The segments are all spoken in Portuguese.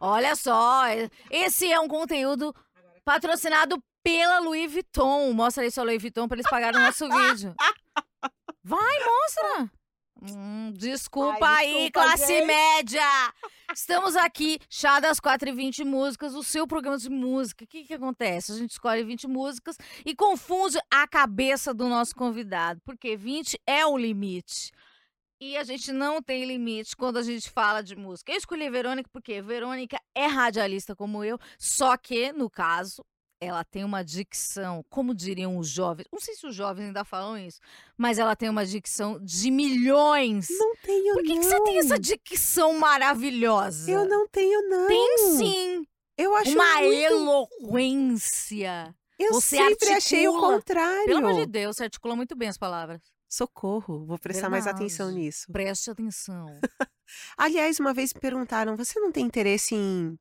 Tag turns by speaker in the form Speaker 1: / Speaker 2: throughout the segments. Speaker 1: Olha só, esse é um conteúdo patrocinado pela Louis Vuitton. Mostra aí sua Louis Vuitton pra eles pagarem o nosso vídeo. Vai, mostra! Hum, desculpa
Speaker 2: Ai,
Speaker 1: aí,
Speaker 2: desculpa,
Speaker 1: classe
Speaker 2: gente.
Speaker 1: média! Estamos aqui, chá das 4h20 músicas, o seu programa de música. O que, que acontece? A gente escolhe 20 músicas e confunde a cabeça do nosso convidado, porque 20 é o limite. E a gente não tem limite quando a gente fala de música. Eu escolhi Verônica porque Verônica é radialista como eu, só que, no caso, ela tem uma dicção, como diriam os jovens. Não sei se os jovens ainda falam isso, mas ela tem uma dicção de milhões.
Speaker 2: Não tenho,
Speaker 1: Por que, que você tem essa dicção maravilhosa?
Speaker 2: Eu não tenho, não.
Speaker 1: Tem sim
Speaker 2: Eu acho
Speaker 1: uma
Speaker 2: muito...
Speaker 1: eloquência.
Speaker 2: Eu
Speaker 1: Você
Speaker 2: sempre achei o
Speaker 1: articula.
Speaker 2: contrário.
Speaker 1: Pelo amor de Deus, você articula muito bem as palavras.
Speaker 2: Socorro, vou prestar mais
Speaker 1: Verdade.
Speaker 2: atenção nisso.
Speaker 1: Preste atenção.
Speaker 2: Aliás, uma vez me perguntaram: você não tem interesse em,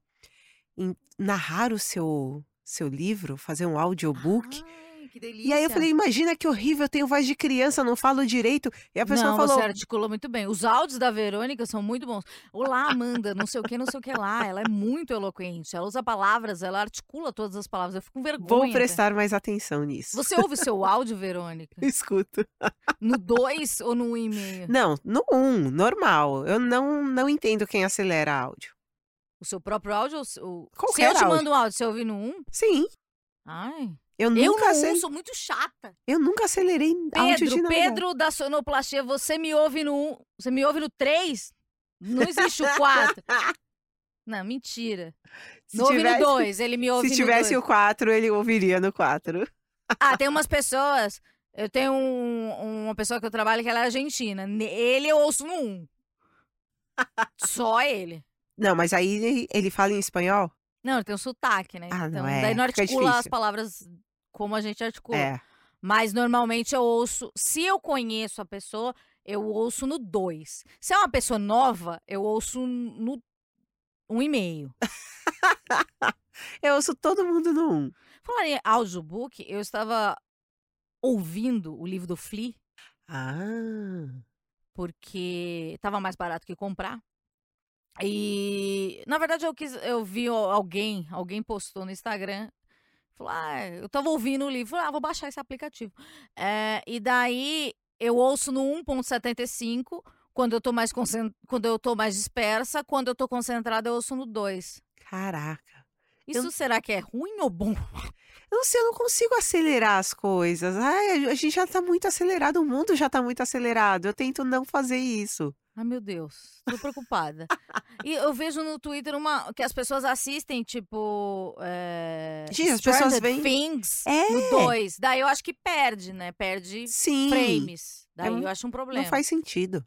Speaker 2: em narrar o seu, seu livro, fazer um audiobook?
Speaker 1: Ai, que delícia.
Speaker 2: e aí eu falei: imagina que horrível, eu tenho voz de criança, não falo direito. E a pessoa
Speaker 1: não,
Speaker 2: falou:
Speaker 1: você articulou muito bem. Os áudios da Verônica são muito bons. Olá, Amanda, não sei o que, não sei o que lá. Ela é muito eloquente. Ela usa palavras, ela articula todas as palavras. Eu fico com vergonha.
Speaker 2: vou
Speaker 1: até.
Speaker 2: prestar mais atenção nisso.
Speaker 1: Você ouve o seu áudio, Verônica?
Speaker 2: Escuto.
Speaker 1: No 2 ou no 1,5?
Speaker 2: Não, no um, normal. Eu não, não entendo quem acelera áudio.
Speaker 1: O seu próprio áudio? ou se- Ou... Se
Speaker 2: Qualquer
Speaker 1: eu te
Speaker 2: áudio.
Speaker 1: mando um áudio, você ouve no 1? Um?
Speaker 2: Sim,
Speaker 1: Ai.
Speaker 2: eu
Speaker 1: Eu
Speaker 2: nunca,
Speaker 1: não
Speaker 2: Tá um acel-
Speaker 1: sou muito chata.
Speaker 2: eu nunca acelerei áudio de
Speaker 1: Pedro,
Speaker 2: nada.
Speaker 1: Pedro da Sonoplastia, você me ouve no 1. Você me ouve no 3? Não existe o 4. Não, mentira.
Speaker 2: Se
Speaker 1: Não ouve
Speaker 2: tivesse-
Speaker 1: no 2, ele me ouve
Speaker 2: Se
Speaker 1: no
Speaker 2: tivesse
Speaker 1: dois.
Speaker 2: o 4, ele ouviria no 4.
Speaker 1: Ah, tem umas pessoas. Eu tenho um- uma pessoa que eu trabalho que ela é argentina. Ne- Ele eu ouço no 1. Só ele.
Speaker 2: Não, mas aí ele- ele fala em espanhol?
Speaker 1: Não, ele tem um sotaque, né?
Speaker 2: Ah, não,
Speaker 1: então,
Speaker 2: é,
Speaker 1: daí não
Speaker 2: fica
Speaker 1: articula as
Speaker 2: difícil.
Speaker 1: palavras como a gente articula.
Speaker 2: É.
Speaker 1: Mas normalmente eu ouço. Se eu conheço a pessoa, eu ouço no 2. Se é uma pessoa nova, eu ouço no 1,5.
Speaker 2: Eu ouço todo mundo no 1. Um.
Speaker 1: Falar em audiobook, eu estava ouvindo o livro do Flea.
Speaker 2: Ah.
Speaker 1: porque tava mais barato que comprar. E na verdade eu quis, eu vi al- alguém, alguém postou no Instagram, falou: "Ah, eu tava ouvindo o livro, falei, ah, vou baixar esse aplicativo". É, e daí eu ouço no 1.75 quando eu tô mais concen- quando eu tô mais dispersa, quando eu tô concentrada eu ouço no 2.
Speaker 2: Caraca.
Speaker 1: Isso será que é ruim ou bom?
Speaker 2: Eu não sei, eu não consigo acelerar as coisas. Ai, a gente já tá muito acelerado, o mundo já tá muito acelerado. Eu tento não fazer isso.
Speaker 1: Ai, meu Deus, tô preocupada. e eu vejo no Twitter uma que as pessoas assistem, tipo. É,
Speaker 2: Gente, as pessoas
Speaker 1: Stranger
Speaker 2: veem-
Speaker 1: Things
Speaker 2: É.
Speaker 1: no 2. Daí eu acho que perde, né? Perde
Speaker 2: Sim.
Speaker 1: frames. Daí
Speaker 2: um-
Speaker 1: eu acho um
Speaker 2: Não
Speaker 1: problema.
Speaker 2: faz sentido.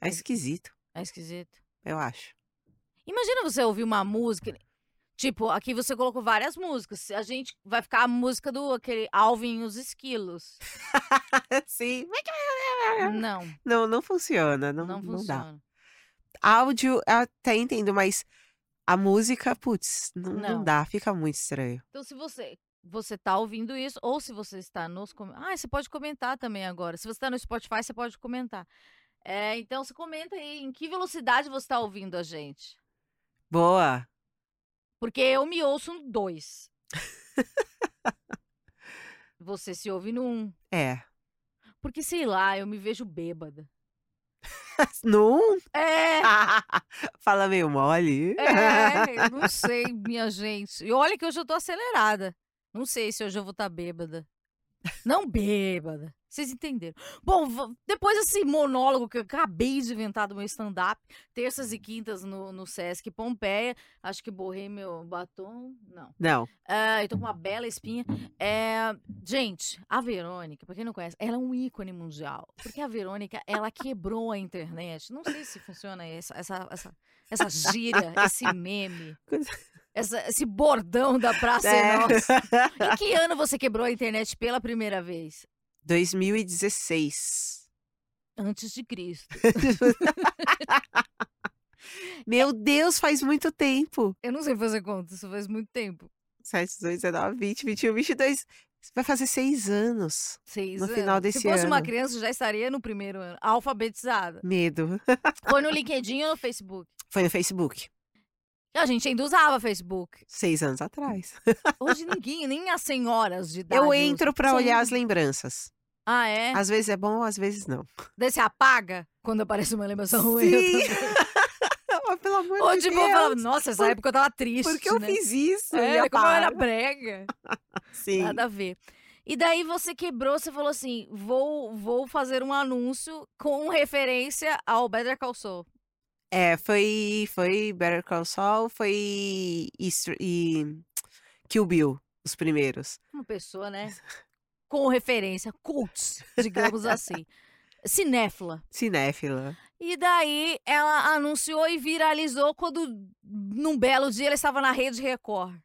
Speaker 2: É
Speaker 1: Mas-
Speaker 2: esquisito,
Speaker 1: É esquisito.
Speaker 2: eu acho.
Speaker 1: Imagina você ouvir uma música. Tipo, aqui você colocou várias músicas. A gente vai ficar a música do aquele Alvin e os Esquilos.
Speaker 2: Sim.
Speaker 1: Não,
Speaker 2: Não, não funciona. É. Não,
Speaker 1: não,
Speaker 2: não dá.
Speaker 1: funciona.
Speaker 2: Áudio, eu até entendo, mas a música, putz, não, não
Speaker 1: Não.
Speaker 2: dá. Fica muito estranho.
Speaker 1: Então, se você você tá ouvindo isso, ou se você está nos com- Ah, você pode comentar também agora. Se você está no Spotify, você pode comentar. É, então, você comenta aí em que velocidade você está ouvindo a gente.
Speaker 2: Boa.
Speaker 1: Porque eu me ouço no 2. você se ouve no 1. Um.
Speaker 2: É.
Speaker 1: Porque, sei lá, eu me vejo bêbada.
Speaker 2: Num?
Speaker 1: É,
Speaker 2: Fala meio mole.
Speaker 1: é, eu não sei, minha gente. E olha que hoje eu tô acelerada. Não sei se hoje eu vou estar bêbada. Não bêbada. Vocês entenderam. Bom, va- depois desse monólogo que eu acabei de inventar do meu stand-up, terças e quintas no, no Sesc Pompeia, acho que borrei meu batom. Não.
Speaker 2: Não.
Speaker 1: Ah, eu tô com uma bela espinha. É, gente, a Verônica, pra quem não conhece, ela é um ícone mundial. Porque a Verônica, ela quebrou a internet. Não sei se funciona essa, essa, essa, essa gíria, esse meme, essa- esse bordão da Praça é Nossa. Em que ano você quebrou a internet pela primeira vez?
Speaker 2: 2016.
Speaker 1: Antes de Cristo.
Speaker 2: Meu Deus, faz muito tempo.
Speaker 1: Eu não sei fazer conta, isso faz muito tempo.
Speaker 2: 7, 18, 19, 20, 21, 22. Vai fazer seis anos.
Speaker 1: Seis
Speaker 2: No
Speaker 1: anos.
Speaker 2: final desse
Speaker 1: Se fosse uma
Speaker 2: ano.
Speaker 1: criança, já estaria no primeiro ano, alfabetizada.
Speaker 2: Medo.
Speaker 1: Foi no LinkedIn ou no Facebook?
Speaker 2: Foi no Facebook.
Speaker 1: A gente ainda usava Facebook.
Speaker 2: Seis anos atrás.
Speaker 1: Hoje ninguém, nem as senhoras de idade.
Speaker 2: Eu
Speaker 1: usam.
Speaker 2: entro pra
Speaker 1: Sim.
Speaker 2: olhar as lembranças.
Speaker 1: Ah, é?
Speaker 2: Às vezes é bom, às vezes não.
Speaker 1: Daí você apaga quando aparece uma lembrança ruim.
Speaker 2: Sim! Mas Pelo amor
Speaker 1: Ou
Speaker 2: de
Speaker 1: tipo,
Speaker 2: Deus.
Speaker 1: fala, nossa, essa
Speaker 2: por-
Speaker 1: época eu tava triste.
Speaker 2: Por que eu
Speaker 1: né?
Speaker 2: fiz isso? E
Speaker 1: É, como eu
Speaker 2: apaga.
Speaker 1: era brega.
Speaker 2: Sim.
Speaker 1: Nada a ver. E daí você quebrou, você falou assim: vou, vou fazer um anúncio com referência ao Better Call Saul.
Speaker 2: É, foi, foi Better Call Saul, foi e, Str- e Kill Bill, os primeiros.
Speaker 1: Uma pessoa, né? Com referência, cults, digamos assim. Cinéfila.
Speaker 2: Cinéfila.
Speaker 1: E daí ela anunciou e viralizou quando, num belo dia, ela estava na Rede Record.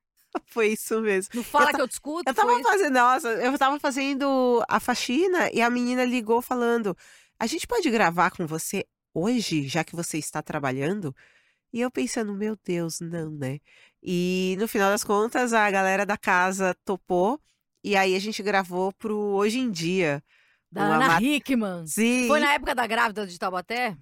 Speaker 2: Foi isso mesmo.
Speaker 1: Não fala
Speaker 2: ta-
Speaker 1: que eu discuto.
Speaker 2: Eu
Speaker 1: foi
Speaker 2: tava
Speaker 1: isso?
Speaker 2: fazendo, nossa, eu tava fazendo a faxina e a menina ligou falando: "A gente pode gravar com você hoje, já que você está trabalhando?" E eu pensando, meu Deus, não, né? E no final das contas, a galera da casa topou e aí a gente gravou pro Hoje em Dia.
Speaker 1: Da
Speaker 2: uma
Speaker 1: Ana
Speaker 2: ma-
Speaker 1: Hickman.
Speaker 2: Sim.
Speaker 1: Foi na época da grávida de Taubaté?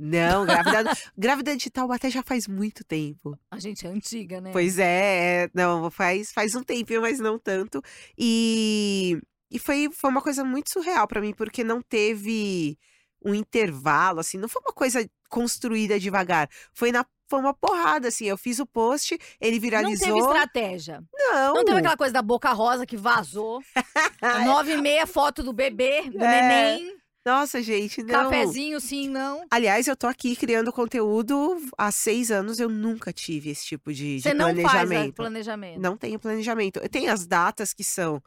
Speaker 2: Não, grávida, grávida de Taubaté já faz muito tempo.
Speaker 1: A gente é antiga, né?
Speaker 2: Pois é, é, não, faz, faz um tempinho, mas não tanto. E, e foi, foi uma coisa muito surreal pra mim, porque não teve um intervalo, assim, não foi uma coisa construída devagar. Foi, na, foi uma porrada, assim. Eu fiz o post, ele
Speaker 1: Não teve
Speaker 2: viralizou.
Speaker 1: estratégia.
Speaker 2: Não,
Speaker 1: Não teve aquela coisa da boca rosa que vazou. Nove e meia, foto do bebê, do
Speaker 2: É,
Speaker 1: neném.
Speaker 2: Nossa, gente, não.
Speaker 1: Cafezinho, sim, não.
Speaker 2: Aliás, eu tô aqui criando conteúdo há seis anos, eu nunca tive esse tipo de, de
Speaker 1: Você não faz né,
Speaker 2: planejamento.
Speaker 1: planejamento.
Speaker 2: Não tenho planejamento. Eu tenho as datas que são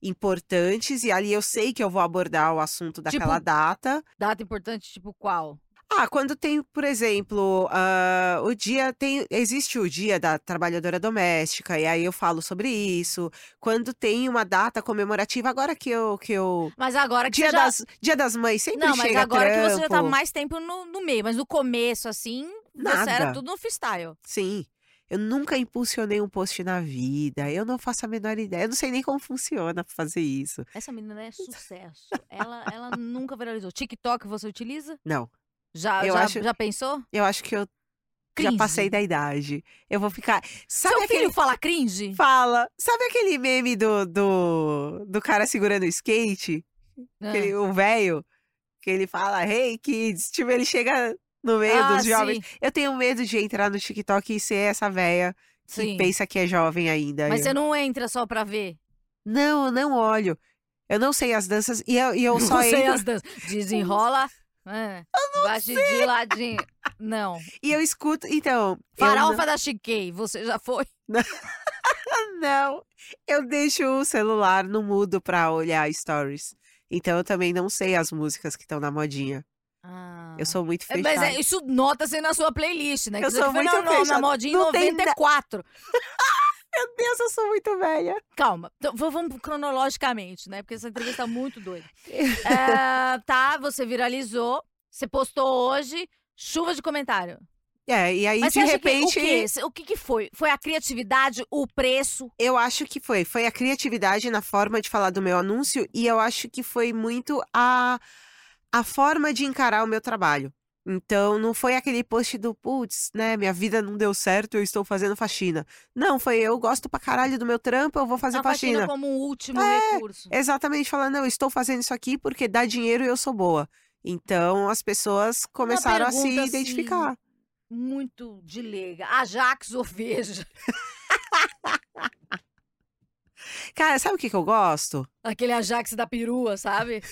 Speaker 2: importantes e ali eu sei que eu vou abordar o assunto daquela
Speaker 1: Tipo-
Speaker 2: data.
Speaker 1: Data importante, tipo qual?
Speaker 2: Ah, quando tem, por exemplo, ah, o dia tem existe o dia da trabalhadora doméstica e aí eu falo sobre isso. Quando tem uma data comemorativa, agora que eu que eu
Speaker 1: Mas agora que
Speaker 2: dia
Speaker 1: você já...
Speaker 2: das dia das mães sempre
Speaker 1: Não, mas
Speaker 2: chega
Speaker 1: agora que você já tá
Speaker 2: trampo.
Speaker 1: mais tempo no, no meio. Mas no começo, assim, você era
Speaker 2: Nada.
Speaker 1: tudo no freestyle.
Speaker 2: Sim. Eu nunca impulsionei um post na vida. Eu não faço a menor ideia. Eu não sei nem como funciona pra fazer isso.
Speaker 1: Essa menina é sucesso. ela, ela nunca viralizou. TikTok você utiliza?
Speaker 2: Não.
Speaker 1: Já,
Speaker 2: Eu
Speaker 1: já,
Speaker 2: acho-
Speaker 1: já pensou?
Speaker 2: Eu acho que eu Já
Speaker 1: Cringe.
Speaker 2: passei da idade. Eu vou ficar. Sabe
Speaker 1: Seu filho
Speaker 2: aquele.
Speaker 1: fala cringe?
Speaker 2: Fala. Sabe aquele meme do, do, do cara segurando o skate?
Speaker 1: É.
Speaker 2: Aquele-
Speaker 1: Ah.
Speaker 2: o velho? Que ele fala, hey kids. Tipo, ele chega no meio
Speaker 1: Ah,
Speaker 2: dos jovens.
Speaker 1: sim,
Speaker 2: Eu tenho medo de entrar no TikTok e ser essa velha que
Speaker 1: sim.
Speaker 2: pensa que é jovem ainda.
Speaker 1: Mas
Speaker 2: Eu-
Speaker 1: você não entra só pra ver.
Speaker 2: Não, eu não olho. Eu não sei as danças e eu, e eu
Speaker 1: não
Speaker 2: só
Speaker 1: sei
Speaker 2: entro.
Speaker 1: as danças. Desenrola. É, bate de ladinho. Não.
Speaker 2: E eu escuto. Então. eu
Speaker 1: Farofa da Chiquei, você já foi?
Speaker 2: Não, eu deixo o celular no mudo pra olhar stories. Então eu também não sei as músicas que estão na modinha.
Speaker 1: Ah.
Speaker 2: Eu sou muito
Speaker 1: É,
Speaker 2: fechada.
Speaker 1: Mas é, isso nota-se na sua playlist, né? Que
Speaker 2: Eu
Speaker 1: isso aqui
Speaker 2: sou
Speaker 1: foi
Speaker 2: muito
Speaker 1: na, na- na
Speaker 2: fechada.
Speaker 1: modinha em
Speaker 2: Não tem nada-
Speaker 1: 94.
Speaker 2: Meu Deus, eu sou muito velha.
Speaker 1: Calma, então, v- vamos cronologicamente, né? Porque essa entrevista é muito doida. É, tá, você viralizou, você postou hoje, chuva de comentário.
Speaker 2: É, e aí
Speaker 1: Mas
Speaker 2: de
Speaker 1: você acha que-
Speaker 2: repente,
Speaker 1: o, quê? o que que foi? Foi a criatividade, o preço?
Speaker 2: eu acho que foi, foi a criatividade na forma de falar do meu anúncio e eu acho que foi muito a a forma de encarar o meu trabalho. Então, não foi aquele post do putz, né? Minha vida não deu certo, eu estou fazendo faxina. Não, foi eu gosto pra caralho do meu trampo, eu vou fazer
Speaker 1: a faxina
Speaker 2: faxina. É.
Speaker 1: como um último recurso.
Speaker 2: Exatamente, falando, não, eu estou fazendo isso aqui porque dá dinheiro e eu sou boa. Então as pessoas começaram a se
Speaker 1: pergunta assim,
Speaker 2: identificar.
Speaker 1: Muito de leiga. Ajax ou veja?
Speaker 2: Cara, sabe o que, que eu gosto?
Speaker 1: Aquele Ajax da perua, sabe?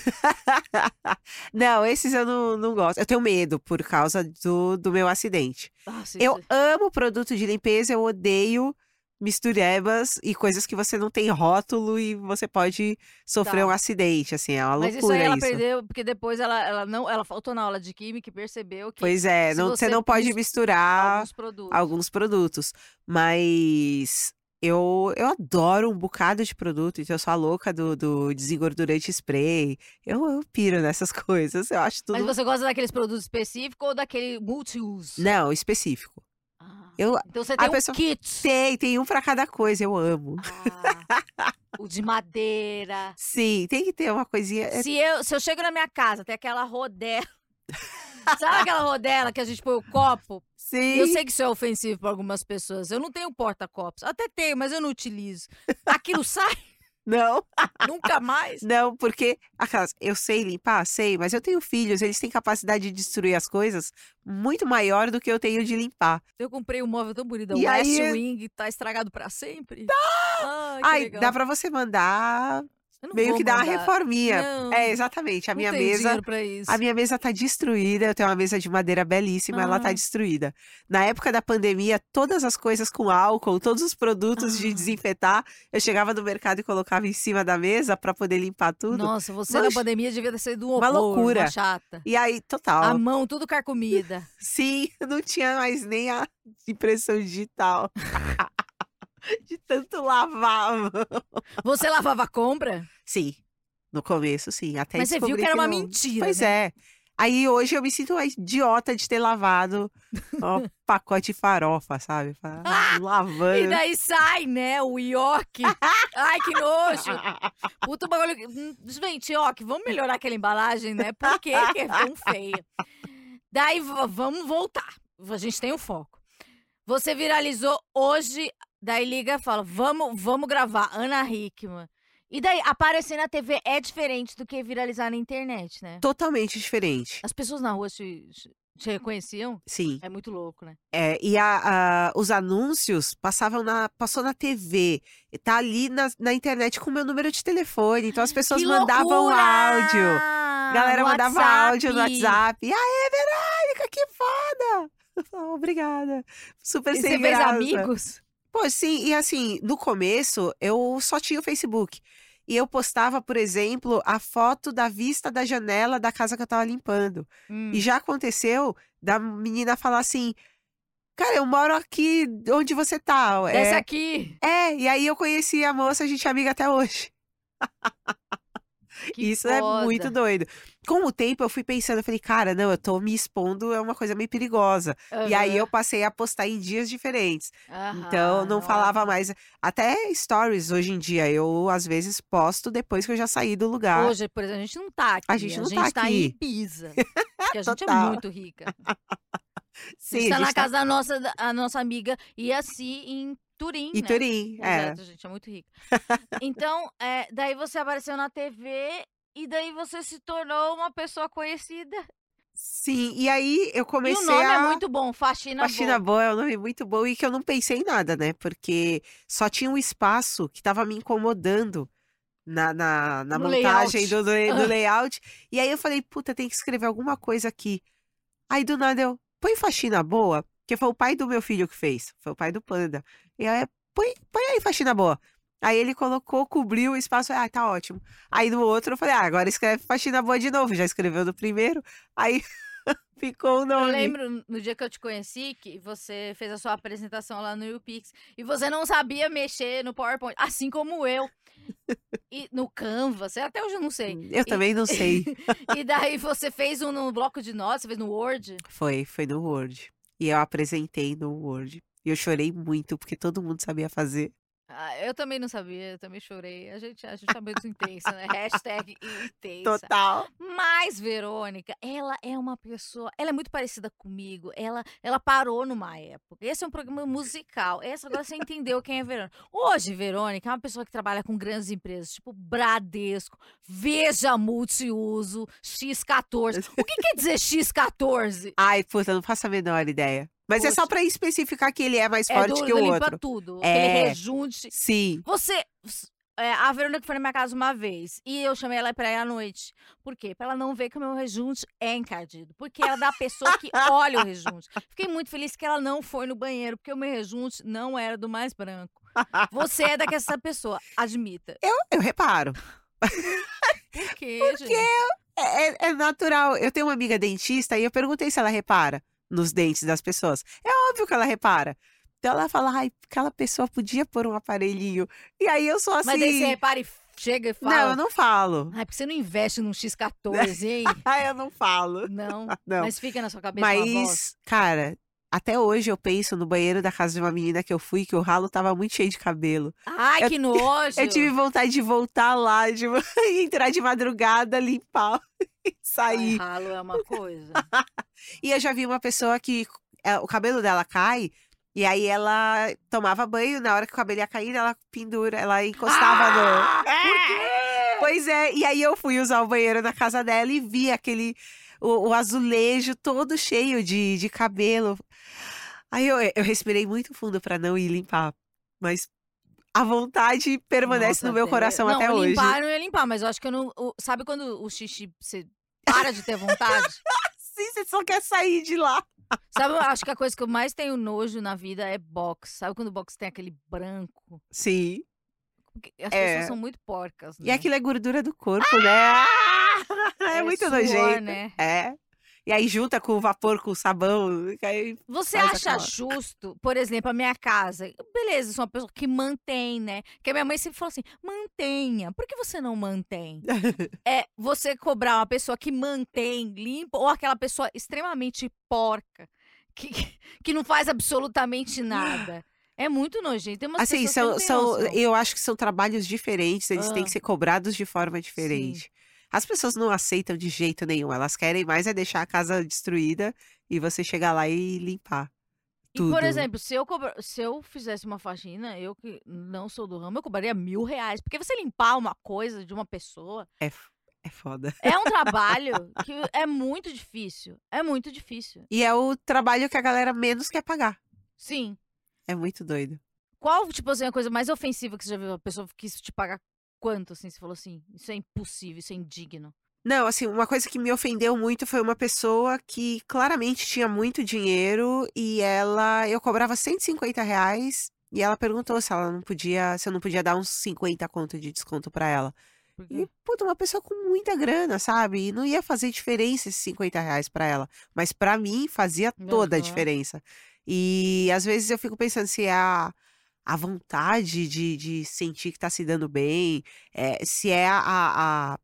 Speaker 2: não, esses eu não, não gosto. Eu tenho medo por causa do, do meu acidente.
Speaker 1: Nossa,
Speaker 2: Eu
Speaker 1: isso- é-
Speaker 2: amo produto de limpeza, eu odeio misturebas e coisas que você não tem rótulo e você pode sofrer
Speaker 1: Tá.
Speaker 2: um acidente. Assim, é uma
Speaker 1: Mas isso
Speaker 2: loucura
Speaker 1: aí ela
Speaker 2: isso.
Speaker 1: perdeu, porque depois ela, ela não, ela faltou na aula de química e percebeu que
Speaker 2: Pois é,
Speaker 1: se
Speaker 2: não- você
Speaker 1: você
Speaker 2: não pode
Speaker 1: mis-
Speaker 2: misturar.
Speaker 1: alguns produtos.
Speaker 2: alguns produtos. Mas eu, eu adoro um bocado de produto, então eu sou a louca do, do desengordurante spray. Eu, eu piro nessas coisas, eu acho
Speaker 1: Mas
Speaker 2: tudo.
Speaker 1: você gosta daqueles produtos específicos ou daquele multi-use?
Speaker 2: Não, específico.
Speaker 1: Ah,
Speaker 2: Eu
Speaker 1: então você
Speaker 2: a
Speaker 1: tem um
Speaker 2: pessoa-
Speaker 1: kit.
Speaker 2: sei, tem um pra cada coisa, eu amo.
Speaker 1: Ah, o de madeira.
Speaker 2: Sim, tem que ter uma coisinha. é-
Speaker 1: Se eu, se eu chego na minha casa, tem aquela rodela Sabe aquela rodela que a gente põe o copo?
Speaker 2: Sim.
Speaker 1: Eu sei que isso é ofensivo para algumas pessoas. Eu não tenho porta-copos. Até tenho, mas eu não utilizo. Aquilo sai
Speaker 2: Não,
Speaker 1: nunca mais.
Speaker 2: não, porque aquelas, eu sei limpar, sei, mas eu tenho filhos, eles têm capacidade de destruir as coisas muito maior do que eu tenho de limpar.
Speaker 1: Eu comprei um móvel tão bonito, o
Speaker 2: E aí- Tá!
Speaker 1: West Wing, tá estragado para sempre. Ai, que
Speaker 2: Ai,
Speaker 1: legal.
Speaker 2: dá pra você mandar,
Speaker 1: Eu não
Speaker 2: meio
Speaker 1: vou
Speaker 2: que dar uma
Speaker 1: mandar.
Speaker 2: reforminha.
Speaker 1: Não,
Speaker 2: É, exatamente, a
Speaker 1: não
Speaker 2: minha
Speaker 1: tenho
Speaker 2: mesa
Speaker 1: dinheiro pra isso.
Speaker 2: A minha mesa tá destruída, eu tenho uma mesa de madeira belíssima, ela tá
Speaker 1: Ah.
Speaker 2: destruída. Na época da pandemia, todas as coisas com álcool, todos os produtos de
Speaker 1: Ah.
Speaker 2: desinfetar, eu chegava do mercado e colocava em cima da mesa pra poder limpar tudo.
Speaker 1: Nossa, você na
Speaker 2: Mancha-
Speaker 1: pandemia devia ter sido um
Speaker 2: Uma
Speaker 1: horror,
Speaker 2: loucura.
Speaker 1: uma chata.
Speaker 2: E aí,
Speaker 1: A
Speaker 2: total,
Speaker 1: mão, tudo carcomida.
Speaker 2: sim, não tinha mais nem a impressão digital. de tanto lavar. a mão.
Speaker 1: Você lavava a compra?
Speaker 2: Sim, no começo, sim, até
Speaker 1: mas você viu
Speaker 2: descobri
Speaker 1: que era uma
Speaker 2: não.
Speaker 1: mentira.
Speaker 2: Pois
Speaker 1: né?
Speaker 2: é. Aí hoje eu me sinto uma idiota de ter lavado ó, pacote de farofa, sabe? Fala, "Ah,
Speaker 1: E
Speaker 2: Lavando.
Speaker 1: daí sai, né, o York. Ai, que nojo. Puta bagulho. que- Hum, Gente, ó, que vamos melhorar aquela embalagem, né? Por que que é tão feia? Daí v- vamos voltar. A gente tem um foco. Você viralizou hoje, daí liga e fala: vamos, vamos gravar, Ana Hickman. E daí, aparecer na TV é diferente do que viralizar na internet, né?
Speaker 2: Totalmente diferente.
Speaker 1: As pessoas na rua te, te-
Speaker 2: Uhum.
Speaker 1: te reconheciam?
Speaker 2: Sim.
Speaker 1: É muito louco, né?
Speaker 2: É, e a- a- os anúncios passavam na, passou na TV. e Tá ali na, na internet com o meu número de telefone. Então as pessoas
Speaker 1: Que
Speaker 2: mandavam
Speaker 1: loucura!
Speaker 2: áudio. A galera
Speaker 1: Ah, No
Speaker 2: mandava
Speaker 1: WhatsApp.
Speaker 2: áudio no WhatsApp. E aí, Verônica, que foda! Eu falava, Obrigada. Super
Speaker 1: E
Speaker 2: sem
Speaker 1: você fez
Speaker 2: graça.
Speaker 1: amigos?
Speaker 2: Pô, sim, e assim, no começo eu só tinha o Facebook. E eu postava, por exemplo, a foto da vista da janela da casa que eu tava limpando.
Speaker 1: Hum.
Speaker 2: E já aconteceu da menina falar assim: Cara, eu moro aqui onde você tá.
Speaker 1: Desce
Speaker 2: É,
Speaker 1: aqui.
Speaker 2: é, e aí eu conheci a moça, a gente é amiga até hoje.
Speaker 1: Que
Speaker 2: Isso é muito
Speaker 1: foda.
Speaker 2: doido. Com o tempo eu fui pensando, eu falei, cara, não, eu tô me expondo, é uma coisa meio perigosa. E aí eu passei a postar em dias diferentes.
Speaker 1: Aham.
Speaker 2: Então,
Speaker 1: Aham,
Speaker 2: não falava mais. Até stories hoje em dia, eu às vezes posto depois que eu já saí do lugar.
Speaker 1: Hoje, por exemplo, a gente não tá aqui.
Speaker 2: A gente não tá
Speaker 1: em
Speaker 2: aqui.
Speaker 1: Ibiza. Porque a gente é
Speaker 2: Total.
Speaker 1: muito rica.
Speaker 2: Sim,
Speaker 1: a gente tá
Speaker 2: a
Speaker 1: na
Speaker 2: gente tá
Speaker 1: casa da nossa, da a nossa amiga Iaci em Turim,
Speaker 2: em
Speaker 1: né?
Speaker 2: Turim. É.
Speaker 1: Exato, gente, é muito rica. Então, é, daí você apareceu na TV e daí você se tornou uma pessoa conhecida.
Speaker 2: Sim, e aí
Speaker 1: E
Speaker 2: eu
Speaker 1: o
Speaker 2: comecei
Speaker 1: nome
Speaker 2: a.
Speaker 1: é muito bom, Faxina
Speaker 2: Faxina
Speaker 1: Boa.
Speaker 2: Boa é um nome muito bom e que eu não pensei em nada, né? Porque só tinha um espaço que tava me incomodando na, na, na
Speaker 1: No
Speaker 2: montagem
Speaker 1: layout.
Speaker 2: do, do,
Speaker 1: Ah.
Speaker 2: do layout. E aí eu falei, puta, tem que escrever alguma coisa aqui. Aí do nada eu, põe Faxina Boa, que foi o pai do meu filho que fez, foi o pai do Panda. E aí, põe, põe aí Faxina Boa. Aí ele colocou, cobriu o espaço, ah, tá ótimo. Aí no outro eu falei, ah, agora escreve Faxina Boa de novo, já escreveu no primeiro. Aí ficou o
Speaker 1: Eu
Speaker 2: nome.
Speaker 1: lembro no dia que eu te conheci que você fez a sua apresentação lá no YouPix e você não sabia mexer no PowerPoint, assim como eu. E no Canva, você até hoje eu não sei.
Speaker 2: Eu também não sei.
Speaker 1: E daí você fez um no bloco de notas, você fez no Word.
Speaker 2: Foi, foi no Word. E eu apresentei no Word. E eu chorei muito, porque todo mundo sabia fazer.
Speaker 1: Ah, eu também não sabia, eu também chorei. A gente, a gente é muito intensa, né? Hashtag intensa.
Speaker 2: Total.
Speaker 1: Mas, Verônica, ela é uma pessoa. Ela é muito parecida comigo. Ela, ela parou numa época. Esse é um programa musical. Essa agora você entendeu quem é Verônica. Hoje, Verônica é uma pessoa que trabalha com grandes empresas, tipo Bradesco, Veja Multiuso, X14. O que quer dizer X14?
Speaker 2: Ai, puta, não faço a menor ideia. Mas é só
Speaker 1: Poxa.
Speaker 2: pra especificar que ele é mais
Speaker 1: é
Speaker 2: forte
Speaker 1: do
Speaker 2: que o
Speaker 1: Limpa
Speaker 2: outro.
Speaker 1: Tudo.
Speaker 2: É.
Speaker 1: Aquele rejunte.
Speaker 2: Sim.
Speaker 1: Você. é, a Verônica foi na minha casa uma vez e eu chamei ela pra ir à noite. Por quê? Pra ela não ver que o meu rejunte é encardido. Porque ela é da pessoa que olha o rejunte. Fiquei muito feliz que ela não foi no banheiro, porque o meu rejunte não era do mais branco. Você é daquela pessoa, admita.
Speaker 2: Eu reparo.
Speaker 1: Por quê, gente?
Speaker 2: É, é- é natural. Eu tenho uma amiga dentista e eu perguntei se ela repara nos dentes das pessoas. É óbvio que ela repara. Então ela fala, ai, aquela pessoa podia pôr um aparelhinho. E aí eu sou assim.
Speaker 1: Mas é aí você repara e chega e
Speaker 2: Não,
Speaker 1: fala.
Speaker 2: eu não falo.
Speaker 1: Ai, porque você não investe num X14, hein?
Speaker 2: Ai, eu não falo.
Speaker 1: Não.
Speaker 2: Não.
Speaker 1: Mas fica na sua cabeça. uma voz.
Speaker 2: Mas, cara, Até hoje eu penso no banheiro da casa de uma menina que eu fui, que o ralo tava muito cheio de cabelo.
Speaker 1: Ai,
Speaker 2: Eu-
Speaker 1: que nojo.
Speaker 2: Eu tive vontade de voltar lá, de entrar de madrugada, limpar e
Speaker 1: Ai,
Speaker 2: sair.
Speaker 1: ralo é uma coisa.
Speaker 2: E eu já vi uma pessoa que é, o cabelo dela cai, e aí ela tomava banho, na hora que o cabelo ia caindo, ela pendura, ela encostava
Speaker 1: Ah,
Speaker 2: no. É! Pois é, e aí eu fui usar o banheiro da casa dela e vi aquele. O, o azulejo todo cheio de, de cabelo. Aí eu, eu respirei muito fundo pra não ir limpar, mas a vontade permanece
Speaker 1: Nossa,
Speaker 2: no meu
Speaker 1: até-
Speaker 2: coração
Speaker 1: não,
Speaker 2: até hoje.
Speaker 1: limpar eu não ia limpar, mas eu acho que eu não... o- Sabe quando o xixi, você para de ter vontade?
Speaker 2: Sim, você só quer sair de lá.
Speaker 1: Sabe, eu acho que a coisa que eu mais tenho nojo na vida é box. Sabe quando o box tem aquele branco?
Speaker 2: Sim.
Speaker 1: Porque As
Speaker 2: É.
Speaker 1: pessoas são muito porcas, né?
Speaker 2: E aquilo é gordura do corpo, né? Ah! É, muito
Speaker 1: suor,
Speaker 2: nojento.
Speaker 1: né?
Speaker 2: É. E aí junta com o vapor, com o sabão. e aí-
Speaker 1: Você
Speaker 2: Faz
Speaker 1: acha
Speaker 2: aquela-
Speaker 1: justo, por exemplo, a minha casa? Beleza, eu sou uma pessoa que mantém, né? Porque a minha mãe sempre falou assim: mantenha. Por que você não mantém? é você cobrar uma pessoa que mantém limpo ou aquela pessoa extremamente porca, que, que não faz absolutamente nada. É muito nojento. Tem umas
Speaker 2: Assim,
Speaker 1: pessoas que não
Speaker 2: são,
Speaker 1: têm
Speaker 2: são-
Speaker 1: noção.
Speaker 2: eu acho que são trabalhos diferentes, eles têm
Speaker 1: Ah.
Speaker 2: que ser cobrados de forma diferente. As pessoas não aceitam de jeito nenhum, elas querem mais é deixar a casa destruída e você chegar lá e limpar.
Speaker 1: E, por
Speaker 2: tudo.
Speaker 1: exemplo, se eu, cobra- se eu fizesse uma faxina, eu que não sou do ramo, eu cobraria mil reais. Porque você limpar uma coisa de uma pessoa
Speaker 2: É, f- é foda.
Speaker 1: é um trabalho que é muito difícil. É muito difícil.
Speaker 2: E é o trabalho que a galera menos quer pagar.
Speaker 1: Sim.
Speaker 2: É muito doido.
Speaker 1: Qual, tipo assim, a coisa mais ofensiva que você já viu? A pessoa quis te pagar quanto, assim? Você falou assim, isso é impossível, isso é indigno.
Speaker 2: Não, assim, uma coisa que me ofendeu muito foi uma pessoa que claramente tinha muito dinheiro e ela, eu cobrava 150 reais e ela perguntou se ela não podia, se eu não podia dar uns 50 conto de desconto pra ela.
Speaker 1: Porque...
Speaker 2: E, puta, uma pessoa com muita grana, sabe? E não ia fazer diferença esses 50 reais pra ela. Mas pra mim fazia toda a
Speaker 1: Aham.
Speaker 2: diferença. E às vezes eu fico pensando se é a, a vontade de, de sentir que tá se dando bem, é, se é a, a,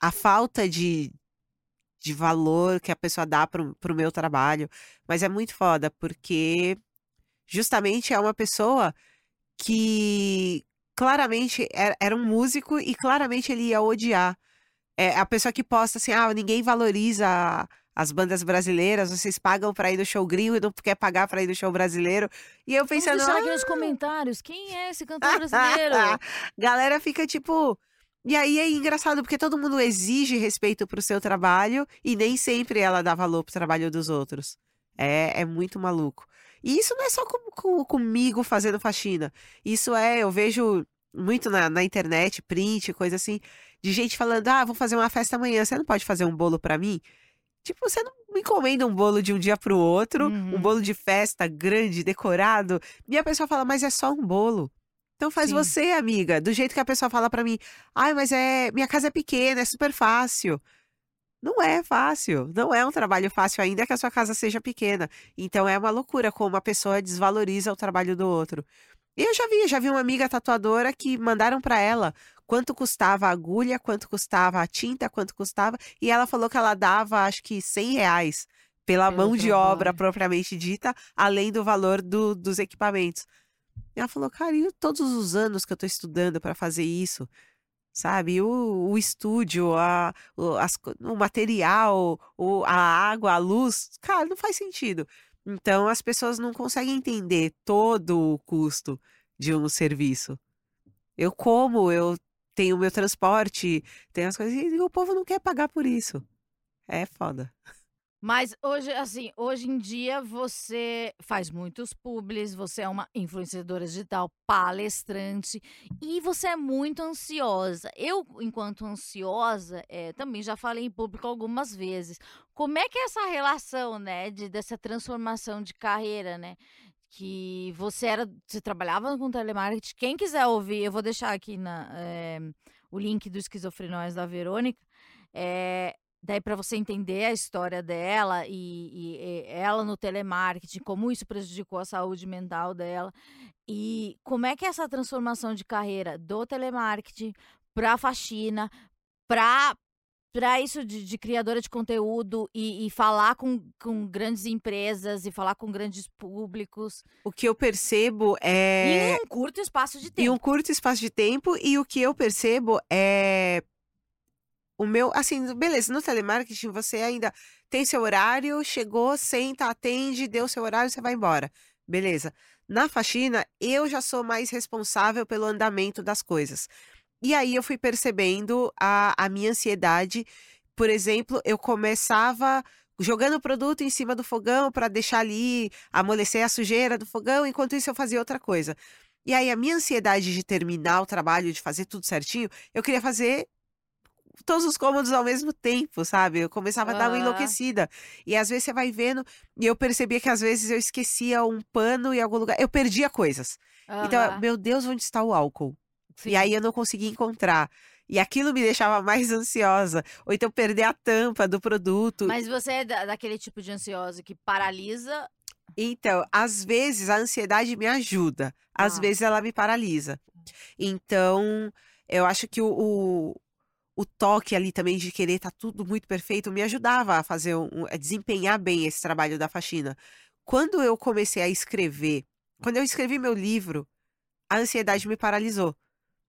Speaker 2: a falta de, de valor que a pessoa dá pro, pro meu trabalho. Mas é muito foda, porque justamente é uma pessoa que claramente era, era um músico e claramente ele ia odiar. É a pessoa que posta assim, ah, ninguém valoriza a- as bandas brasileiras, vocês pagam pra ir no show gringo e não quer pagar pra ir no show brasileiro. E eu
Speaker 1: Vamos
Speaker 2: pensando,
Speaker 1: deixar
Speaker 2: ah,
Speaker 1: aqui nos comentários, quem é esse cantor brasileiro?
Speaker 2: galera fica tipo. E aí é engraçado, porque todo mundo exige respeito pro seu trabalho e nem sempre ela dá valor pro trabalho dos outros. É, é muito maluco. E isso não é só com- com- comigo fazendo faxina. Isso é, eu vejo muito na, na internet, print, coisa assim, de gente falando: ah, vou fazer uma festa amanhã, você não pode fazer um bolo pra mim? Tipo, você não me encomenda um bolo de um dia pro outro,
Speaker 1: Uhum.
Speaker 2: um bolo de festa grande, decorado. E a pessoa fala, mas é só um bolo. Então faz
Speaker 1: Sim.
Speaker 2: você, amiga, do jeito que a pessoa fala pra mim. Ai, mas é, minha casa é pequena, é super fácil. Não é fácil, não é um trabalho fácil ainda que a sua casa seja pequena. Então é uma loucura como a pessoa desvaloriza o trabalho do outro. E Eu já vi, já vi uma amiga tatuadora que mandaram pra ela quanto custava a agulha, quanto custava a tinta, quanto custava, e ela falou que ela dava acho que 100 reais pela
Speaker 1: Pelo
Speaker 2: mão de obra
Speaker 1: trabalho.
Speaker 2: propriamente dita, além do valor do- dos equipamentos. E Ela falou, cara, e todos os anos que eu tô estudando pra fazer isso, sabe? E O, o estúdio, a, o, as co- o material, o- a água, a luz, cara, não faz sentido. Então as pessoas não conseguem entender todo o custo de um serviço. Eu como, eu tenho meu transporte, tenho as coisas, e o povo não quer pagar por isso. É foda.
Speaker 1: Mas hoje, assim, hoje em dia você faz muitos publis, você é uma influenciadora digital, palestrante e você é muito ansiosa. Eu, enquanto ansiosa, eh, também já falei em público algumas vezes. Como é que é essa relação, né, de, dessa transformação de carreira, né? Que você era, você trabalhava com telemarketing. Quem quiser ouvir, eu vou deixar aqui na, eh, o link do Esquizofrenóis da Verônica. Eh, Daí, para você entender a história dela e, e- e ela no telemarketing, como isso prejudicou a saúde mental dela. E como é que é essa transformação de carreira do telemarketing para faxina, para misturar isso de, de criadora de conteúdo e, e falar com, com grandes empresas e falar com grandes públicos
Speaker 2: O que eu percebo é.
Speaker 1: em um curto espaço de
Speaker 2: Em
Speaker 1: tempo.
Speaker 2: um curto espaço de tempo, e o que eu percebo é. O meu, assim, beleza, no telemarketing você ainda tem seu horário, chegou, senta, atende, deu seu horário, você vai embora. Beleza. Na faxina, eu já sou mais responsável pelo andamento das coisas. E aí eu fui percebendo a, a minha ansiedade. Por exemplo, eu começava jogando o produto em cima do fogão para deixar ali amolecer a sujeira do fogão, enquanto isso eu fazia outra coisa. E aí a minha ansiedade de terminar o trabalho, de fazer tudo certinho, eu queria fazer todos os cômodos ao mesmo tempo, sabe? Eu começava a dar uma
Speaker 1: Aham.
Speaker 2: enlouquecida. E às vezes você vai vendo, e eu percebia que às vezes eu esquecia um pano em algum lugar, eu perdia coisas. Então, eu,
Speaker 1: Aham,
Speaker 2: meu Deus, onde está o álcool?
Speaker 1: sim.
Speaker 2: E aí eu não conseguia encontrar. E aquilo me deixava mais ansiosa. Ou então perder a tampa do produto.
Speaker 1: Mas você é da- daquele tipo de ansiosa
Speaker 2: Hum.
Speaker 1: que paralisa.
Speaker 2: Então, às vezes a ansiedade me ajuda, às
Speaker 1: Tá.
Speaker 2: vezes ela me paralisa. Então, eu acho que o, o, o toque ali também de querer estar tudo muito perfeito me ajudava a fazer um, a desempenhar bem esse trabalho da faxina. Quando eu comecei a escrever, quando eu escrevi meu livro, a ansiedade me paralisou.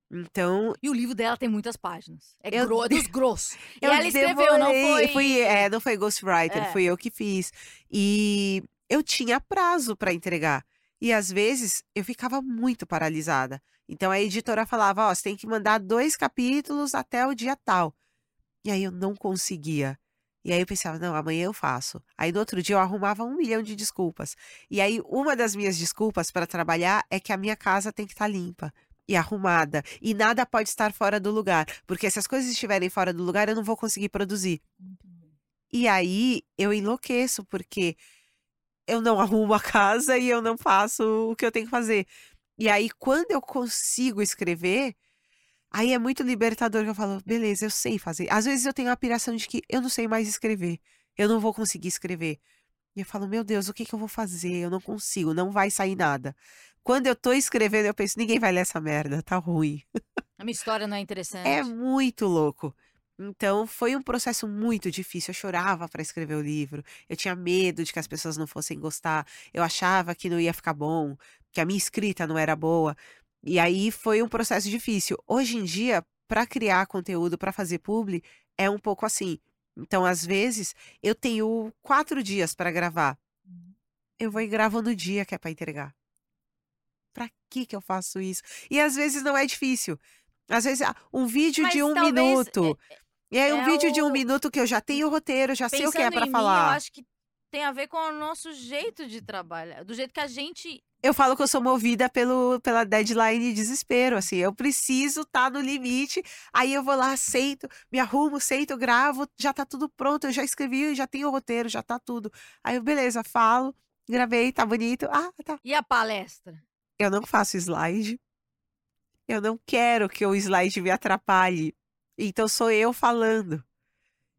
Speaker 2: Então,
Speaker 1: E o livro dela tem muitas páginas. É
Speaker 2: Eu
Speaker 1: gro... é dos grossos. E
Speaker 2: eu
Speaker 1: ela escreveu, não foi?
Speaker 2: demorei, fui- é, não foi ghostwriter,
Speaker 1: É.
Speaker 2: fui eu que fiz. E eu tinha prazo para entregar. E às vezes eu ficava muito paralisada. Então a editora falava: Ó, você tem que mandar dois capítulos até o dia tal. E aí eu não conseguia. E aí eu pensava: não, amanhã eu faço. Aí no outro dia eu arrumava um milhão de desculpas. E aí uma das minhas desculpas para trabalhar é que a minha casa tem que estar limpa. E arrumada. E nada pode estar fora do lugar. Porque se as coisas estiverem fora do lugar, eu não vou conseguir produzir. E aí eu enlouqueço, porque eu não arrumo a casa e eu não faço o que eu tenho que fazer. E aí, quando eu consigo escrever, aí é muito libertador que eu falo, beleza, eu sei fazer. Às vezes eu tenho a piração de que eu não sei mais escrever, eu não vou conseguir escrever. E eu falo, meu Deus, o que que eu vou fazer? Eu não consigo, não vai sair nada. Quando eu tô escrevendo, eu penso, ninguém vai ler essa merda, tá ruim.
Speaker 1: A minha história não é interessante.
Speaker 2: É muito louco. Então, foi um processo muito difícil. Eu chorava para escrever o livro. Eu tinha medo de que as pessoas não fossem gostar. Eu achava que não ia ficar bom, que a minha escrita não era boa. E aí foi um processo difícil. Hoje em dia, para criar conteúdo, para fazer publi, é um pouco assim. Então, às vezes, eu tenho quatro dias para gravar.
Speaker 1: Uhum.
Speaker 2: Eu vou e gravo no dia que é para entregar. Pra que que eu faço isso? E às vezes não é difícil. Às vezes, ah, um vídeo de
Speaker 1: Mas
Speaker 2: um
Speaker 1: talvez,
Speaker 2: minuto. E aí, um
Speaker 1: é
Speaker 2: vídeo de um
Speaker 1: o-
Speaker 2: minuto que eu já tenho o roteiro, já sei o que é
Speaker 1: Pensando
Speaker 2: pra
Speaker 1: em Mim,
Speaker 2: falar.
Speaker 1: eu acho que tem a ver com o nosso jeito de trabalhar, do jeito que a gente.
Speaker 2: Eu falo que eu sou movida pelo, pela deadline e desespero, assim, eu preciso estar no limite, aí eu vou lá, aceito, me arrumo, sento, gravo, já tá tudo pronto, eu já escrevi, já tenho o roteiro, já tá tudo. Aí eu, beleza, falo, gravei, tá bonito, ah, tá.
Speaker 1: E a palestra?
Speaker 2: Eu não faço slide, eu não quero que o slide me atrapalhe, então sou eu falando.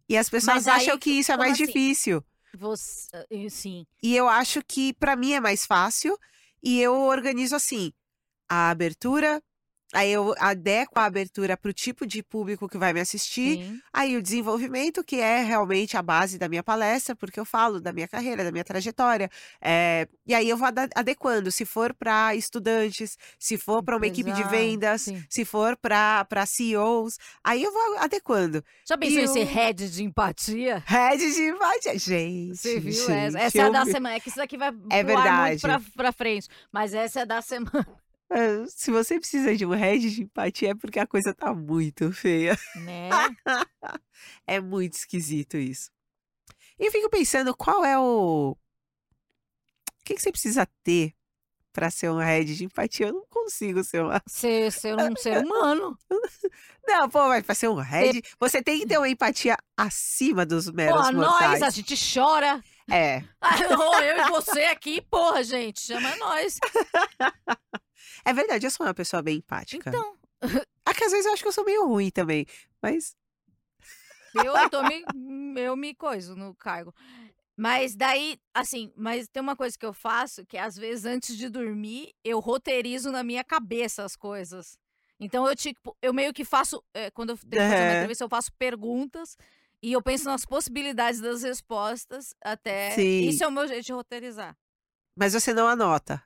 Speaker 2: E as pessoas
Speaker 1: aí,
Speaker 2: acham que isso é
Speaker 1: como
Speaker 2: mais
Speaker 1: assim?
Speaker 2: difícil.
Speaker 1: Você, eh, sim.
Speaker 2: E eu acho que pra mim é mais fácil. E eu organizo assim: a abertura, aí eu adequo a abertura pro tipo de público que vai me assistir.
Speaker 1: sim.
Speaker 2: Aí o desenvolvimento, que é realmente a base da minha palestra, porque eu falo da minha carreira, da minha trajetória. eh, e aí eu vou ada- adequando, se for para estudantes, se for para uma equipe de
Speaker 1: Empresário,
Speaker 2: vendas,
Speaker 1: sim.
Speaker 2: se for para CEOs, aí eu vou adequando.
Speaker 1: Já pensou
Speaker 2: E
Speaker 1: em ser
Speaker 2: o-
Speaker 1: head de empatia?
Speaker 2: Head de empatia. Gente,
Speaker 1: Você viu essa?
Speaker 2: gente,
Speaker 1: Essa é a
Speaker 2: eu
Speaker 1: da
Speaker 2: me-
Speaker 1: semana. É que isso daqui vai pro
Speaker 2: É
Speaker 1: ar
Speaker 2: verdade.
Speaker 1: muito pra, pra frente. Mas essa é da semana.
Speaker 2: Ah, Se você precisa de um head de empatia, é porque a coisa tá muito feia.
Speaker 1: Né?
Speaker 2: É muito esquisito isso. E eu fico pensando qual é o. O que, que você precisa ter pra ser um head de empatia? Eu não consigo ser uma.
Speaker 1: Ser, ser um ser humano.
Speaker 2: Não, pô, mas pra ser um head, você tem que ter uma empatia acima dos meros
Speaker 1: Porra,
Speaker 2: mortais.
Speaker 1: nós, a gente chora.
Speaker 2: É.
Speaker 1: Ah, não, eu e você aqui, porra, gente. Chama nós.
Speaker 2: É verdade, eu sou uma pessoa bem empática.
Speaker 1: Então,
Speaker 2: Ah, que às vezes eu acho que eu sou meio ruim também. Mas
Speaker 1: Eu tô me, eu me coiso no cargo. Mas daí, assim, mas tem uma coisa que eu faço que às vezes antes de dormir eu roteirizo na minha cabeça as coisas. Então eu tipo, eu meio que faço eh, quando eu tenho que fazer uma
Speaker 2: Aham.
Speaker 1: entrevista eu faço perguntas E eu penso nas possibilidades das respostas até.
Speaker 2: Sim.
Speaker 1: Isso é o meu jeito de roteirizar.
Speaker 2: Mas você não anota.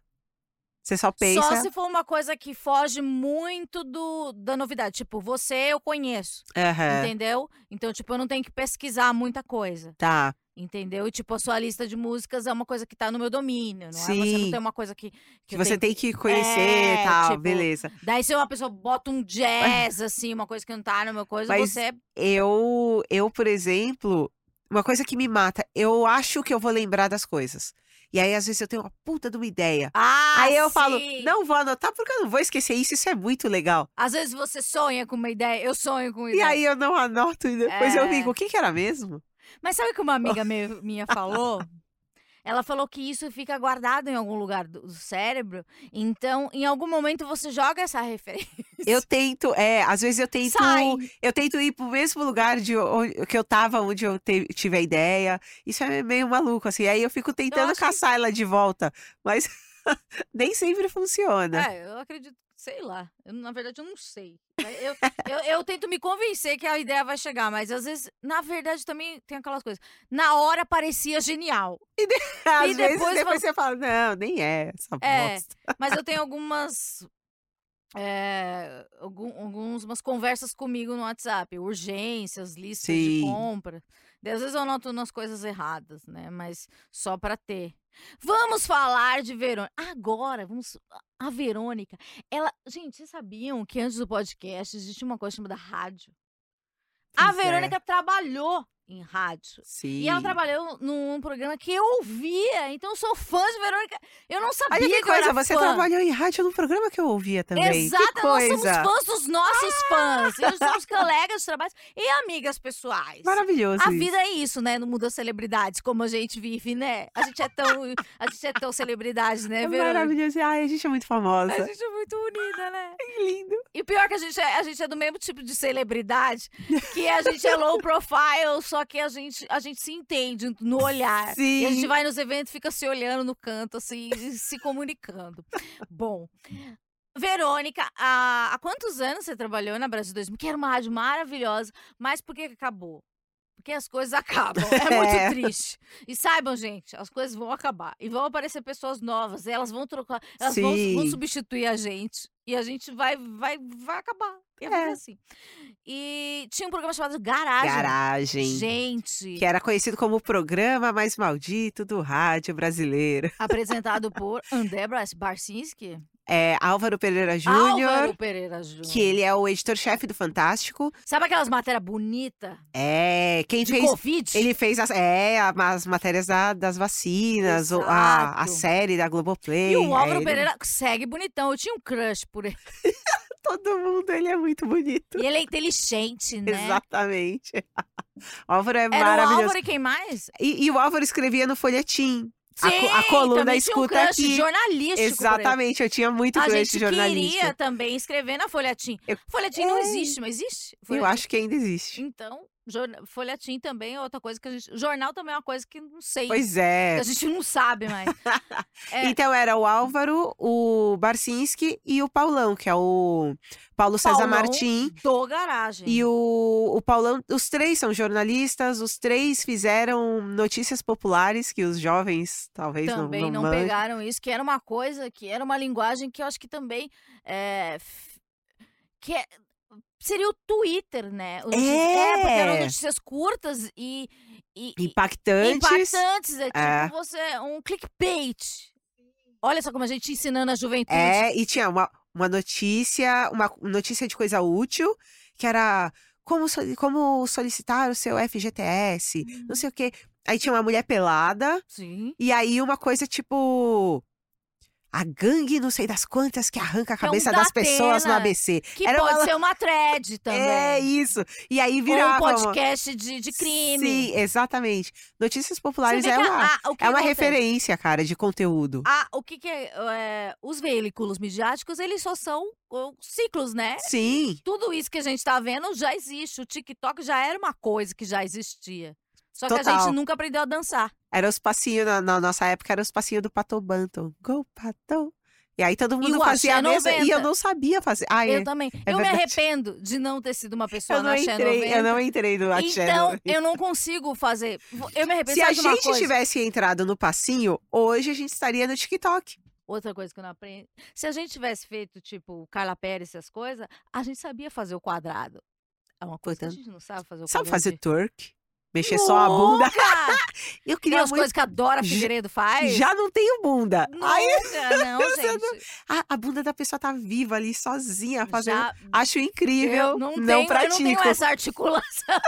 Speaker 2: Você só pensa.
Speaker 1: Só se for uma coisa que foge muito do, da novidade. Tipo, você eu conheço,
Speaker 2: Aham,
Speaker 1: entendeu? Então, tipo, eu não tenho que pesquisar muita coisa,
Speaker 2: Tá.
Speaker 1: entendeu? E, tipo, a sua lista de músicas é uma coisa que tá no meu domínio, não é? Você
Speaker 2: Sim.
Speaker 1: não tem uma coisa que. que
Speaker 2: Que
Speaker 1: eu
Speaker 2: você
Speaker 1: tenho
Speaker 2: tem que conhecer
Speaker 1: É,
Speaker 2: tal,
Speaker 1: tipo,
Speaker 2: beleza.
Speaker 1: Daí se uma pessoa bota um jazz, assim, uma coisa que não tá na minha coisa,
Speaker 2: Mas-
Speaker 1: você...
Speaker 2: Eu, eu, por exemplo, uma coisa que me mata, eu acho que eu vou lembrar das coisas. E aí, às vezes, eu tenho uma puta de uma ideia.
Speaker 1: Ah,
Speaker 2: aí eu falo,
Speaker 1: sim!
Speaker 2: não vou anotar porque eu não vou esquecer isso, isso é muito legal.
Speaker 1: Às vezes você sonha com uma ideia, eu sonho com uma
Speaker 2: E
Speaker 1: ideia.
Speaker 2: aí eu não anoto e depois eu
Speaker 1: É.
Speaker 2: fico, o que que era mesmo?
Speaker 1: Mas sabe o que uma amiga me- minha falou? Ela falou que isso fica guardado em algum lugar do do cérebro. Então, em algum momento você joga essa referência.
Speaker 2: Eu tento, é, às vezes eu tento,
Speaker 1: Sai.
Speaker 2: eu tento ir pro mesmo lugar de onde, que eu tava, onde eu te- tive a ideia. Isso é meio maluco, assim. Aí eu fico tentando
Speaker 1: acho que-
Speaker 2: caçar ela de volta, mas nem sempre funciona.
Speaker 1: É, eu acredito, sei lá. Eu, na verdade, eu não sei. Mas Eu, eu, eu tento me convencer que a ideia vai chegar, mas às vezes, na verdade, também tem aquelas coisas. Na hora parecia genial.
Speaker 2: Às
Speaker 1: É, e
Speaker 2: vezes
Speaker 1: depois
Speaker 2: depois, você fala, não, nem é essa
Speaker 1: É.
Speaker 2: bosta.
Speaker 1: Mas eu tenho algumas. É, algum- alguns, umas conversas comigo no WhatsApp, urgências, listas de
Speaker 2: Sim.
Speaker 1: compra. Daí, às vezes eu anoto umas coisas erradas, né? Mas só pra ter. Vamos falar de Verônica. Agora, vamos. A Verônica, ela. Gente, vocês sabiam que antes do podcast existia uma coisa chamada rádio? A
Speaker 2: Pois é.
Speaker 1: Verônica trabalhou em rádio.
Speaker 2: Sim.
Speaker 1: E é um ela trabalhou num programa que eu ouvia, então eu sou fã de Verônica. Eu não sabia
Speaker 2: Olha que
Speaker 1: eu era
Speaker 2: coisa, você
Speaker 1: fã.
Speaker 2: trabalhou em rádio num programa que eu ouvia também.
Speaker 1: Exato,
Speaker 2: que
Speaker 1: nós
Speaker 2: coisa. Ah!
Speaker 1: somos fãs dos nossos fãs. E nós somos colegas de trabalho e amigas pessoais.
Speaker 2: Maravilhoso.
Speaker 1: A
Speaker 2: isso.
Speaker 1: vida é isso, né? Não muda celebridades como a gente vive, né? A gente é tão, a gente é tão celebridade, né,
Speaker 2: É
Speaker 1: Verônica?
Speaker 2: maravilhoso. Ai, a gente é muito
Speaker 1: A
Speaker 2: famosa.
Speaker 1: gente é muito unida, né?
Speaker 2: Que lindo.
Speaker 1: E pior que a gente é, a gente é do mesmo tipo de celebridade, que a gente é low profile, só que a gente, a gente se entende no olhar. E a gente
Speaker 2: Ah, Sim.
Speaker 1: vai nos eventos, fica se olhando no canto, assim, e se comunicando. Bom. Verônica, há, há quantos anos você trabalhou na Brasil 2000? Que era uma rádio maravilhosa, mas por que que acabou? Porque as coisas acabam. É
Speaker 2: É.
Speaker 1: muito triste. E saibam, gente, as coisas vão acabar. E vão aparecer pessoas novas. Elas vão trocar. Elas vão, vão
Speaker 2: Sim.
Speaker 1: substituir a gente. E a gente vai, vai, vai acabar. E a vida é.
Speaker 2: É.
Speaker 1: assim. E tinha um programa chamado Garagem.
Speaker 2: Garagem.
Speaker 1: Gente.
Speaker 2: Que era conhecido como o programa mais maldito do rádio brasileiro.
Speaker 1: Apresentado por André Bras- Barcinski.
Speaker 2: É Álvaro Pereira
Speaker 1: Álvaro
Speaker 2: Júnior,
Speaker 1: Pereira Júnior.
Speaker 2: que ele é o editor-chefe do Fantástico.
Speaker 1: Sabe aquelas matérias bonitas
Speaker 2: É, quem
Speaker 1: de
Speaker 2: fez.
Speaker 1: Covid?
Speaker 2: Ele fez as, é, a- as matérias da- das vacinas, o- a, a
Speaker 1: Exato.
Speaker 2: série da Globoplay.
Speaker 1: E o
Speaker 2: aí
Speaker 1: Álvaro
Speaker 2: ele-
Speaker 1: Pereira segue bonitão. Eu tinha um crush por ele.
Speaker 2: Todo mundo, ele é muito bonito.
Speaker 1: E ele é inteligente, né?
Speaker 2: Exatamente. O Álvaro é
Speaker 1: Era o
Speaker 2: maravilhoso.
Speaker 1: Álvaro e quem mais?
Speaker 2: E, e o Álvaro escrevia no folhetim. A co- a
Speaker 1: Sim,
Speaker 2: coluna
Speaker 1: também
Speaker 2: escuta
Speaker 1: tinha um crush
Speaker 2: aqui.
Speaker 1: jornalístico. por ele.
Speaker 2: Exatamente, eu tinha muito
Speaker 1: A
Speaker 2: crush
Speaker 1: gente
Speaker 2: jornalista.
Speaker 1: queria também escrever na Folhetim.
Speaker 2: Eu-
Speaker 1: Folhetim não
Speaker 2: É.
Speaker 1: existe, mas existe?
Speaker 2: Eu
Speaker 1: Folhetim.
Speaker 2: acho que ainda existe.
Speaker 1: Então, jorna- Folhetim também é outra coisa que a gente... Jornal também é uma coisa que não sei.
Speaker 2: Pois é.
Speaker 1: que A gente não sabe mais. É.
Speaker 2: Então era o Álvaro, o Barcinski e o Paulão, que é o Paulo César
Speaker 1: Paulão
Speaker 2: Martim.
Speaker 1: Do garagem.
Speaker 2: E o, o Paulão, os três são jornalistas, os três fizeram notícias populares que os jovens talvez não-
Speaker 1: também não,
Speaker 2: não, manjam.
Speaker 1: pegaram isso, que era uma coisa, que era uma linguagem que eu acho que também é, f- que é- seria o Twitter, né? O noti-
Speaker 2: É!
Speaker 1: porque eram notícias curtas e, e, e
Speaker 2: Impactantes.
Speaker 1: impactantes, é tipo
Speaker 2: É.
Speaker 1: você um clickbait. Olha só como a gente ensinando a juventude.
Speaker 2: É, e tinha uma, uma notícia, uma notícia de coisa útil, que era como, soli- como solicitar o seu FGTS,
Speaker 1: Uhum.
Speaker 2: não sei o quê. Aí tinha uma mulher pelada,
Speaker 1: Sim.
Speaker 2: e aí uma coisa tipo. A gangue não sei das quantas que arranca a
Speaker 1: Que é um
Speaker 2: cabeça das pessoas no
Speaker 1: Datena.
Speaker 2: ABC.
Speaker 1: Que
Speaker 2: Era
Speaker 1: pode
Speaker 2: uma-
Speaker 1: ser uma thread também.
Speaker 2: É isso. E aí
Speaker 1: Ou um
Speaker 2: virava. uma-
Speaker 1: podcast de, de crime.
Speaker 2: Sim, exatamente. Notícias
Speaker 1: Você
Speaker 2: populares
Speaker 1: vê
Speaker 2: é
Speaker 1: que a-
Speaker 2: uma,
Speaker 1: a- o que
Speaker 2: é uma
Speaker 1: acontece?
Speaker 2: referência, cara, de conteúdo.
Speaker 1: Ah, o que que é, é, Os veículos midiáticos, eles só são ó, ciclos, né?
Speaker 2: Sim.
Speaker 1: Tudo isso que a gente tá vendo já existe. O TikTok já era uma coisa que já existia. Só que a
Speaker 2: Total.
Speaker 1: gente nunca aprendeu a dançar.
Speaker 2: Era os passinhos, na, na nossa época, era os passinhos do Pato Banton. Go, Pato! E aí todo mundo
Speaker 1: o
Speaker 2: fazia a
Speaker 1: axé
Speaker 2: mesma. E eu
Speaker 1: 90.
Speaker 2: não sabia fazer. Ah, é.
Speaker 1: Eu também.
Speaker 2: é
Speaker 1: eu me
Speaker 2: verdade.
Speaker 1: arrependo de não ter sido uma pessoa
Speaker 2: Eu não
Speaker 1: na Axé
Speaker 2: entrei,
Speaker 1: 90.
Speaker 2: eu não entrei no axé.
Speaker 1: Então,
Speaker 2: 90.
Speaker 1: eu não consigo fazer. Eu me arrependo
Speaker 2: Se
Speaker 1: sabe
Speaker 2: a
Speaker 1: de uma
Speaker 2: gente
Speaker 1: coisa?
Speaker 2: tivesse entrado no passinho, hoje a gente estaria no TikTok.
Speaker 1: Outra coisa que eu não aprendo. Se a gente tivesse feito, tipo, Carla Pérez, essas coisas, a gente sabia fazer o quadrado. É uma coisa que a
Speaker 2: Portanto,
Speaker 1: gente não sabe fazer o
Speaker 2: Então, Sabe
Speaker 1: quadrado.
Speaker 2: fazer
Speaker 1: de-
Speaker 2: twerk? Mexer só a bunda?
Speaker 1: Nunca! Tem
Speaker 2: Eu queria
Speaker 1: umas
Speaker 2: muito.
Speaker 1: coisas que a Dora
Speaker 2: Já-
Speaker 1: Figueiredo faz.
Speaker 2: Já não tenho bunda. Aí
Speaker 1: Nunca, não,
Speaker 2: você
Speaker 1: gente.
Speaker 2: a, a bunda da pessoa tá viva ali,
Speaker 1: tá
Speaker 2: sozinha, fazendo.
Speaker 1: Já-
Speaker 2: Acho incrível.
Speaker 1: eu não,
Speaker 2: não
Speaker 1: tenho, eu não
Speaker 2: pratico.
Speaker 1: tenho essa articulação.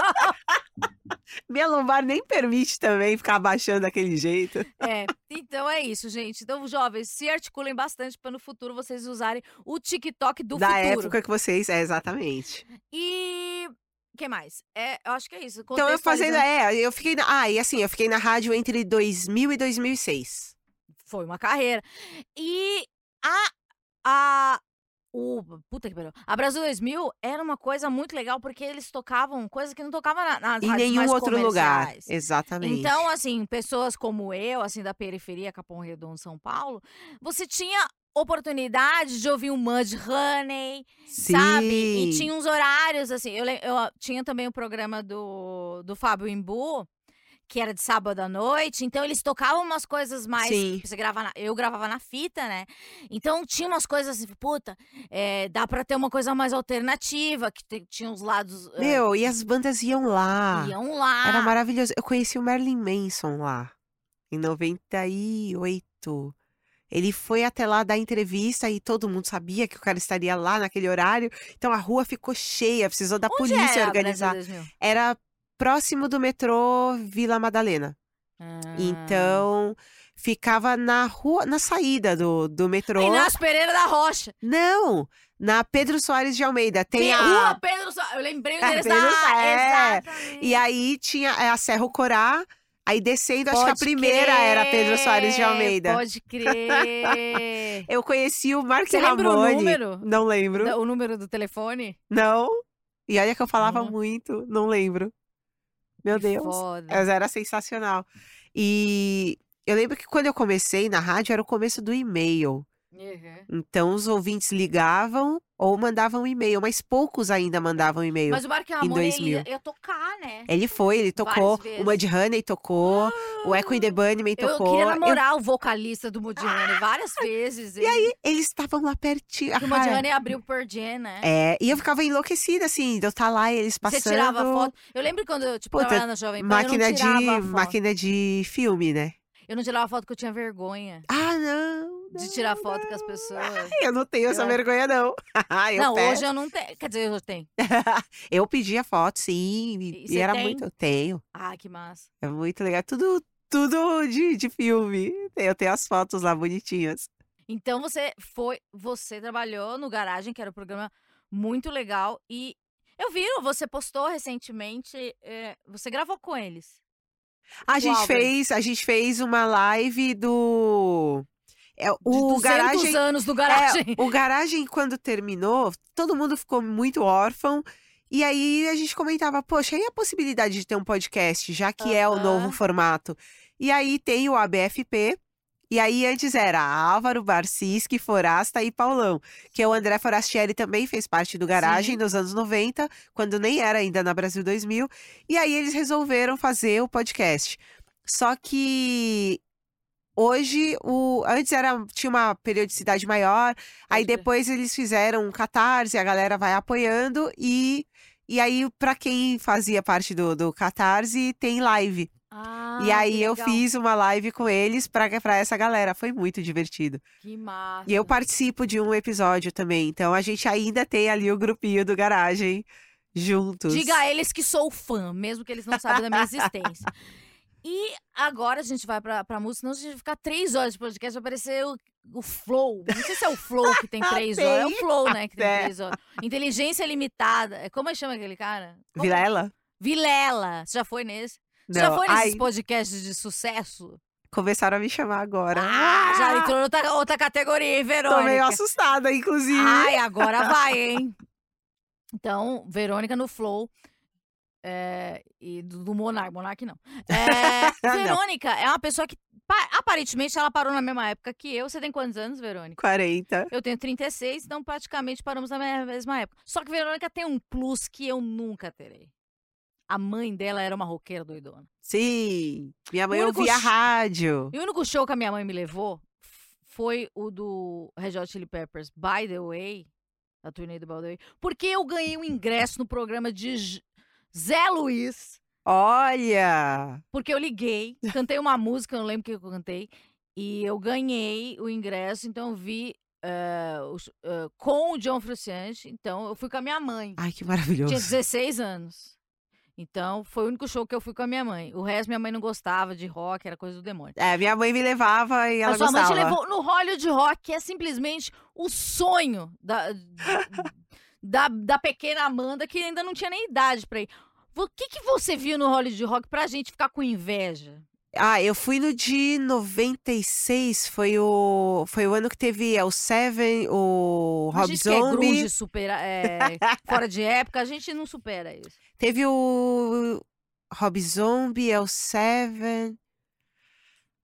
Speaker 2: Minha lombar nem permite também ficar abaixando daquele jeito.
Speaker 1: É, então é isso, gente. Então, jovens, se articulem bastante para no futuro vocês usarem o TikTok do
Speaker 2: da
Speaker 1: futuro.
Speaker 2: época que vocês. É, exatamente.
Speaker 1: E. O que mais? É, eu acho que é isso.
Speaker 2: Então eu fazendo.
Speaker 1: contextualizando.
Speaker 2: É, eu fiquei. Na, ah, e assim, eu fiquei na rádio entre 2000 e 2006.
Speaker 1: Foi uma carreira. E a. a o, puta que pariu. A Brasil 2000 era uma coisa muito legal porque eles tocavam coisa que não tocava na, nas
Speaker 2: Em
Speaker 1: rádios
Speaker 2: nenhum
Speaker 1: mais
Speaker 2: outro lugar.
Speaker 1: comerciais.
Speaker 2: Exatamente.
Speaker 1: Então, assim, pessoas como eu, assim, da periferia, Capão Redondo, São Paulo, você tinha oportunidade de ouvir o Mud Honey, sabe? E
Speaker 2: Sim.
Speaker 1: tinha uns horários, assim, eu, lem- eu, ah, tinha também o programa do, do Fábio Imbu, que era de sábado à noite, então eles tocavam umas coisas mais...
Speaker 2: Sim.
Speaker 1: Você grava na- eu gravava na fita, né? Então tinha umas coisas assim, puta, é, dá pra ter uma coisa mais alternativa, que te- tinha uns lados... é,
Speaker 2: Meu, e as bandas iam lá.
Speaker 1: Iam lá.
Speaker 2: Era maravilhoso. Eu conheci o Merlin Manson lá, em 98. Ele foi até lá dar entrevista e todo mundo sabia que o cara estaria lá naquele horário. Então a rua ficou cheia, precisou da
Speaker 1: Onde
Speaker 2: polícia
Speaker 1: era a Brasil
Speaker 2: organizar.
Speaker 1: 2000?
Speaker 2: Era próximo do metrô Vila Madalena.
Speaker 1: Ah.
Speaker 2: Então ficava na rua, na saída do, do metrô.
Speaker 1: Aí nasce Pereira da Rocha.
Speaker 2: Não, na Pedro Soares de Almeida. Tem
Speaker 1: Pe-
Speaker 2: a
Speaker 1: Rua Pedro Soares. Eu lembrei o
Speaker 2: Ah,
Speaker 1: endereço da...
Speaker 2: Pedro Sa- é.
Speaker 1: Exatamente.
Speaker 2: E aí tinha é, a Serra Corá, aí descendo, acho que a
Speaker 1: Pode
Speaker 2: primeira era Pedro Soares de
Speaker 1: crer,
Speaker 2: Almeida.
Speaker 1: Pode crer.
Speaker 2: Eu conheci o Mark
Speaker 1: Você lembra o
Speaker 2: Ramone.
Speaker 1: número?
Speaker 2: Não lembro.
Speaker 1: Da- O número do telefone?
Speaker 2: Não. E olha que eu falava
Speaker 1: Não.
Speaker 2: muito, não lembro. Meu
Speaker 1: Que
Speaker 2: Deus. É.
Speaker 1: Foda.
Speaker 2: Mas era sensacional. E eu lembro que quando eu comecei na rádio era o começo do e-mail.
Speaker 1: Uhum.
Speaker 2: Então os ouvintes ligavam ou mandavam e-mail, mas poucos ainda mandavam e-mail.
Speaker 1: Mas o Mark Ramone,
Speaker 2: 2000.
Speaker 1: ele ia, ia tocar, né?
Speaker 2: Ele foi, ele tocou,
Speaker 1: Várias Ah!
Speaker 2: o Mud Honey tocou, o Echo in the Bunnyman
Speaker 1: Eu
Speaker 2: tocou.
Speaker 1: queria
Speaker 2: eu-
Speaker 1: namorar o vocalista do Modiane várias vezes.
Speaker 2: E aí, eles estavam lá pertinho.
Speaker 1: O
Speaker 2: Ah,
Speaker 1: Modiane abriu o Pearl Jam, né?
Speaker 2: é, e eu ficava enlouquecida, assim, de eu estar lá e eles passando.
Speaker 1: Você tirava foto. Eu lembro quando eu, tipo,
Speaker 2: Puta,
Speaker 1: trabalhava na Jovem Pan,
Speaker 2: Máquina
Speaker 1: eu não
Speaker 2: de,
Speaker 1: tirava foto.
Speaker 2: máquina de filme, né?
Speaker 1: Eu não tirava foto porque eu tinha vergonha
Speaker 2: Ah, não.
Speaker 1: de
Speaker 2: não,
Speaker 1: tirar foto
Speaker 2: não.
Speaker 1: com as pessoas.
Speaker 2: Eu não tenho essa
Speaker 1: Eu-
Speaker 2: vergonha, não. eu,
Speaker 1: É. não,
Speaker 2: pe-
Speaker 1: hoje eu não tenho. Quer dizer, eu tenho.
Speaker 2: eu pedia foto, sim. E,
Speaker 1: E
Speaker 2: e
Speaker 1: você
Speaker 2: era
Speaker 1: tem?
Speaker 2: muito. Eu tenho.
Speaker 1: Ah, que massa.
Speaker 2: É muito legal. Tudo, tudo de, de filme. Eu tenho as fotos lá bonitinhas.
Speaker 1: Então você foi. Você trabalhou no Garagem, que era um programa muito legal. E eu vi, você postou recentemente. é, você gravou com eles.
Speaker 2: A gente
Speaker 1: Álvaro.
Speaker 2: fez, a gente fez uma live do. É,
Speaker 1: De
Speaker 2: o
Speaker 1: 200
Speaker 2: garagem
Speaker 1: anos do
Speaker 2: É,
Speaker 1: Garagem.
Speaker 2: o garagem, quando terminou, todo mundo ficou muito órfão. E aí a gente comentava, poxa, e a possibilidade de ter um podcast, já que é o
Speaker 1: Aham.
Speaker 2: novo formato? E aí tem o ABFP. E aí antes era Álvaro, Barciski, Forasta e Paulão. Que é o André Forastieri também fez parte do Garagem
Speaker 1: Sim.
Speaker 2: nos anos 90, quando nem era ainda na Brasil 2000. E aí eles resolveram fazer o podcast. Só que hoje o antes era tinha uma periodicidade maior, aí
Speaker 1: Pode crer.
Speaker 2: depois eles fizeram um catarse, a galera vai apoiando e e aí pra quem fazia parte do, do catarse tem live.
Speaker 1: Ah,
Speaker 2: e aí
Speaker 1: que
Speaker 2: eu
Speaker 1: legal.
Speaker 2: fiz uma live com eles pra para essa galera, foi muito divertido.
Speaker 1: Que massa.
Speaker 2: E eu participo de um episódio também, então a gente ainda tem ali o grupinho do garagem juntos.
Speaker 1: Diga a eles que sou fã, mesmo que eles não saibam da minha existência. E agora a gente vai pra, pra música, senão a gente vai ficar três horas de podcast, vai parecer o, o Flow. Não sei se é o Flow que tem três horas. É o
Speaker 2: Tem.
Speaker 1: Flow, né, que tem
Speaker 2: É.
Speaker 1: três horas. Inteligência limitada. É, Como é que chama aquele cara? Como-
Speaker 2: Vilela?
Speaker 1: Vilela. Você já foi nesse? Você já
Speaker 2: Não,
Speaker 1: foi nesses
Speaker 2: ai,
Speaker 1: podcasts de sucesso?
Speaker 2: começaram a me chamar agora.
Speaker 1: Ah, já
Speaker 2: Ah!
Speaker 1: entrou outra, outra categoria, hein, Verônica?
Speaker 2: Tô meio assustada, inclusive.
Speaker 1: Ai, agora vai, hein? Então, Verônica no Flow. é, e do, do Monark, Monark não. É,
Speaker 2: Não.
Speaker 1: Verônica é uma pessoa que Pa- aparentemente ela parou na mesma época que eu. Você tem quantos anos, Verônica?
Speaker 2: 40.
Speaker 1: Eu tenho 36, então praticamente paramos na me- mesma época. Só que Verônica tem um plus que eu nunca terei. A mãe dela era uma roqueira doidona.
Speaker 2: Sim. Minha mãe
Speaker 1: O único
Speaker 2: ouvia
Speaker 1: ch-
Speaker 2: rádio.
Speaker 1: E o único show que a minha mãe me levou f- foi o do Red Hot Chili Peppers, By the Way, a turnê do By the Way, porque eu ganhei um ingresso no programa de J- Zé Luiz,
Speaker 2: Olha!
Speaker 1: porque eu liguei, cantei uma música, eu não lembro o que eu cantei, e eu ganhei o ingresso, então eu vi eh, o sh- eh, com o John Frusciante, então eu fui com a minha mãe.
Speaker 2: Ai, que maravilhoso.
Speaker 1: Tinha 16 anos. Então, foi o único show que eu fui com a minha mãe. O resto, minha mãe não gostava de rock, era coisa do demônio.
Speaker 2: É, minha mãe me levava e ela
Speaker 1: a sua
Speaker 2: gostava.
Speaker 1: mãe te levou no Hollywood Rock, que é simplesmente o sonho da, da, da pequena Amanda, que ainda não tinha nem idade pra ir. O que, que você viu no Hollywood Rock pra gente ficar com inveja?
Speaker 2: Ah, eu fui no de 96, foi o, foi o ano que teve é, o Seven, o
Speaker 1: a
Speaker 2: Rob
Speaker 1: gente que é
Speaker 2: Zombie,
Speaker 1: grunge, supera, é, fora de época, a gente não supera isso.
Speaker 2: teve o Rob Zombie, é o Seven,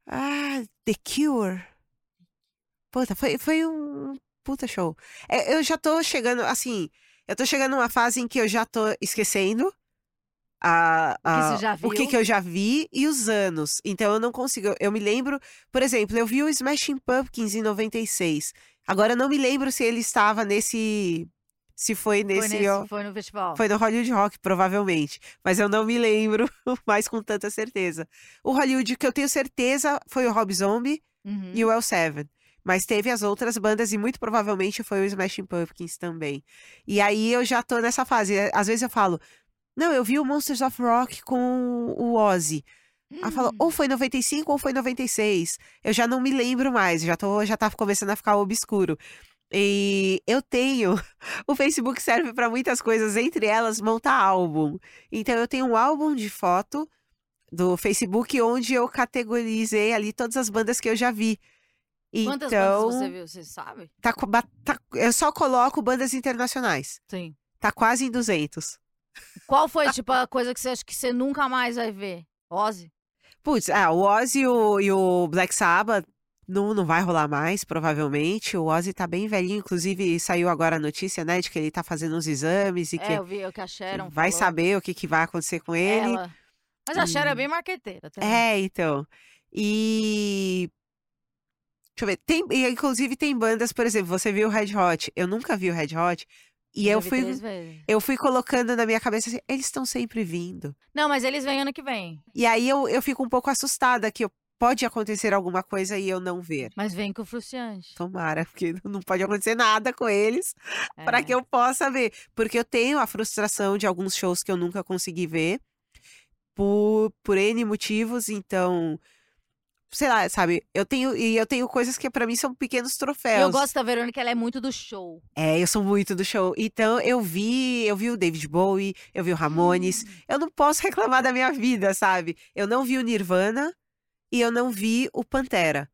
Speaker 2: ah, The Cure. Puta, foi, foi um puta show. É, eu já tô chegando, assim, eu tô chegando numa fase em que eu já tô esquecendo a,
Speaker 1: que você
Speaker 2: a-
Speaker 1: já
Speaker 2: o que
Speaker 1: viu.
Speaker 2: que eu já vi e os anos. Então eu não consigo. eu- Eu me lembro, por exemplo, eu vi o Smashing Pumpkins em 96. Agora eu não me lembro se ele estava nesse. Se foi
Speaker 1: Foi,
Speaker 2: nesse.
Speaker 1: nesse-
Speaker 2: ó,
Speaker 1: foi no festival.
Speaker 2: foi no Hollywood Rock, provavelmente. Mas eu não me lembro mais com tanta certeza. O Hollywood que eu tenho certeza foi o Rob Zombie
Speaker 1: Uhum.
Speaker 2: e o El Seven. Mas teve as outras bandas e muito provavelmente foi o Smashing Pumpkins também. E aí eu já tô nessa fase. É, Às vezes eu falo, não, eu vi o Monsters of Rock com o Ozzy. Aí
Speaker 1: Uhum.
Speaker 2: fala, ou foi 95 ou foi 96. Eu já não me lembro mais, já, tô, já tá começando a ficar obscuro. E eu tenho. O Facebook serve para muitas coisas, entre elas montar álbum. Então eu tenho um álbum de foto do Facebook onde eu categorizei ali todas as bandas que eu já vi.
Speaker 1: Quantas
Speaker 2: então,
Speaker 1: bandas você viu? Você sabe?
Speaker 2: tá co- ba- tá- eu só coloco bandas internacionais.
Speaker 1: Sim.
Speaker 2: Tá quase em 200.
Speaker 1: Qual foi, tipo, a coisa que você acha que você nunca mais vai ver? Ozzy?
Speaker 2: Putz, ah, o Ozzy e o, e o Black Sabbath não, não vai rolar mais, provavelmente. O Ozzy tá bem velhinho, inclusive saiu agora a notícia, né, de que ele tá fazendo uns exames e que
Speaker 1: É, eu vi o que a Sharon
Speaker 2: vai
Speaker 1: falou.
Speaker 2: saber o que, que vai acontecer com ele.
Speaker 1: Ela. Mas a Cher é
Speaker 2: E-
Speaker 1: bem marqueteira também.
Speaker 2: É, então. E. Deixa eu ver. Tem, e, inclusive, tem bandas, por exemplo, você viu o Red Hot. Eu nunca vi o Red Hot. E
Speaker 1: Já
Speaker 2: eu
Speaker 1: vi
Speaker 2: fui,
Speaker 1: três vezes.
Speaker 2: eu fui colocando na minha cabeça assim, eles estão sempre vindo.
Speaker 1: Não, mas eles vêm ano que vem.
Speaker 2: E aí eu, eu fico um pouco assustada que eu- pode acontecer alguma coisa e eu não ver.
Speaker 1: Mas vem com o Fruciante.
Speaker 2: Tomara, porque não pode acontecer nada com eles
Speaker 1: É.
Speaker 2: para que eu possa ver. Porque eu tenho a frustração de alguns shows que eu nunca consegui ver por, por N motivos, então. Sei lá, sabe? Eu tenho. E eu tenho coisas que pra mim são pequenos
Speaker 1: E
Speaker 2: troféus.
Speaker 1: eu gosto da Verônica, ela é muito do show.
Speaker 2: É, eu sou muito do show. Então eu vi, eu vi o David Bowie, eu vi o Ramones.
Speaker 1: Hum.
Speaker 2: Eu não posso reclamar da minha vida, sabe? Eu não vi o Nirvana e eu não vi o Pantera.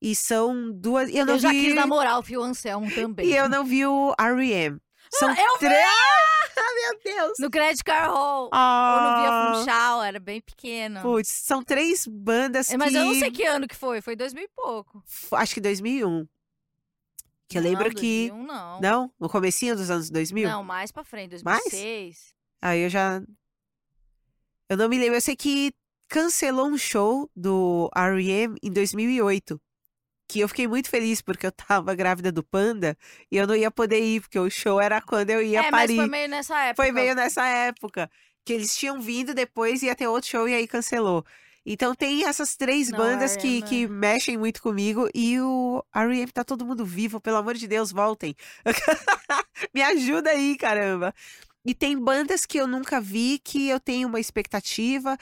Speaker 2: E são duas. Eu
Speaker 1: Eu,
Speaker 2: não
Speaker 1: já
Speaker 2: vi.
Speaker 1: quis namorar o Fio Anselmo também.
Speaker 2: E eu não vi o R.E.M. São
Speaker 1: Ah, eu vi!
Speaker 2: três. Ah, meu Deus!
Speaker 1: No Credit Card Hall. Eu não via
Speaker 2: Ah,
Speaker 1: Funchal, era bem pequeno.
Speaker 2: putz, são três bandas
Speaker 1: É, Mas
Speaker 2: que.
Speaker 1: eu não sei que ano que foi, foi 2000 e pouco.
Speaker 2: f- Acho que 2001. Que eu lembro
Speaker 1: não,
Speaker 2: que.
Speaker 1: 2001 não.
Speaker 2: Não? No comecinho dos anos 2000?
Speaker 1: um. Não, mais pra frente,
Speaker 2: Mais?
Speaker 1: 2006.
Speaker 2: Aí eu já. Eu não me lembro. Eu sei que cancelou um show do R.E.M. em 2008. Que eu fiquei muito feliz porque eu tava grávida do Panda e eu não ia poder ir, porque o show era quando eu ia
Speaker 1: é,
Speaker 2: a
Speaker 1: mas
Speaker 2: Paris.
Speaker 1: foi meio nessa época.
Speaker 2: Foi meio nessa época. Que eles tinham vindo depois ia ter outro show e aí cancelou. Então tem essas três
Speaker 1: Não,
Speaker 2: bandas que,
Speaker 1: R.E.M.,
Speaker 2: que mexem muito comigo e o R.E.M. tá todo mundo vivo, pelo amor de Deus, voltem. Me ajuda aí, caramba. E tem bandas que eu nunca vi, que eu tenho uma expectativa.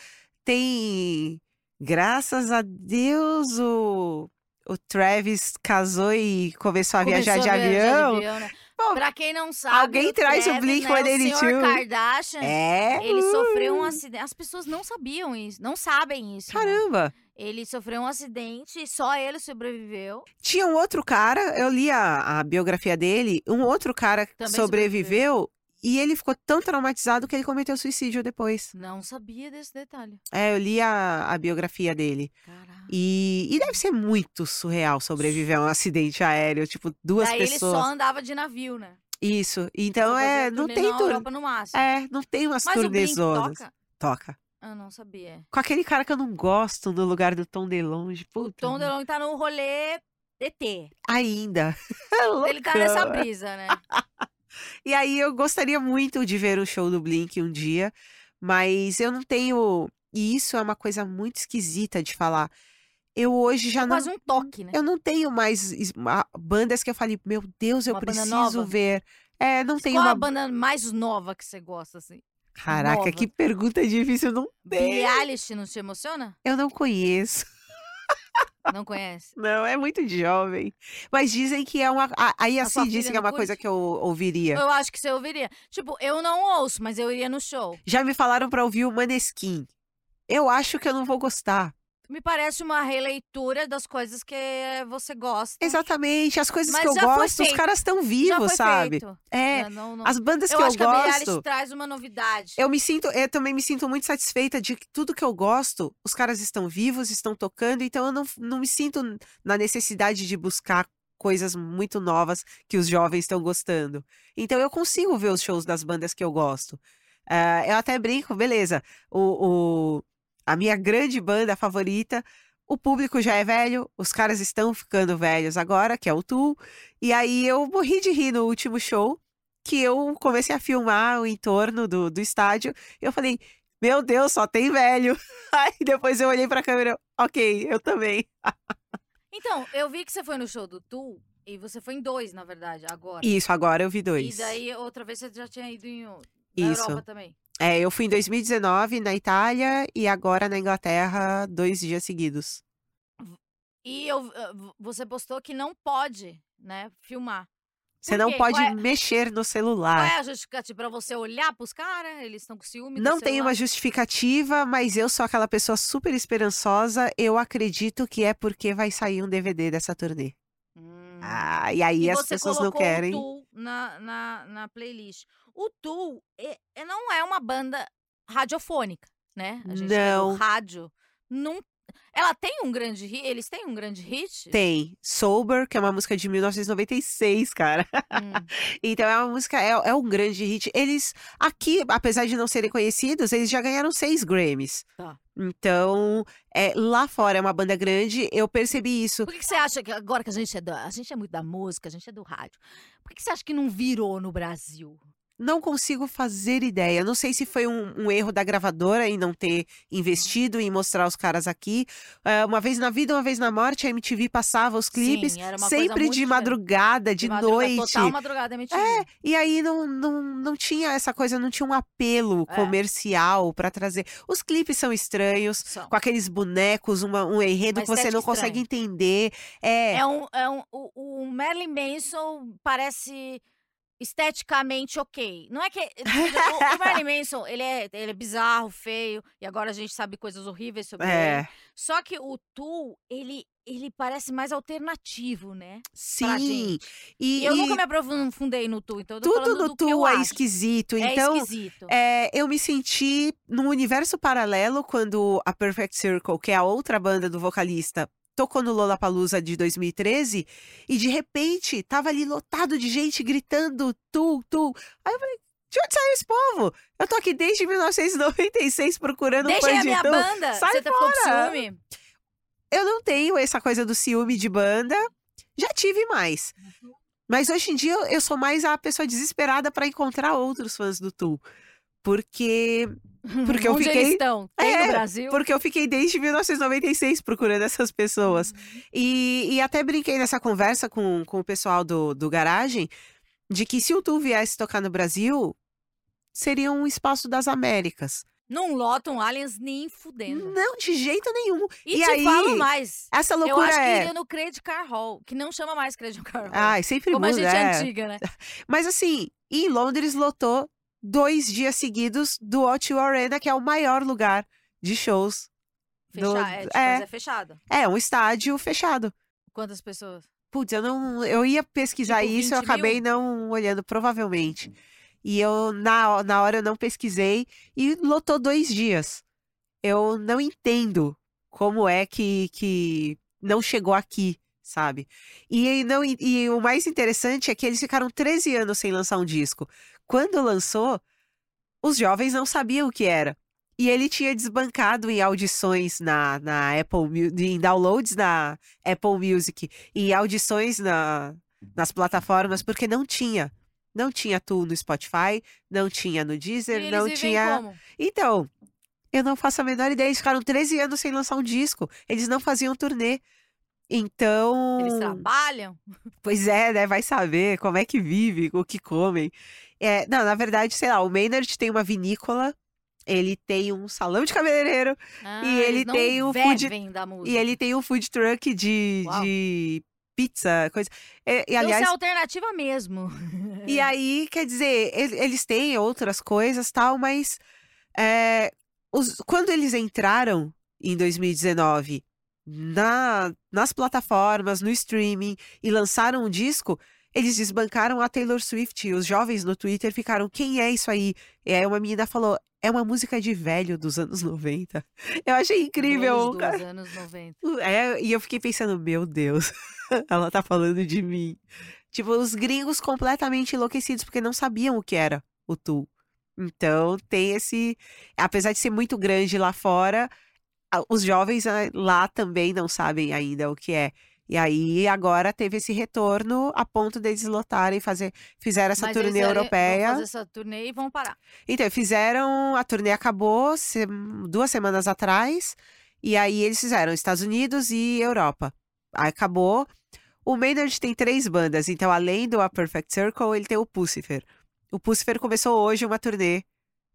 Speaker 2: Tem, graças a Deus, o, o Travis casou e começou a viajar de
Speaker 1: Começou a
Speaker 2: avião.
Speaker 1: né?
Speaker 2: Bom,
Speaker 1: pra quem não sabe,
Speaker 2: alguém traz o
Speaker 1: Blink né, o
Speaker 2: Blink-182.
Speaker 1: senhor Kardashian,
Speaker 2: É,
Speaker 1: ele sofreu um acidente. As pessoas não sabiam isso, não sabem isso. né?
Speaker 2: caramba.
Speaker 1: Ele sofreu um acidente e só ele sobreviveu.
Speaker 2: Tinha um outro cara, eu li a, a biografia dele, um outro cara
Speaker 1: Também
Speaker 2: sobreviveu E ele ficou tão traumatizado que ele cometeu suicídio depois.
Speaker 1: Não sabia desse detalhe.
Speaker 2: É, eu li a, a biografia dele.
Speaker 1: Caraca.
Speaker 2: E, e deve ser muito surreal sobreviver a um acidente aéreo, tipo, duas
Speaker 1: Daí
Speaker 2: pessoas.
Speaker 1: ele só andava de navio, né?
Speaker 2: Isso.
Speaker 1: Só
Speaker 2: Então
Speaker 1: fazia
Speaker 2: é, não
Speaker 1: turnê
Speaker 2: tem
Speaker 1: na
Speaker 2: tur...
Speaker 1: Europa no máximo.
Speaker 2: É, não tem umas
Speaker 1: Mas o Blink
Speaker 2: turnezonas.
Speaker 1: toca?
Speaker 2: Toca.
Speaker 1: Ah, não sabia.
Speaker 2: Com aquele cara que eu não gosto no lugar do Tom DeLonge.
Speaker 1: O
Speaker 2: Puta,
Speaker 1: Tom DeLonge tá no rolê ET.
Speaker 2: Ainda. É
Speaker 1: Ele tá
Speaker 2: loucão.
Speaker 1: nessa brisa, né?
Speaker 2: Ah, E aí eu gostaria muito de ver o show do Blink um dia, mas eu não tenho. E isso é uma coisa muito esquisita de falar. Eu hoje já não.
Speaker 1: Quase um toque, né?
Speaker 2: Eu não tenho mais is- ma- bandas que eu falei, meu Deus, eu
Speaker 1: Uma banda nova? Tipo, "Ah,
Speaker 2: preciso ver. É, não tem
Speaker 1: Qual
Speaker 2: uma.
Speaker 1: a banda mais nova que você gosta, assim?
Speaker 2: Caraca,
Speaker 1: nova?
Speaker 2: que pergunta difícil. eu Não
Speaker 1: Billie
Speaker 2: tem.
Speaker 1: Eilish não te emociona?
Speaker 2: Eu não conheço.
Speaker 1: Não conhece?
Speaker 2: Não, é muito jovem. Mas dizem que é uma. a- Aí
Speaker 1: A sua
Speaker 2: assim disse
Speaker 1: filha
Speaker 2: que é
Speaker 1: não
Speaker 2: uma coisa
Speaker 1: curte? Ah.
Speaker 2: que eu ouviria.
Speaker 1: Eu acho que você ouviria. Tipo, eu não ouço, mas eu iria no show.
Speaker 2: Já me falaram pra ouvir o Maneskin. Eu acho que eu não vou gostar.
Speaker 1: Me parece uma releitura das coisas que você gosta.
Speaker 2: Exatamente, as coisas
Speaker 1: Mas
Speaker 2: que eu
Speaker 1: já foi
Speaker 2: gosto, os
Speaker 1: feito.
Speaker 2: caras estão
Speaker 1: Já foi
Speaker 2: vivos, sabe?
Speaker 1: feito.
Speaker 2: É,
Speaker 1: Já não- não-
Speaker 2: as bandas
Speaker 1: Eu
Speaker 2: que eu
Speaker 1: acho que a Billie Eilish
Speaker 2: gosto,
Speaker 1: traz uma novidade.
Speaker 2: eu me sinto, eu também me sinto muito satisfeita de que tudo que eu gosto, os caras estão vivos, estão tocando, então eu não, não me sinto na necessidade de buscar coisas muito novas que os jovens estão gostando. Então eu consigo ver os shows das bandas que eu gosto. Ah, eu até brinco, beleza, o, o- a minha grande banda favorita, o público já é velho, os caras estão ficando velhos agora, que é o Tool, e aí eu morri de rir no último show, que eu comecei a filmar o entorno do, do estádio, e eu falei, meu Deus, só tem velho. Aí depois eu olhei pra câmera, ok, eu também.
Speaker 1: Então, eu vi que você foi no show do Tu e você foi em dois, na verdade, agora.
Speaker 2: Isso, agora eu vi
Speaker 1: E
Speaker 2: dois.
Speaker 1: daí, outra vez, você já tinha ido em, o- na
Speaker 2: Isso.
Speaker 1: Europa também.
Speaker 2: É, eu fui em 2019 na Itália e agora na Inglaterra, dois dias seguidos.
Speaker 1: E eu- eh, vo- você postou que não pode, né, filmar.
Speaker 2: Você
Speaker 1: Por
Speaker 2: não
Speaker 1: quê?
Speaker 2: pode
Speaker 1: Qual é-
Speaker 2: mexer no
Speaker 1: Qual
Speaker 2: celular.
Speaker 1: é a justificativa? Pra você olhar pros caras? Eles estão com ciúme
Speaker 2: Não
Speaker 1: do
Speaker 2: tem
Speaker 1: celular?
Speaker 2: uma justificativa, mas eu sou aquela pessoa super esperançosa. Eu acredito que é porque vai sair um DVD dessa turnê.
Speaker 1: Hum.
Speaker 2: Ah, e aí
Speaker 1: e
Speaker 2: as
Speaker 1: você
Speaker 2: pessoas não
Speaker 1: colocou
Speaker 2: querem.
Speaker 1: o Tool na, na, na playlist. O Tool é- é- não é uma banda radiofônica, né? A gente tem o
Speaker 2: Não.
Speaker 1: rádio. Não, ela tem um grande hit? Eles têm um grande hit?
Speaker 2: Tem Sober, que é uma música de 1996, cara.
Speaker 1: Hum.
Speaker 2: Então é uma música, é, é um grande hit. Eles, aqui, apesar de não serem conhecidos, eles já ganharam seis Grammys.
Speaker 1: Tá.
Speaker 2: Então, é, lá fora é uma banda grande, eu percebi isso.
Speaker 1: Por que, que você acha que agora que a gente é da, a gente é muito da música, a gente é do rádio? Por que, que você acha que não virou no Brasil?
Speaker 2: Não consigo fazer ideia. Não sei se foi um, um erro da gravadora em não ter investido em mostrar os caras aqui. Ah, uma vez na vida, uma vez na morte, a MTV passava os clipes.
Speaker 1: Sim, era uma coisa
Speaker 2: Sempre
Speaker 1: muito
Speaker 2: de
Speaker 1: diferente.
Speaker 2: madrugada, de,
Speaker 1: madruga-
Speaker 2: noite. É,
Speaker 1: Total tá madrugada MTV.
Speaker 2: E aí não, não, não tinha essa coisa, não tinha um apelo
Speaker 1: É.
Speaker 2: comercial pra trazer. Os clipes são estranhos,
Speaker 1: São.
Speaker 2: com aqueles bonecos, uma- um enredo
Speaker 1: Uma
Speaker 2: que você
Speaker 1: estética
Speaker 2: não consegue
Speaker 1: estranha.
Speaker 2: entender. É,
Speaker 1: É um, é um, o, o Marilyn Manson parece esteticamente ok. Não é que. O, o Marilyn Manson, ele é, ele é bizarro, feio, e agora a gente sabe coisas horríveis sobre ele.
Speaker 2: é,
Speaker 1: Só que o Tu, ele, ele parece mais alternativo, né? Pra
Speaker 2: sim.
Speaker 1: gente.
Speaker 2: E,
Speaker 1: E eu
Speaker 2: e
Speaker 1: nunca me aprofundei no Tu, então eu tô
Speaker 2: tudo
Speaker 1: falando
Speaker 2: no
Speaker 1: do que eu
Speaker 2: Tu é
Speaker 1: acho.
Speaker 2: esquisito.
Speaker 1: É
Speaker 2: então,
Speaker 1: esquisito.
Speaker 2: É, eu me senti num universo paralelo quando a Perfect Circle, que é a outra banda do vocalista, tocou no Lollapalooza de 2013 e de repente tava ali lotado de gente gritando tu, tu. Aí eu falei, de onde saiu esse povo? Eu tô aqui desde 1996 procurando um
Speaker 1: Deixa aí
Speaker 2: fã
Speaker 1: a
Speaker 2: de
Speaker 1: minha
Speaker 2: tu.
Speaker 1: banda.
Speaker 2: Sai
Speaker 1: Você tá ficou com
Speaker 2: fora.
Speaker 1: ciúme?
Speaker 2: Eu não tenho essa coisa do ciúme de banda, já tive mais.
Speaker 1: Uhum.
Speaker 2: Mas hoje em dia eu- eu sou mais a pessoa desesperada pra encontrar outros fãs do Tu. Porque Porque eu
Speaker 1: Onde eles
Speaker 2: fiquei-
Speaker 1: estão? Tem no
Speaker 2: É,
Speaker 1: Brasil?
Speaker 2: Porque eu fiquei desde 1996 procurando essas pessoas.
Speaker 1: Uhum.
Speaker 2: E, e até brinquei nessa conversa com, com o pessoal do, do Garagem de que se o Tu viesse tocar no Brasil, seria um espaço das Américas.
Speaker 1: Não lotam aliens nem fudendo.
Speaker 2: Não, de jeito nenhum.
Speaker 1: E,
Speaker 2: Hum, E
Speaker 1: te
Speaker 2: aí,
Speaker 1: falo mais.
Speaker 2: Essa
Speaker 1: Eu
Speaker 2: loucura
Speaker 1: acho que
Speaker 2: é.
Speaker 1: iria no Credit Car Hall, que não chama mais Credit Car Hall.
Speaker 2: Ai, sempre
Speaker 1: como a
Speaker 2: muda.
Speaker 1: gente
Speaker 2: é.
Speaker 1: é antiga, né?
Speaker 2: Mas assim, em Londres lotou dois dias seguidos do O2 Arena, que é o maior lugar de shows. do-
Speaker 1: Fechar, é, tipo,
Speaker 2: é.
Speaker 1: mas é fechada.
Speaker 2: É, um estádio fechado.
Speaker 1: Quantas pessoas?
Speaker 2: Putz, eu não. Eu ia pesquisar
Speaker 1: Tipo,
Speaker 2: isso,
Speaker 1: 20 mil?
Speaker 2: eu
Speaker 1: Hum.
Speaker 2: acabei não olhando, provavelmente. E eu, na, ho- na hora, eu não pesquisei e lotou dois dias. Eu não entendo como é que, que não chegou aqui, sabe? E, aí não, e, e o mais interessante é que eles ficaram 13 anos sem lançar um disco. Quando lançou, os jovens não sabiam o que era. E ele tinha desbancado em audições na, na Apple Music, em downloads na Apple Music, em audições na, nas plataformas, porque não tinha. Não tinha tu no Spotify, não tinha no
Speaker 1: E
Speaker 2: Deezer,
Speaker 1: eles
Speaker 2: não
Speaker 1: vivem
Speaker 2: tinha.
Speaker 1: como?
Speaker 2: Então, eu não faço a menor ideia. Eles ficaram 13 anos sem lançar um disco. Eles não faziam turnê. Então.
Speaker 1: Eles trabalham?
Speaker 2: Pois é, né? Vai saber como é que vive, o que comem. É, não, na verdade, sei lá, o Maynard tem uma vinícola, ele tem um salão de cabeleireiro
Speaker 1: Ah,
Speaker 2: ele
Speaker 1: eles não
Speaker 2: tem o food-
Speaker 1: bebem da música.
Speaker 2: e ele tem um food truck de,
Speaker 1: Uau.
Speaker 2: de pizza, coisa. E, e,
Speaker 1: Então, isso
Speaker 2: aliás,
Speaker 1: é alternativa mesmo.
Speaker 2: e aí, quer dizer, el- eles têm outras coisas tal, mas é, os- quando eles entraram em 2019 na- nas plataformas, no streaming e lançaram um disco, eles desbancaram a Taylor Swift. E os jovens no Twitter ficaram: quem é isso aí? E aí uma menina falou: é uma música de velho dos anos 90. Eu achei incrível.
Speaker 1: Dois
Speaker 2: cara.
Speaker 1: dos anos 90.
Speaker 2: É, e eu fiquei pensando, meu Deus, ela tá falando de mim. Tipo, os gringos completamente enlouquecidos porque não sabiam o que era o Tu. Então, tem esse. Apesar de ser muito grande lá fora, a- os jovens ah, lá também não sabem ainda o que é. E aí, agora teve esse retorno a ponto deles lotarem, fazer, fizeram essa
Speaker 1: Mas eles,
Speaker 2: turnê
Speaker 1: eh,
Speaker 2: europeia.
Speaker 1: Vão fazer essa turnê e vão parar.
Speaker 2: Então, fizeram. A turnê acabou se- duas semanas atrás. E aí eles fizeram Estados Unidos e Europa. Aí acabou. O Maynard tem três bandas. Então, além do A Perfect Circle, ele tem o Pucifer. O Pucifer começou hoje uma turnê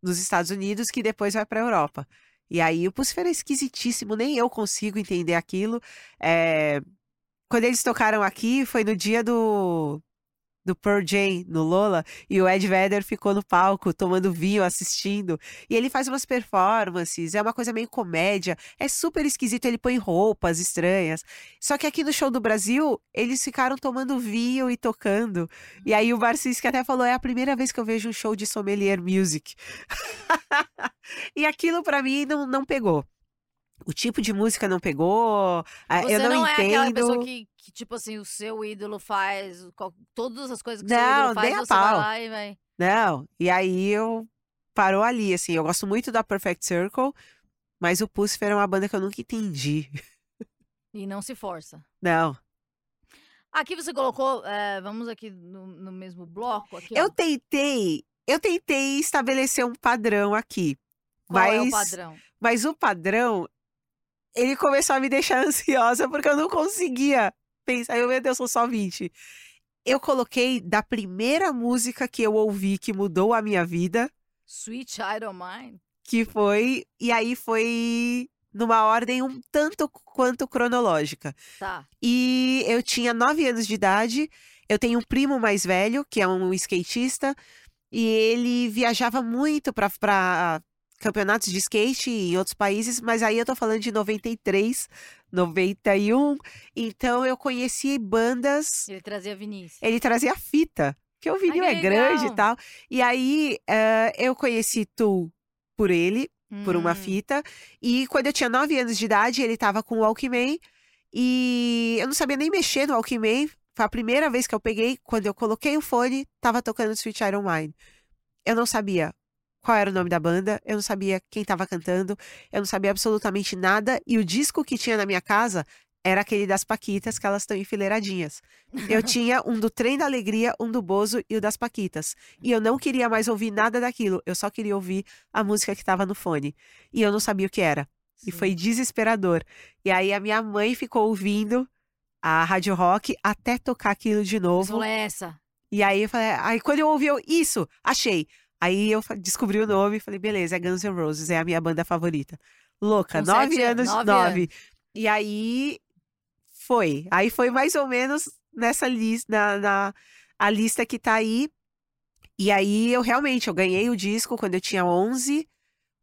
Speaker 2: nos Estados Unidos que depois vai para Europa. E aí o Pucifer é esquisitíssimo, nem eu consigo entender aquilo. É, Quando eles tocaram aqui, foi no dia do. Do Pearl Jam no Lola, e o Ed Vedder ficou no palco tomando vinho, assistindo. E ele faz umas performances, é uma coisa meio comédia, é super esquisito. Ele põe roupas estranhas. Só que aqui no show do Brasil, eles ficaram tomando vinho e tocando. E aí o Barcinski até falou: é a primeira vez que eu vejo um show de sommelier music. e aquilo pra mim não, não pegou. O tipo de música não pegou, a-
Speaker 1: Você
Speaker 2: eu não,
Speaker 1: é
Speaker 2: entendo.
Speaker 1: aquela pessoa que, que, tipo assim, o seu ídolo faz qual- todas as coisas que o seu
Speaker 2: Não,
Speaker 1: ídolo faz,
Speaker 2: nem a
Speaker 1: você vai
Speaker 2: pau.
Speaker 1: lá e vai.
Speaker 2: Não, e aí eu parou ali, assim, eu gosto muito da Perfect Circle, mas o Pucifer é uma banda que eu nunca entendi.
Speaker 1: E não se força.
Speaker 2: Não.
Speaker 1: Aqui você colocou, eh, vamos aqui no, no mesmo bloco. Aqui, ó.
Speaker 2: Eu tentei, eu tentei estabelecer um padrão aqui,
Speaker 1: Qual é o
Speaker 2: mas-
Speaker 1: padrão?
Speaker 2: mas o padrão ele começou a me deixar ansiosa porque eu não conseguia pensar, eu, meu Deus, são só 20. Eu coloquei da primeira música que eu ouvi que mudou a minha vida,
Speaker 1: Sweet Child of Mine?
Speaker 2: que foi, e aí foi numa ordem um tanto quanto cronológica.
Speaker 1: Tá.
Speaker 2: E eu tinha 9 anos de idade. Eu tenho um primo mais velho, que é um skatista, e ele viajava muito para campeonatos de skate em outros países, mas aí eu tô falando de 93, 91. Então eu conheci bandas.
Speaker 1: Ele trazia Vinícius.
Speaker 2: Ele trazia fita, porque o vinil
Speaker 1: que
Speaker 2: é grande
Speaker 1: legal.
Speaker 2: e tal. E aí eh, eu conheci Tu por ele É, por uma
Speaker 1: Hum,
Speaker 2: fita. E quando eu tinha 9 anos de idade, ele tava com o Walkman. E eu não sabia nem mexer no Walkman. Foi a primeira vez que eu peguei. Quando eu coloquei o fone, tava tocando Sweet Iron Mine. Eu não sabia qual era o nome da banda, eu não sabia quem tava cantando, eu não sabia absolutamente nada. E o disco que tinha na minha casa era aquele das Paquitas, que elas estão enfileiradinhas. Eu tinha um do Trem da Alegria, um do Bozo e o das Paquitas. E eu não queria mais ouvir nada daquilo, eu só queria ouvir a música que tava no fone e eu não sabia o que era. E
Speaker 1: sim.
Speaker 2: foi desesperador. E aí a minha mãe ficou ouvindo a rádio rock até tocar aquilo de
Speaker 1: Você
Speaker 2: novo.
Speaker 1: falou, é essa.
Speaker 2: E aí eu falei, aí quando eu ouvi eu, isso, achei. Aí eu fa- descobri o nome e falei, beleza, é Guns N' Roses, é a minha banda favorita. Louca,
Speaker 1: Com
Speaker 2: nove
Speaker 1: sete anos,
Speaker 2: anos,
Speaker 1: nove
Speaker 2: nove. E aí foi. Aí foi mais ou menos nessa lista, na, na- a lista que tá aí. E aí eu realmente, eu ganhei o disco quando eu tinha 11,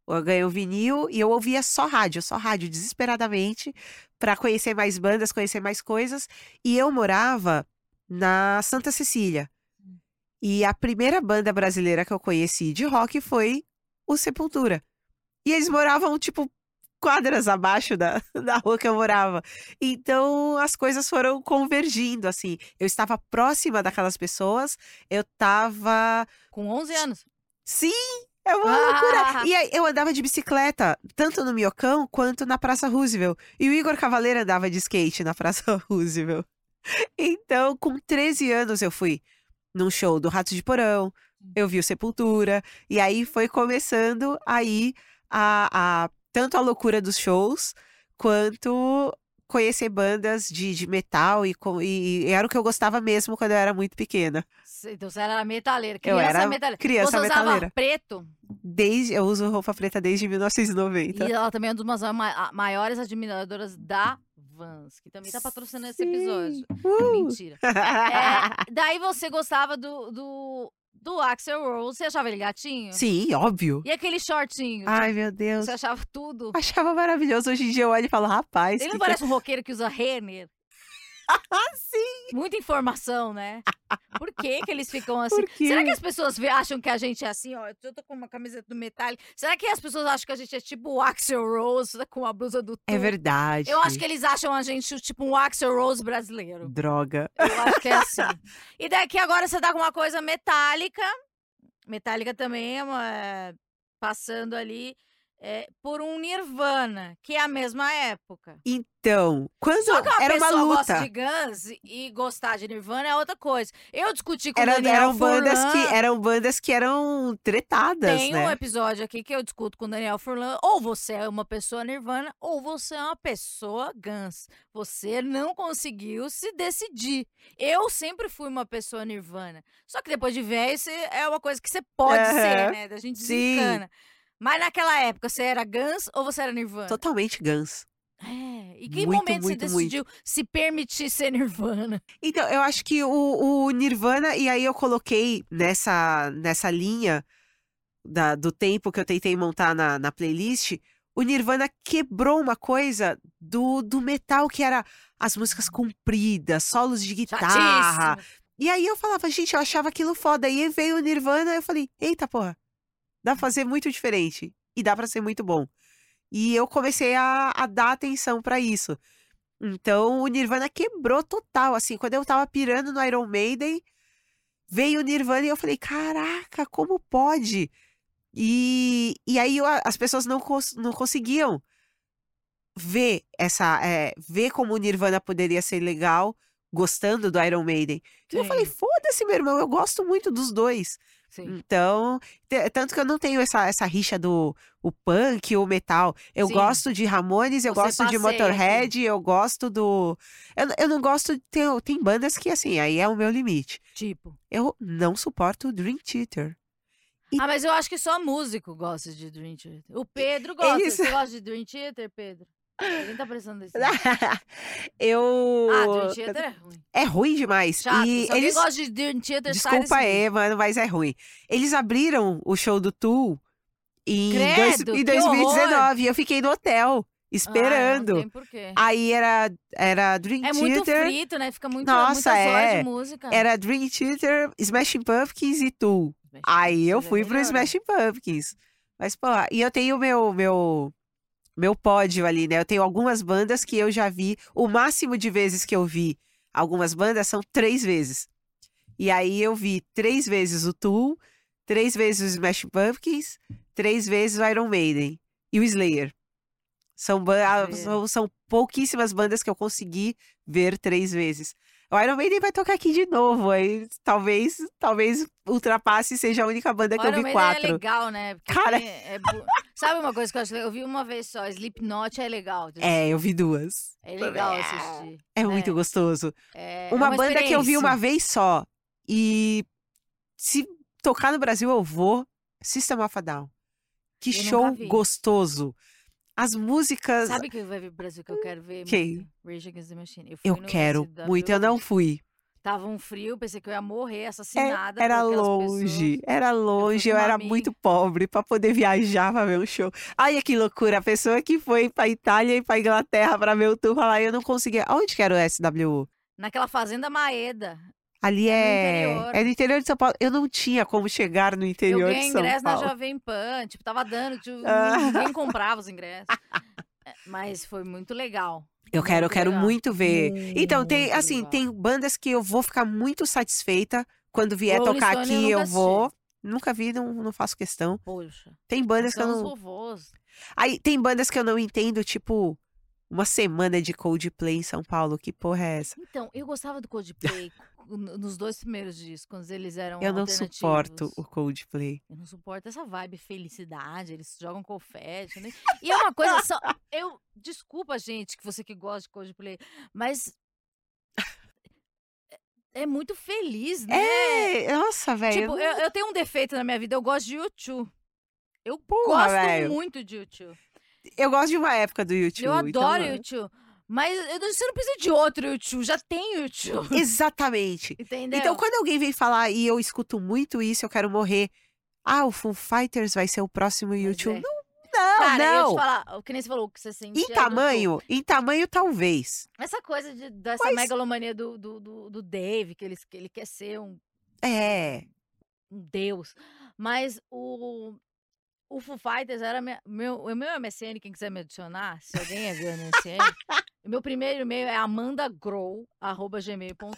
Speaker 2: eu ganhei o vinil e eu ouvia só rádio, só rádio, desesperadamente, pra conhecer mais bandas, conhecer mais coisas. E eu morava na Santa Cecília. E a primeira banda brasileira que eu conheci de rock foi o Sepultura. E eles moravam, tipo, quadras abaixo da, da rua que eu morava. Então as coisas foram convergindo, assim. Eu estava próxima daquelas pessoas, eu estava.
Speaker 1: Com 11 anos.
Speaker 2: Sim! É uma
Speaker 1: Ah!
Speaker 2: loucura! E aí, eu andava de bicicleta, tanto no Miocão quanto na Praça Roosevelt. E o Igor Cavaleiro andava de skate na Praça Roosevelt. Então, com 13 anos, eu fui num show do Rato de Porão, eu vi o Sepultura, e aí foi começando aí a, a- tanto a loucura dos shows quanto conhecer bandas de, de metal e, co- e- e era o que eu gostava mesmo quando eu era muito pequena.
Speaker 1: Cê- Então você era metaleira.
Speaker 2: Eu
Speaker 1: Criança
Speaker 2: era
Speaker 1: metaleira.
Speaker 2: criança
Speaker 1: você usava
Speaker 2: metaleira.
Speaker 1: preto.
Speaker 2: Desde, eu uso roupa preta desde 1990.
Speaker 1: E ela também é uma das ma- maiores admiradoras da Vans, que também tá patrocinando esse episódio.
Speaker 2: Uh!
Speaker 1: Mentira. É, daí você gostava do, do, do Axel Rose, você achava ele gatinho?
Speaker 2: Sim, Ah, óbvio.
Speaker 1: E aquele shortinho?
Speaker 2: Ai, meu Deus.
Speaker 1: É. Você achava tudo?
Speaker 2: Achava maravilhoso. Hoje em dia eu olho e falo, rapaz.
Speaker 1: Ele não
Speaker 2: que que eu-
Speaker 1: parece um roqueiro que usa Renner?
Speaker 2: Ah, sim,
Speaker 1: Muita informação, né? Por que que eles ficam assim?
Speaker 2: por quê?
Speaker 1: Será que as pessoas vê- acham que a gente é assim, ó? Eu tô com uma camiseta do metal. Será que as pessoas acham que a gente é tipo o Axel Rose com uma blusa do
Speaker 2: É
Speaker 1: Tu?
Speaker 2: verdade.
Speaker 1: Eu acho que é eles acham a gente tipo um Axel Rose brasileiro.
Speaker 2: Droga.
Speaker 1: Eu acho que é assim. e daqui agora você tá com uma coisa metálica. Metálica também é uma. é, Passando ali é, por um Nirvana, que é a mesma época.
Speaker 2: Então, quando
Speaker 1: Só que uma
Speaker 2: era uma
Speaker 1: pessoa
Speaker 2: luta.
Speaker 1: gosta de Guns e gostar de Nirvana é outra coisa. Eu discuti com o
Speaker 2: Era-
Speaker 1: Daniel
Speaker 2: eram bandas
Speaker 1: Furlan.
Speaker 2: que eram bandas que eram tretadas,
Speaker 1: Tem um
Speaker 2: né?
Speaker 1: episódio aqui que eu discuto com o Daniel Furlan. Ou você é uma pessoa Nirvana, ou você é uma pessoa Guns. Você não conseguiu se decidir. Eu sempre fui uma pessoa Nirvana. Só que depois de velho, você é uma coisa que você pode ser,
Speaker 2: Aham.
Speaker 1: né? Da gente
Speaker 2: Sim.
Speaker 1: desencana. Mas naquela época, você era Guns ou você era Nirvana?
Speaker 2: Totalmente Guns.
Speaker 1: É. E que
Speaker 2: Muito,
Speaker 1: momento você
Speaker 2: muito, muito.
Speaker 1: decidiu se permitir ser Nirvana?
Speaker 2: Então, eu acho que o, o Nirvana, e aí eu coloquei nessa, nessa linha da- do tempo que eu tentei montar na, na playlist, o Nirvana quebrou uma coisa do, do metal, que era as músicas compridas, solos de guitarra.
Speaker 1: Chatíssimo.
Speaker 2: E aí eu falava, gente, eu achava aquilo foda. E aí veio o Nirvana, eu falei, eita porra, dá pra fazer muito diferente. E dá pra ser muito bom. E eu comecei a, a dar atenção pra isso. Então o Nirvana quebrou total. Assim, quando eu tava pirando no Iron Maiden, veio o Nirvana e eu falei, caraca, como pode? E, e aí eu- as pessoas não, cons- não conseguiam ver essa. é, ver como o Nirvana poderia ser legal gostando do Iron Maiden. E eu
Speaker 1: Sim,
Speaker 2: falei, foda-se, meu irmão, eu gosto muito dos dois.
Speaker 1: sim.
Speaker 2: Então, te- tanto que eu não tenho essa, essa rixa do o punk, o metal. Eu
Speaker 1: Sim.
Speaker 2: gosto de Ramones, eu
Speaker 1: Você
Speaker 2: gosto de
Speaker 1: passeia aqui.
Speaker 2: Motorhead, eu gosto do. Eu, eu não gosto. Tem, tem bandas que, assim, aí é o meu limite.
Speaker 1: Tipo.
Speaker 2: Eu não suporto o Dream Theater.
Speaker 1: Ah, mas eu acho que só músico gosta de Dream Theater. O Pedro gosta.
Speaker 2: Eles-
Speaker 1: Você gosta de Dream Theater, Pedro? Alguém tá prestando atenção?
Speaker 2: eu.
Speaker 1: Ah, Dream Theater é ruim.
Speaker 2: É ruim demais.
Speaker 1: Chato.
Speaker 2: e
Speaker 1: Se alguém
Speaker 2: eles.
Speaker 1: gosta de Dream Theater,
Speaker 2: Desculpa
Speaker 1: sai desse
Speaker 2: aí, mano, mas é ruim. Eles abriram o show do Tool em, dois-
Speaker 1: Credo,
Speaker 2: em
Speaker 1: que horror!
Speaker 2: 2019. E eu fiquei no hotel,
Speaker 1: meio. Ah, não
Speaker 2: esperando.
Speaker 1: tem porquê.
Speaker 2: Aí era, era Dream
Speaker 1: É muito
Speaker 2: Theater.
Speaker 1: frito, né? Fica muito,
Speaker 2: Nossa,
Speaker 1: muitas horas
Speaker 2: é.
Speaker 1: de música.
Speaker 2: Era Dream Theater, Smashing Pumpkins e Tool. Aí eu
Speaker 1: Seja
Speaker 2: fui pro
Speaker 1: melhor, né?
Speaker 2: Smashing Pumpkins. Mas, porra, e eu tenho meu, meu, meu pódio ali, né? Eu tenho algumas bandas que eu já vi. O máximo de vezes que eu vi algumas bandas são três vezes. E aí eu vi três vezes o Tool, três vezes o Smashing Pumpkins, três vezes o Iron Maiden e o Slayer. São, ba- ah,
Speaker 1: Slayer.
Speaker 2: são, são pouquíssimas bandas que eu consegui ver três vezes. O Iron Maiden vai tocar aqui de novo, aí talvez, talvez ultrapasse e seja a única banda que
Speaker 1: Iron
Speaker 2: eu vi
Speaker 1: Maiden
Speaker 2: quatro.
Speaker 1: é legal, né? Porque
Speaker 2: Cara.
Speaker 1: tem- é bu- Sabe uma coisa que eu acho legal? Eu vi uma vez só, Slipknot é legal. de
Speaker 2: É, eu vi duas.
Speaker 1: É legal assistir.
Speaker 2: É muito
Speaker 1: É.
Speaker 2: gostoso.
Speaker 1: É, é
Speaker 2: uma, banda que eu vi
Speaker 1: experiência.
Speaker 2: uma vez só e se tocar no Brasil eu vou, System of a Down. Que
Speaker 1: Eu nunca
Speaker 2: show
Speaker 1: vi.
Speaker 2: gostoso. As músicas
Speaker 1: Sabe que vai vir pro Brasil que eu quero ver?
Speaker 2: Quem?
Speaker 1: muito? Rage Against the Machine. Eu, fui
Speaker 2: eu
Speaker 1: no
Speaker 2: quero
Speaker 1: SW.
Speaker 2: muito, eu não fui.
Speaker 1: Tava um frio, pensei que eu ia morrer assassinada. por
Speaker 2: Era
Speaker 1: aquelas
Speaker 2: longe,
Speaker 1: pessoas.
Speaker 2: era longe, eu
Speaker 1: com uma
Speaker 2: era
Speaker 1: amiga.
Speaker 2: muito pobre pra poder viajar pra ver um show. Olha que loucura, a pessoa que foi pra Itália e pra Inglaterra pra ver o tour lá, eu não conseguia. Onde que era o SWU?
Speaker 1: Naquela fazenda Maeda.
Speaker 2: Ali é.
Speaker 1: interior.
Speaker 2: é no interior de São Paulo. Eu não tinha como chegar no
Speaker 1: Eu
Speaker 2: interior
Speaker 1: ganhei
Speaker 2: de São
Speaker 1: ingresso na
Speaker 2: Paulo.
Speaker 1: Jovem Pan, tipo, tava dando, tipo,
Speaker 2: Ah.
Speaker 1: ninguém comprava os ingressos. É, Mas foi muito legal.
Speaker 2: Eu quero, eu quero
Speaker 1: Legal.
Speaker 2: muito ver. Então, tem,
Speaker 1: Muito
Speaker 2: assim,
Speaker 1: legal.
Speaker 2: tem bandas que eu vou ficar muito satisfeita quando vier
Speaker 1: Rolling Stone eu
Speaker 2: tocar aqui,
Speaker 1: nunca
Speaker 2: eu
Speaker 1: assisti.
Speaker 2: vou. Nunca vi, não, não faço questão.
Speaker 1: Poxa,
Speaker 2: Tem bandas que eu
Speaker 1: são os
Speaker 2: não.
Speaker 1: vovôs.
Speaker 2: Aí tem bandas que eu não entendo, tipo, uma semana de Coldplay em São Paulo. Que porra é essa?
Speaker 1: Então, eu gostava do Coldplay n- nos dois primeiros discos, quando eles eram
Speaker 2: eu não
Speaker 1: alternativos.
Speaker 2: suporto o Coldplay.
Speaker 1: Eu não suporto essa vibe felicidade, eles jogam confete. né? E é uma coisa só. Eu. Desculpa, gente, que você que gosta de Coldplay, mas. é- É muito feliz, né?
Speaker 2: É, nossa, velho.
Speaker 1: Tipo, eu, eu tenho um defeito na minha vida, eu gosto de YouTube. Eu
Speaker 2: Porra,
Speaker 1: gosto
Speaker 2: velho.
Speaker 1: muito de YouTube.
Speaker 2: Eu gosto de uma época do YouTube.
Speaker 1: Eu adoro
Speaker 2: então-
Speaker 1: YouTube. Mas eu, não- você não precisa de outro YouTube, já tem YouTube.
Speaker 2: Exatamente.
Speaker 1: Entendeu?
Speaker 2: Então, quando alguém vem falar e eu escuto muito isso, eu quero morrer. Ah, o Foo Fighters vai ser o próximo
Speaker 1: Mas
Speaker 2: YouTube.
Speaker 1: é.
Speaker 2: Não, não,
Speaker 1: Cara, eu ia te
Speaker 2: não.
Speaker 1: falar, o que nem você falou, o que você sentia.
Speaker 2: Em
Speaker 1: do
Speaker 2: tamanho, em tamanho talvez.
Speaker 1: Essa coisa de- dessa
Speaker 2: Mas-
Speaker 1: megalomania do, do, do, do Dave, que ele, que ele quer ser um,
Speaker 2: É,
Speaker 1: um deus. Mas o, o Foo Fighters era minha- meu, o meu MSN, quem quiser me adicionar, se alguém é do MSN. o meu primeiro e-mail é amandagrow.gmail.com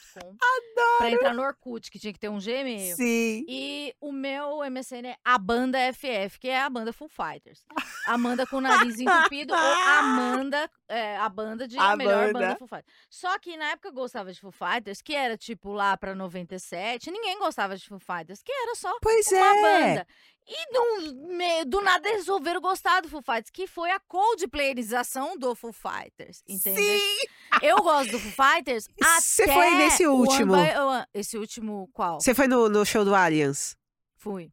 Speaker 1: Pra entrar no Orkut, que tinha que ter um Gmail.
Speaker 2: sim.
Speaker 1: E o meu MSN é a banda FF, que é a banda Full Fighters. Amanda com o nariz entupido ou Amanda, é, a banda de a,
Speaker 2: A
Speaker 1: melhor
Speaker 2: banda.
Speaker 1: banda Full Fighters. Só que na época eu gostava de Full Fighters, que era tipo lá pra 97, ninguém gostava de Full Fighters, que era só
Speaker 2: Pois
Speaker 1: uma
Speaker 2: é.
Speaker 1: banda. E do, me- do nada eles resolveram gostar do Full Fighters, que foi a coldplayerização do Full Fighters, entendeu?
Speaker 2: Sim.
Speaker 1: Eu gosto do Full Fighters
Speaker 2: Você
Speaker 1: até
Speaker 2: foi nesse
Speaker 1: o One
Speaker 2: último?
Speaker 1: by One. Esse último qual?
Speaker 2: Você foi no, no show do Allianz?
Speaker 1: Fui.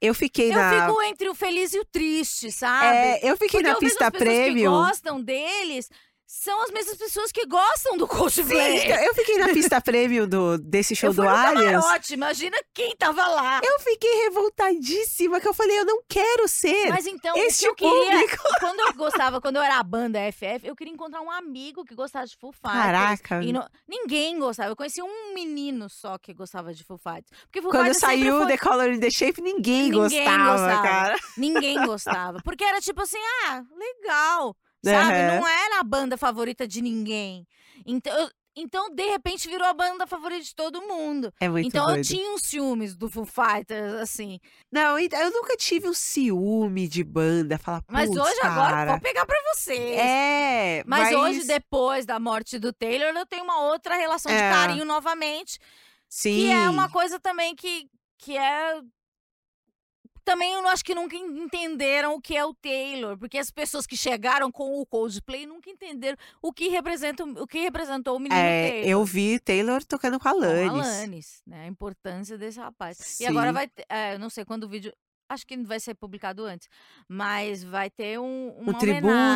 Speaker 2: Eu fiquei
Speaker 1: Eu
Speaker 2: na.
Speaker 1: fico entre o feliz e o triste, sabe?
Speaker 2: é, eu fiquei
Speaker 1: Porque
Speaker 2: na
Speaker 1: eu vejo
Speaker 2: pista
Speaker 1: as pessoas que
Speaker 2: premium.
Speaker 1: gostam deles são as mesmas pessoas que gostam do
Speaker 2: Sim, então,
Speaker 1: Coldplay.
Speaker 2: eu fiquei na pista premium do, desse show
Speaker 1: né? eu fui
Speaker 2: do
Speaker 1: no
Speaker 2: Allianz.
Speaker 1: camarote, imagina quem tava lá.
Speaker 2: Eu fiquei revoltadíssima, que eu falei, eu não quero ser
Speaker 1: Mas então,
Speaker 2: este
Speaker 1: o que eu queria, é,
Speaker 2: público.
Speaker 1: quando eu gostava, quando eu era a banda FF, eu queria encontrar um amigo que gostasse de Full Fighters.
Speaker 2: Caraca.
Speaker 1: E não- ninguém gostava. Eu conheci um menino só que gostava de Full Fighters. Porque Full
Speaker 2: Quando
Speaker 1: Fighters sempre
Speaker 2: saiu
Speaker 1: foi-
Speaker 2: The Color in the Shape, ninguém,
Speaker 1: Ninguém
Speaker 2: gostava,
Speaker 1: gostava.
Speaker 2: cara.
Speaker 1: Ninguém gostava. Porque era tipo assim, ah, legal. Sabe?
Speaker 2: Aham.
Speaker 1: Não era a banda favorita de ninguém. Então, eu- então, de repente, virou a banda favorita de todo mundo.
Speaker 2: É muito
Speaker 1: então eu
Speaker 2: doido.
Speaker 1: tinha uns ciúmes do Foo Fighters, assim.
Speaker 2: Não, ent- eu nunca tive um ciúme de banda, falar,
Speaker 1: Mas
Speaker 2: "Putz,
Speaker 1: hoje, agora,
Speaker 2: cara."
Speaker 1: vou pegar pra você.
Speaker 2: É,
Speaker 1: Mas, hoje, depois da morte do Taylor, eu tenho uma outra relação de
Speaker 2: É.
Speaker 1: carinho novamente.
Speaker 2: sim.
Speaker 1: Que é uma coisa também que, que é. Também eu acho que nunca en- entenderam o que é o Taylor, porque as pessoas que chegaram com o Coldplay nunca entenderam o que, representa, o que representou o menino
Speaker 2: É,
Speaker 1: Taylor.
Speaker 2: eu vi Taylor tocando com a
Speaker 1: com
Speaker 2: Lannis.
Speaker 1: a É um Alanis, né? A importância desse rapaz. E agora
Speaker 2: Sim.
Speaker 1: vai ter, é, eu não sei quando o vídeo, acho que vai ser publicado antes, mas vai ter um
Speaker 2: Um
Speaker 1: uma homena-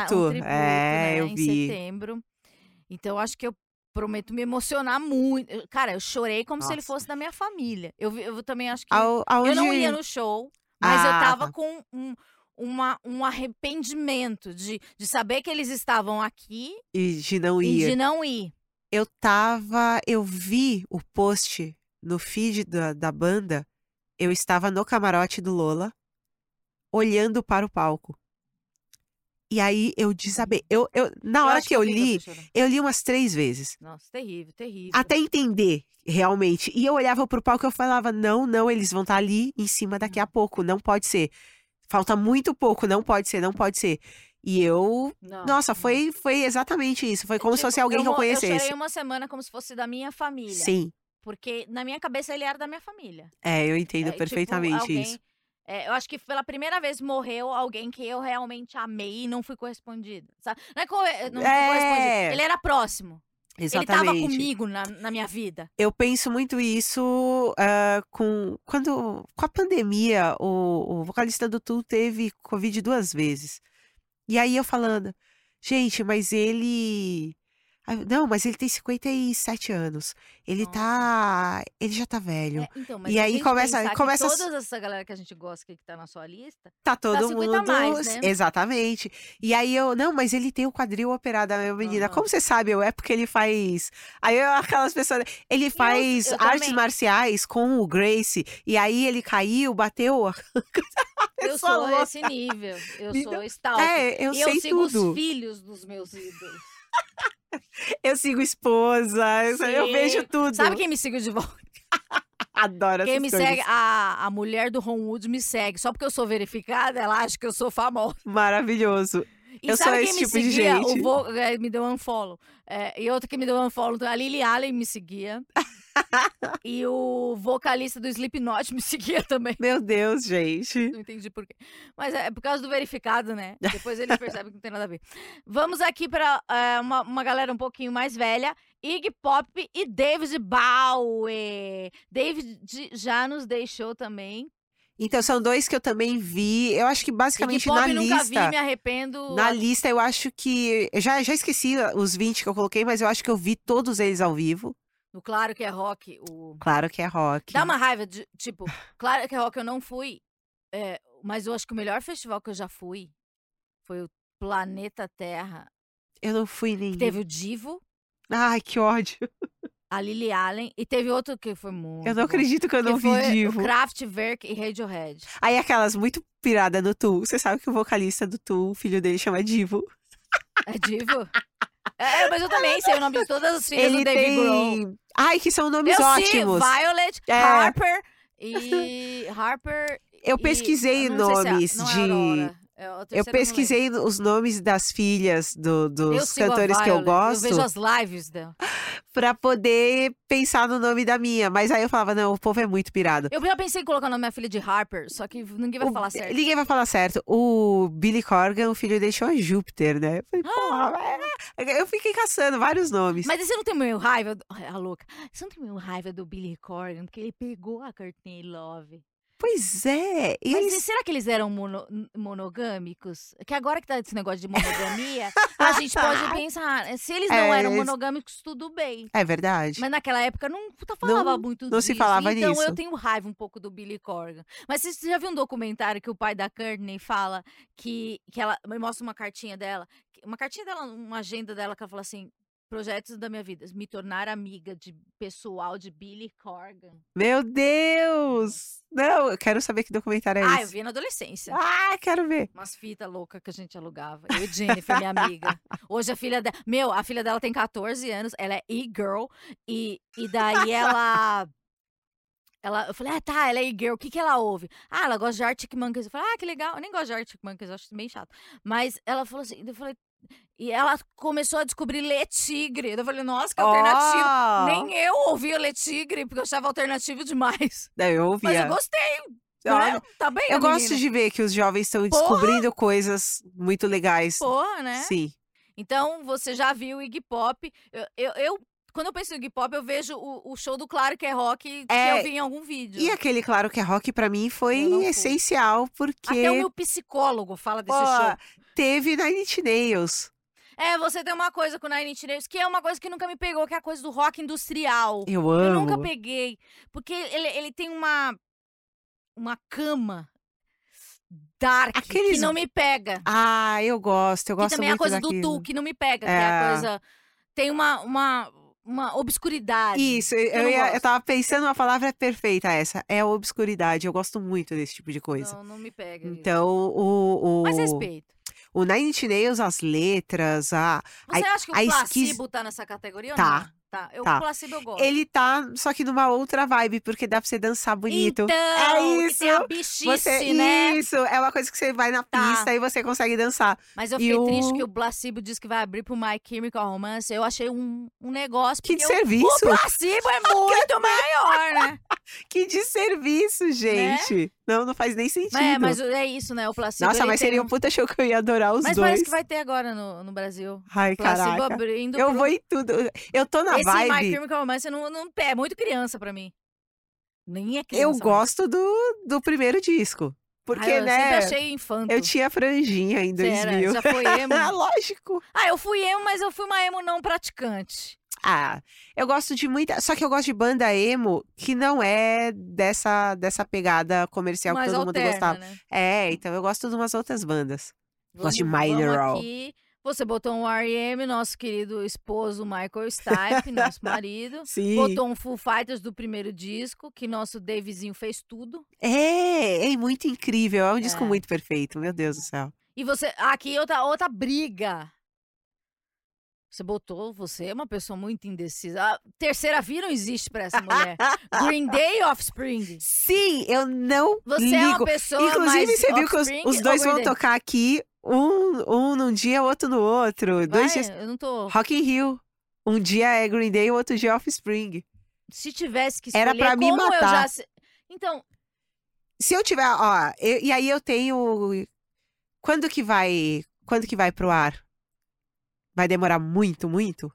Speaker 2: tributo,
Speaker 1: um tributo
Speaker 2: é,
Speaker 1: né,
Speaker 2: eu
Speaker 1: em
Speaker 2: vi.
Speaker 1: setembro. Então acho que eu prometo me emocionar muito. Eu- Cara, eu chorei como se ele
Speaker 2: Nossa.
Speaker 1: fosse da minha família. Eu, vi- eu também acho que
Speaker 2: Ao- aonde...
Speaker 1: eu não ia no show, mas eu
Speaker 2: Ah,
Speaker 1: tava
Speaker 2: tá.
Speaker 1: com um uma, um arrependimento de, de saber que eles estavam aqui
Speaker 2: E de não
Speaker 1: e
Speaker 2: ir.
Speaker 1: de não ir.
Speaker 2: Eu tava. Eu vi o post no feed da, da banda. Eu estava no camarote do Lola, olhando para o palco. E aí eu desabei. Eu, eu, na hora
Speaker 1: acho
Speaker 2: que, eu
Speaker 1: vi você
Speaker 2: li,
Speaker 1: assim chorando.
Speaker 2: eu li umas três vezes.
Speaker 1: Nossa, terrível, terrível.
Speaker 2: Até entender, realmente. E eu olhava pro palco e eu falava: não, não, eles vão estar ali em cima daqui a pouco. Não pode ser. Falta muito pouco, não pode ser, não pode ser. E eu.
Speaker 1: Não,
Speaker 2: Nossa,
Speaker 1: não.
Speaker 2: foi, foi exatamente isso. Foi como se
Speaker 1: Tipo,
Speaker 2: fosse alguém que eu
Speaker 1: mo- Eu
Speaker 2: conhecesse.
Speaker 1: chorei uma semana como se fosse da minha família.
Speaker 2: Sim.
Speaker 1: Porque na minha cabeça ele era da minha família.
Speaker 2: É, eu entendo
Speaker 1: É, tipo,
Speaker 2: perfeitamente
Speaker 1: alguém-
Speaker 2: isso.
Speaker 1: é, eu acho que pela primeira vez morreu alguém que eu realmente amei e não fui correspondida. sabe? Não é co- é, não fui
Speaker 2: É.
Speaker 1: correspondida. Ele era próximo.
Speaker 2: Exatamente.
Speaker 1: Ele tava comigo na, na minha vida.
Speaker 2: Eu penso muito isso ah, com quando com a pandemia o, o vocalista do Tu teve Covid duas vezes. E aí eu falando, gente, mas ele Aí eu, não, mas ele tem 57 anos. Ele
Speaker 1: Nossa.
Speaker 2: tá. Ele já tá velho.
Speaker 1: É, então, mas
Speaker 2: E
Speaker 1: se a
Speaker 2: aí
Speaker 1: gente
Speaker 2: começa-
Speaker 1: pensar que
Speaker 2: começa as-
Speaker 1: Todas essa galera que a gente gosta aqui que tá na sua lista.
Speaker 2: Tá todo
Speaker 1: 50 a
Speaker 2: mundo.
Speaker 1: mais, né?
Speaker 2: Exatamente. E aí eu, não, mas ele tem o quadril operado, a minha menina.
Speaker 1: Aham.
Speaker 2: Como você sabe? Eu, é porque ele faz. Aí eu, aquelas pessoas. Ele faz
Speaker 1: eu
Speaker 2: artes
Speaker 1: também.
Speaker 2: marciais com o Grace. E aí ele caiu, bateu. a
Speaker 1: Eu
Speaker 2: pessoa
Speaker 1: sou
Speaker 2: louca.
Speaker 1: esse nível. Eu
Speaker 2: É Me
Speaker 1: sou
Speaker 2: dá-
Speaker 1: stalker.
Speaker 2: É, eu
Speaker 1: e
Speaker 2: sei
Speaker 1: eu sigo os
Speaker 2: tudo.
Speaker 1: filhos dos meus ídolos.
Speaker 2: Eu sigo esposa. Eu, eu
Speaker 1: Sim.
Speaker 2: vejo tudo.
Speaker 1: Sabe quem me segue de volta?
Speaker 2: Adoro
Speaker 1: Quem
Speaker 2: essas
Speaker 1: me
Speaker 2: coisas.
Speaker 1: segue, a, a mulher do Ron Wood me segue. Só porque eu sou verificada, ela acha que eu sou famosa.
Speaker 2: Maravilhoso.
Speaker 1: E
Speaker 2: Eu sou
Speaker 1: sabe
Speaker 2: esse
Speaker 1: quem
Speaker 2: tipo
Speaker 1: me
Speaker 2: de
Speaker 1: seguia?
Speaker 2: gente.
Speaker 1: O Vo, eh, me deu um follow. e outra que me deu um follow, a Lily Allen me seguia. e o vocalista do Slipknot me seguia também.
Speaker 2: Meu Deus, gente.
Speaker 1: Não entendi por quê. Mas é por causa do verificado, né? Depois eles percebem que não tem nada a ver. Vamos aqui pra eh, uma, uma galera um pouquinho mais velha. Iggy Pop e David Bowie. David já nos deixou também.
Speaker 2: Então, são dois que eu também vi. Eu acho que
Speaker 1: Iggy
Speaker 2: basicamente
Speaker 1: Pop
Speaker 2: na
Speaker 1: nunca
Speaker 2: lista.
Speaker 1: vi, me arrependo.
Speaker 2: Na
Speaker 1: a-
Speaker 2: lista, eu acho que. Eu já, já esqueci os 20 que eu coloquei, mas eu acho que eu vi todos eles ao vivo.
Speaker 1: No Claro que é Rock. O...
Speaker 2: Claro que é rock.
Speaker 1: Dá uma raiva, de, tipo, Claro que é Rock eu não fui. é, mas eu acho que o melhor festival que eu já fui foi o Planeta Terra.
Speaker 2: Eu não fui
Speaker 1: que
Speaker 2: nem.
Speaker 1: Teve o Divo,
Speaker 2: Ai, que ódio.
Speaker 1: a Lily Allen e teve outro que foi muito.
Speaker 2: Eu não
Speaker 1: bom.
Speaker 2: acredito que eu não
Speaker 1: que
Speaker 2: vi
Speaker 1: foi
Speaker 2: Divo.
Speaker 1: O Kraftwerk e Radiohead.
Speaker 2: Aí aquelas muito pirada no Tool. Você sabe que o vocalista do Tool, o filho dele chama Divo.
Speaker 1: É divo? é, mas eu também sei o nome de todas as filhas
Speaker 2: Ele
Speaker 1: do David Grohl.
Speaker 2: tem. Ai, que são nomes
Speaker 1: Eu sei,
Speaker 2: ótimos.
Speaker 1: Violet,
Speaker 2: É.
Speaker 1: Harper e... Harper...
Speaker 2: Eu
Speaker 1: e-
Speaker 2: pesquisei
Speaker 1: eu não sei se é-
Speaker 2: nomes
Speaker 1: não é
Speaker 2: de.
Speaker 1: Aurora, é a terceira,
Speaker 2: Eu
Speaker 1: não lembro.
Speaker 2: pesquisei os nomes das filhas do-
Speaker 1: Eu
Speaker 2: dos
Speaker 1: sigo a
Speaker 2: cantores que eu
Speaker 1: Violet,
Speaker 2: gosto.
Speaker 1: Eu vejo as lives dela.
Speaker 2: pra poder pensar no nome da minha. Mas aí eu falava, não, o povo é muito pirado.
Speaker 1: Eu já pensei em colocar o nome da minha filha de Harper, só que ninguém vai
Speaker 2: O-
Speaker 1: falar certo.
Speaker 2: Ninguém vai falar certo. O Billy Corgan, o filho dele chama Júpiter, né? Eu falei, porra, é. eu fiquei caçando vários nomes.
Speaker 1: Ah, Mas você não tem meio raiva, do- Ai, a louca, você não tem meio raiva do Billy Corgan, porque ele pegou a Courtney Love.
Speaker 2: Pois é. E
Speaker 1: Mas e
Speaker 2: eles...
Speaker 1: será que eles eram mono- n- monogâmicos? Que agora que tá esse negócio de monogamia, a gente pode pensar. eh, Se eles não
Speaker 2: É,
Speaker 1: eram
Speaker 2: eles-
Speaker 1: monogâmicos, tudo bem.
Speaker 2: É verdade.
Speaker 1: Mas naquela época não puta falava muito
Speaker 2: não se
Speaker 1: disso.
Speaker 2: falava
Speaker 1: então eu
Speaker 2: nisso.
Speaker 1: tenho raiva um pouco do Billy Corgan. Mas você já viu um documentário que o pai da Courtney fala que, que ela mostra uma cartinha dela, que- uma cartinha dela, uma agenda dela que ela fala assim: projetos da minha vida, me tornar amiga de pessoal de Billy Corgan.
Speaker 2: Meu Deus! Não, eu quero saber que documentário é
Speaker 1: ah, eu
Speaker 2: esse.
Speaker 1: vi na adolescência.
Speaker 2: Ah, quero ver.
Speaker 1: Umas fitas loucas que a gente alugava. Eu e Jennifer, minha amiga. Hoje a filha dela. Meu, a filha dela tem 14 anos, ela é e-girl. E, e daí ela. Ela, eu falei, ah, tá, ela é e-girl, o que, que ela ouve? Ah, ela gosta de Arctic Monkeys. Eu falei, ah, que legal. Eu nem gosto de Arctic Monkeys, eu acho bem chato. Mas ela falou assim, eu falei. E ela começou a descobrir Lê Tigre. Eu falei, nossa, que alternativa.
Speaker 2: Ó!
Speaker 1: É Nem eu ouvia Lê Tigre, porque eu achava alternativo demais.
Speaker 2: Não, eu
Speaker 1: Mas
Speaker 2: ouvia.
Speaker 1: eu gostei,
Speaker 2: Ó,
Speaker 1: né? Tá bem,
Speaker 2: eu
Speaker 1: a
Speaker 2: gosto
Speaker 1: menina.
Speaker 2: de ver que os jovens estão
Speaker 1: Porra!
Speaker 2: descobrindo coisas muito legais.
Speaker 1: Porra, né?
Speaker 2: Sim.
Speaker 1: Então, você já viu o Iggy Pop. Eu, eu, eu- quando eu penso em Iggy Pop, eu vejo o, o show do Claro que é Rock que
Speaker 2: É,
Speaker 1: eu vi em algum vídeo.
Speaker 2: E aquele Claro que é Rock pra mim
Speaker 1: Eu não
Speaker 2: foi
Speaker 1: fui.
Speaker 2: essencial porque
Speaker 1: Até o meu psicólogo fala desse
Speaker 2: pô,
Speaker 1: show.
Speaker 2: teve Nine Inch Nails.
Speaker 1: É, você tem uma coisa com o Nine Inch Nails, que é uma coisa que nunca me pegou, que é a coisa do rock industrial.
Speaker 2: Eu
Speaker 1: Eu
Speaker 2: amo.
Speaker 1: nunca peguei. Porque ele, ele tem uma, uma cama dark
Speaker 2: Aqueles-
Speaker 1: que não me pega.
Speaker 2: Ah, eu gosto, eu
Speaker 1: Que
Speaker 2: gosto
Speaker 1: também é a
Speaker 2: muito
Speaker 1: coisa
Speaker 2: daquilo.
Speaker 1: do Tu, que não me pega. Que é a
Speaker 2: É.
Speaker 1: coisa... Tem uma, uma, uma obscuridade.
Speaker 2: Isso,
Speaker 1: não
Speaker 2: eu, eu, ia- eu
Speaker 1: gosto.
Speaker 2: tava pensando uma palavra perfeita essa, é a obscuridade. Eu gosto muito desse tipo de coisa.
Speaker 1: Não, não me pega. isso.
Speaker 2: Então, o, o,
Speaker 1: Mas respeito.
Speaker 2: o Nine Inch Nails, as letras, a...
Speaker 1: Você acha que o
Speaker 2: a esquiz-
Speaker 1: placebo tá nessa categoria ou
Speaker 2: Tá,
Speaker 1: não? Tá. Eu,
Speaker 2: tá.
Speaker 1: O placebo eu gosto.
Speaker 2: Ele tá, só que numa outra vibe, porque dá pra você dançar bonito.
Speaker 1: Então,
Speaker 2: É
Speaker 1: que tem a
Speaker 2: isso.
Speaker 1: bichice,
Speaker 2: Você,
Speaker 1: né?
Speaker 2: Isso, é uma coisa que você vai na
Speaker 1: Tá.
Speaker 2: pista e você consegue dançar.
Speaker 1: Mas eu
Speaker 2: E
Speaker 1: fiquei triste
Speaker 2: o-
Speaker 1: que o placebo disse que vai abrir pro My Chemical Romance. Eu achei um, um negócio.
Speaker 2: Que é
Speaker 1: porque eu- O
Speaker 2: serviço!
Speaker 1: placebo é muito maior, né?
Speaker 2: Que desserviço, gente! Não, não faz nem sentido.
Speaker 1: É, Né? mas é isso, né? O placebo.
Speaker 2: Nossa,
Speaker 1: ele
Speaker 2: mas
Speaker 1: tem
Speaker 2: seria
Speaker 1: um-
Speaker 2: um puta show que eu ia adorar os
Speaker 1: Mas
Speaker 2: dois.
Speaker 1: parece que vai ter agora no, no Brasil.
Speaker 2: Ai,
Speaker 1: Placebo
Speaker 2: caraca.
Speaker 1: abrindo.
Speaker 2: Eu
Speaker 1: pro-
Speaker 2: vou em tudo. Eu tô na
Speaker 1: Esse My
Speaker 2: vibe.
Speaker 1: Chemical Romance não, não é muito criança pra mim. Nem é criança.
Speaker 2: Eu
Speaker 1: mais.
Speaker 2: gosto do, do primeiro disco. Porque,
Speaker 1: ah, eu
Speaker 2: né?
Speaker 1: sempre achei infanto.
Speaker 2: Eu tinha franjinha em
Speaker 1: Você era-
Speaker 2: 2000.
Speaker 1: já foi emo?
Speaker 2: Ah, lógico.
Speaker 1: ah, eu fui emo, mas eu fui uma emo não praticante.
Speaker 2: Ah, eu gosto de muita. Só que eu gosto de banda emo que não é dessa, dessa pegada comercial
Speaker 1: mas
Speaker 2: que todo
Speaker 1: alterna,
Speaker 2: mundo gostava.
Speaker 1: né?
Speaker 2: É, então eu gosto de umas outras bandas. Gosto de
Speaker 1: Vamos-
Speaker 2: My
Speaker 1: vamos
Speaker 2: Neural.
Speaker 1: aqui. Você botou um R.E.M., nosso querido esposo Michael Stipe, nosso marido.
Speaker 2: Sim.
Speaker 1: Botou um Full Fighters do primeiro disco, que nosso Davizinho fez tudo.
Speaker 2: É, é muito incrível. É um disco
Speaker 1: É.
Speaker 2: muito perfeito, meu Deus do céu.
Speaker 1: E você. Aqui outra, outra briga. Você botou, você é uma pessoa muito indecisa. A terceira via não existe pra essa mulher. Green Day e Offspring.
Speaker 2: Sim, eu não
Speaker 1: Você é uma
Speaker 2: ligo.
Speaker 1: pessoa
Speaker 2: Inclusive,
Speaker 1: mais
Speaker 2: você viu que os,
Speaker 1: Offspring
Speaker 2: os
Speaker 1: ou é
Speaker 2: dois vão
Speaker 1: Green Day?
Speaker 2: tocar aqui, um, um num dia, outro no outro. Dois
Speaker 1: Vai,
Speaker 2: dias.
Speaker 1: Eu não tô.
Speaker 2: Rock in Rio. Um dia é Green Day, o outro dia é Offspring.
Speaker 1: Se tivesse que escolher,
Speaker 2: Era pra me
Speaker 1: como eu já.
Speaker 2: matar.
Speaker 1: se- Então,
Speaker 2: Se eu tiver, ó, eu- e aí eu tenho. Quando que vai. Quando que vai pro ar? Vai demorar muito, muito?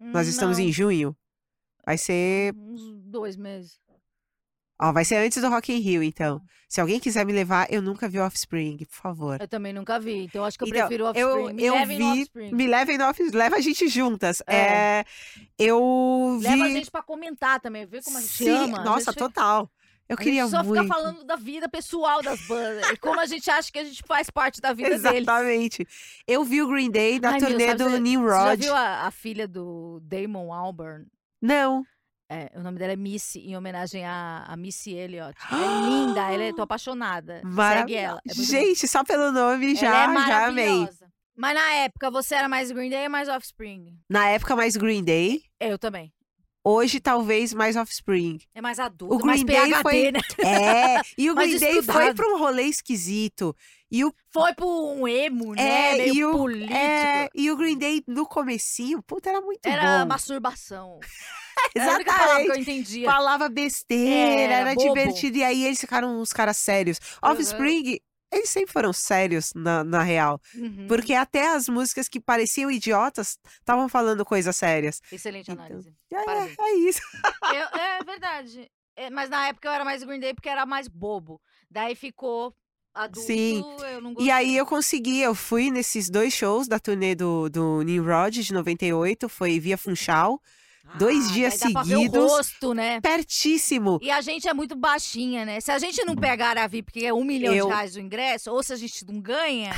Speaker 2: Nós estamos
Speaker 1: Hum, não,
Speaker 2: em junho. Vai ser
Speaker 1: Uns dois meses.
Speaker 2: Ó, vai ser antes do Rock in Rio, então. Se alguém quiser me levar, eu nunca vi o Offspring, por favor.
Speaker 1: Eu também nunca vi, então acho que eu
Speaker 2: Então,
Speaker 1: prefiro
Speaker 2: eu-
Speaker 1: Offspring. Me
Speaker 2: eu
Speaker 1: levem no
Speaker 2: vi-
Speaker 1: Offspring.
Speaker 2: Me levem no Offspring, leva a gente juntas.
Speaker 1: É.
Speaker 2: É, eu vi...
Speaker 1: Leva a gente pra comentar também, vê como a gente
Speaker 2: Sim,
Speaker 1: ama. A
Speaker 2: Nossa,
Speaker 1: gente fica-
Speaker 2: total. Eu
Speaker 1: a gente
Speaker 2: queria
Speaker 1: só
Speaker 2: muito.
Speaker 1: ficar falando da vida pessoal das bandas. e como a gente acha que a gente faz parte da vida deles.
Speaker 2: Exatamente. Eu vi o Green Day na
Speaker 1: Ai, meu,
Speaker 2: turnê
Speaker 1: sabe,
Speaker 2: do
Speaker 1: você- Você já
Speaker 2: Nimrod.
Speaker 1: viu a, a filha do Damon Albarn?
Speaker 2: Não.
Speaker 1: É, o nome dela é Missy, em homenagem a, a Missy Elliott. É linda, ela é, tô apaixonada. Segue
Speaker 2: Maravilhosa.
Speaker 1: ela. é muito bonita.
Speaker 2: gente, só pelo nome já,
Speaker 1: ela é
Speaker 2: já amei.
Speaker 1: maravilhosa. Mas na época, você era mais Green Day ou mais Offspring?
Speaker 2: Na época, mais Green Day.
Speaker 1: Eu também.
Speaker 2: Hoje, talvez, mais Offspring.
Speaker 1: É mais adulto,
Speaker 2: O
Speaker 1: mais
Speaker 2: Green
Speaker 1: PHD,
Speaker 2: Day foi-
Speaker 1: né?
Speaker 2: É, e o
Speaker 1: Mas
Speaker 2: Green Day foi
Speaker 1: estudado.
Speaker 2: pra um rolê esquisito. E o
Speaker 1: Foi pro um emo, né?
Speaker 2: É,
Speaker 1: Meio
Speaker 2: e o-
Speaker 1: político.
Speaker 2: É, e o Green Day no comecinho, puta, era muito
Speaker 1: Era
Speaker 2: bom.
Speaker 1: masturbação. Era a única palavra que
Speaker 2: Exatamente.
Speaker 1: eu entendia.
Speaker 2: Falava besteira,
Speaker 1: Era
Speaker 2: era,
Speaker 1: bobo.
Speaker 2: divertido. E aí eles ficaram uns caras sérios. Offspring, eles sempre foram sérios, na, na real.
Speaker 1: Uhum.
Speaker 2: Porque até as músicas que pareciam idiotas estavam falando coisas sérias.
Speaker 1: Excelente
Speaker 2: Então,
Speaker 1: análise.
Speaker 2: É,
Speaker 1: Parabéns.
Speaker 2: é isso.
Speaker 1: Eu- é verdade. É, mas na época eu era mais Green Day porque era mais bobo. Daí ficou adulto,
Speaker 2: Sim.
Speaker 1: eu não gostei.
Speaker 2: E aí eu consegui, eu fui nesses dois shows da turnê do, do Nimrod de 98, foi via Funchal, dois
Speaker 1: Ah,
Speaker 2: dias
Speaker 1: daí dá pra ver o
Speaker 2: seguidos.
Speaker 1: rosto, né?
Speaker 2: pertíssimo.
Speaker 1: E a gente é muito baixinha, né? Se a gente não pegar a VIP, que é um milhão
Speaker 2: Eu-
Speaker 1: de reais o ingresso, ou se a gente não ganha,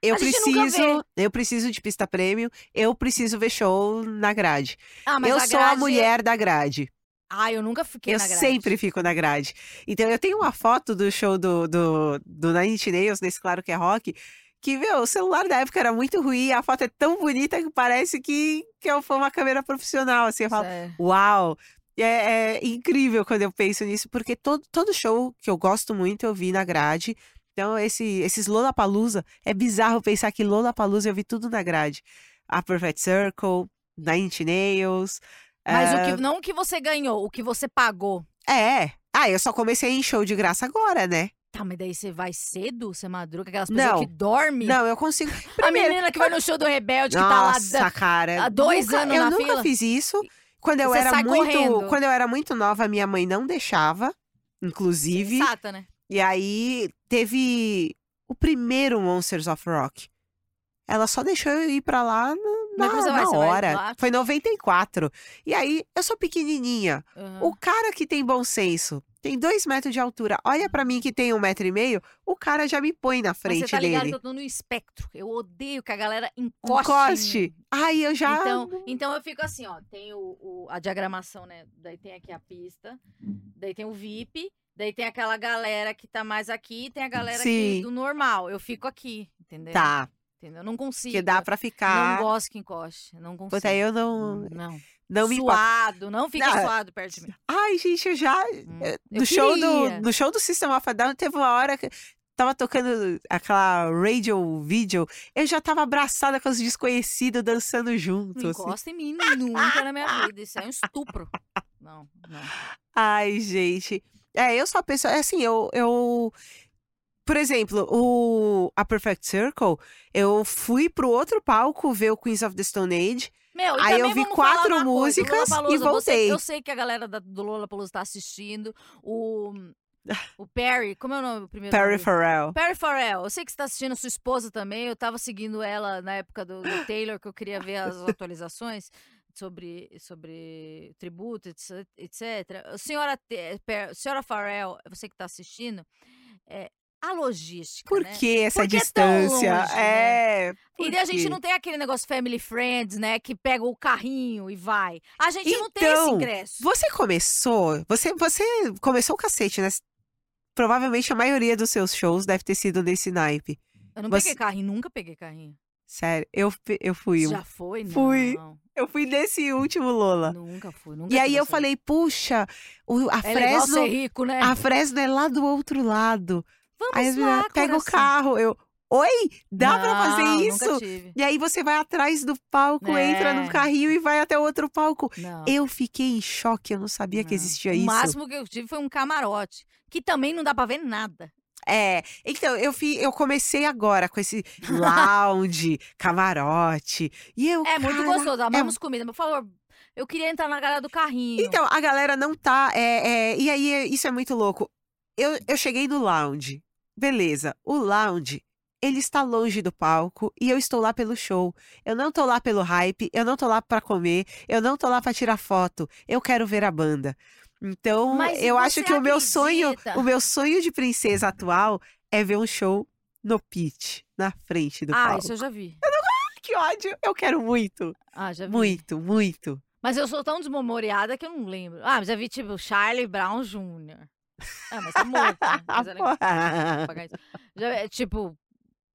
Speaker 2: Eu
Speaker 1: A gente nunca vê.
Speaker 2: preciso, eu preciso de pista prêmio, eu preciso ver show na grade.
Speaker 1: ah, mas
Speaker 2: eu
Speaker 1: a
Speaker 2: sou a
Speaker 1: grade-
Speaker 2: mulher da grade.
Speaker 1: Ah, eu nunca fiquei
Speaker 2: eu
Speaker 1: na grade.
Speaker 2: sempre fico na grade. Então eu tenho uma foto do show do, do, do Nine Inch Nails, nesse Claro que é Rock, que, meu, o celular da época era muito ruim, a foto é tão bonita que parece que, que eu fui uma câmera profissional. Assim, eu falo,
Speaker 1: Sério.
Speaker 2: uau! É, é incrível quando eu penso nisso, porque todo, todo show que eu gosto muito eu vi na grade. Então, esse, esses Lollapalooza, é bizarro pensar que Lollapalooza eu vi tudo na grade. A Perfect Circle, Nine Inch Nails.
Speaker 1: Mas
Speaker 2: eh,
Speaker 1: o que, não o que você ganhou, o que você pagou.
Speaker 2: É. Ah, eu só comecei em show de graça agora, né?
Speaker 1: Tá, mas daí você vai cedo? Você madruga? Aquelas pessoas
Speaker 2: Não.
Speaker 1: que dormem?
Speaker 2: Não, eu consigo.
Speaker 1: a
Speaker 2: Primeiro,
Speaker 1: menina que vai no show do Rebelde, que
Speaker 2: nossa,
Speaker 1: tá lá...
Speaker 2: cara.
Speaker 1: há dois
Speaker 2: nunca-
Speaker 1: anos
Speaker 2: eu
Speaker 1: na
Speaker 2: nunca
Speaker 1: fila?
Speaker 2: fiz isso. Quando eu
Speaker 1: Você
Speaker 2: era
Speaker 1: sai
Speaker 2: muito,
Speaker 1: correndo.
Speaker 2: quando eu era muito nova, minha mãe não deixava, inclusive.
Speaker 1: Sata, né?
Speaker 2: E aí teve o primeiro Monsters of Rock. Ela só deixou eu ir pra lá na,
Speaker 1: Mas você
Speaker 2: na
Speaker 1: vai- você vai
Speaker 2: hora.
Speaker 1: lá?
Speaker 2: Foi 94. E aí, eu sou pequenininha.
Speaker 1: Uhum.
Speaker 2: O cara que tem bom senso, tem dois metros de altura, olha pra mim que tem um metro e meio, o cara já me põe na
Speaker 1: Mas
Speaker 2: frente
Speaker 1: você tá ligado que
Speaker 2: dele.
Speaker 1: eu tô no espectro. Eu odeio que a galera encoste. em mim.
Speaker 2: Encoste. Aí eu já.
Speaker 1: Então, então eu fico assim, ó. Tem o, o- a diagramação, né? Daí tem aqui a pista. Daí tem o VIP. Daí tem aquela galera que tá mais aqui. E tem a galera que,
Speaker 2: Sim.
Speaker 1: do normal. Eu fico aqui, entendeu?
Speaker 2: tá,
Speaker 1: Entendeu? Eu Não consigo.
Speaker 2: que dá pra
Speaker 1: é, Não
Speaker 2: ficar.
Speaker 1: gosto que encoste. Não consigo.
Speaker 2: Puta, eu não,
Speaker 1: Hum, Não.
Speaker 2: não me importo.
Speaker 1: suado, não fica
Speaker 2: Não, é-
Speaker 1: suado perto de mim.
Speaker 2: Ai, gente, eu já.
Speaker 1: Hum.
Speaker 2: eh,
Speaker 1: Eu
Speaker 2: No show,
Speaker 1: queria.
Speaker 2: do, no show do System of a Down, teve uma hora que tava tocando aquela radio video, eu já tava abraçada com os desconhecidos dançando junto.
Speaker 1: Não
Speaker 2: assim.
Speaker 1: encosta em mim nunca na minha vida. Isso é um estupro. Não, não.
Speaker 2: Ai, gente. É, eu sou a pessoa. é Assim, eu, eu. Por exemplo, o a Perfect Circle, eu fui pro outro palco ver o Queens of the Stone Age.
Speaker 1: Meu, e
Speaker 2: Aí eu
Speaker 1: também
Speaker 2: vi
Speaker 1: vamos
Speaker 2: quatro
Speaker 1: falar uma coisa, o
Speaker 2: músicas e
Speaker 1: Lollapalooza, você-
Speaker 2: voltei.
Speaker 1: eu sei que a galera da- do Lola Palusa tá assistindo. O, O Perry, como é o nome do primeiro?
Speaker 2: Perry
Speaker 1: nome?
Speaker 2: Farrell.
Speaker 1: Perry Farrell, eu sei que você tá assistindo a sua esposa também. Eu tava seguindo ela na época do, do Taylor, que eu queria ver as atualizações sobre, sobre tributo, etc. etc. Senhora, Te- Per- senhora Farrell, você que tá assistindo, é, a logística.
Speaker 2: Por
Speaker 1: né?
Speaker 2: que essa
Speaker 1: Por que tão
Speaker 2: distância?
Speaker 1: longe, né?
Speaker 2: é.
Speaker 1: E
Speaker 2: por
Speaker 1: daí a gente
Speaker 2: quê?
Speaker 1: não tem aquele negócio Family Friends, né? Que pega o carrinho e vai. A gente não tem esse
Speaker 2: Então,
Speaker 1: ingresso.
Speaker 2: Você começou, você, você começou o cacete, né? Provavelmente a maioria dos seus shows deve ter sido nesse naipe.
Speaker 1: Eu não
Speaker 2: você-
Speaker 1: peguei carrinho, nunca peguei carrinho.
Speaker 2: Sério, eu, pe- eu fui.
Speaker 1: Você
Speaker 2: um-
Speaker 1: Já foi? Não.
Speaker 2: Fui. Eu fui nesse último Lola.
Speaker 1: Nunca fui. Nunca
Speaker 2: E aí
Speaker 1: tive
Speaker 2: eu
Speaker 1: essa-
Speaker 2: falei, puxa, o- a
Speaker 1: É legal ser
Speaker 2: Fresno,
Speaker 1: rico, né?
Speaker 2: a Fresno é lá do outro lado.
Speaker 1: Vamos
Speaker 2: Aí as
Speaker 1: lá,
Speaker 2: meninas, pega o
Speaker 1: coração."
Speaker 2: carro. Eu, oi, dá pra
Speaker 1: Não,
Speaker 2: fazer
Speaker 1: Nunca
Speaker 2: isso?
Speaker 1: tive.
Speaker 2: E aí você vai atrás do palco, entra
Speaker 1: É.
Speaker 2: no carrinho e vai até o outro palco.
Speaker 1: Não.
Speaker 2: Eu fiquei em choque, eu não sabia
Speaker 1: não.
Speaker 2: que existia
Speaker 1: o
Speaker 2: isso.
Speaker 1: O máximo que eu tive foi um camarote, que também não dá pra ver nada.
Speaker 2: É, então, eu, fi, eu comecei agora com esse lounge, camarote, e eu,
Speaker 1: É muito
Speaker 2: cara,
Speaker 1: gostoso, amamos comida. Mas, por favor, eu queria entrar na galera do carrinho.
Speaker 2: Então, a galera não tá, é, é, e aí, é- isso é muito louco. Eu, eu cheguei no lounge, beleza, o lounge, ele está longe do palco, e eu estou lá pelo show. Eu não tô lá pelo hype, eu não tô lá pra comer, eu não tô lá pra tirar foto, eu quero ver a banda. Então,
Speaker 1: Mas
Speaker 2: eu acho
Speaker 1: você
Speaker 2: que o meu sonho,
Speaker 1: acredita?
Speaker 2: o meu sonho de princesa atual é ver um show no pitch, na frente do
Speaker 1: ah,
Speaker 2: palco.
Speaker 1: isso eu já vi.
Speaker 2: Que ódio! Eu quero muito,
Speaker 1: Ah, já vi.
Speaker 2: muito, muito.
Speaker 1: Mas eu sou tão desmemoriada que eu não lembro. Ah, mas já vi, tipo, Charlie Brown Jr. Ah, mas tá morto. né? Mas é legal apagar isso. Já, é, tipo,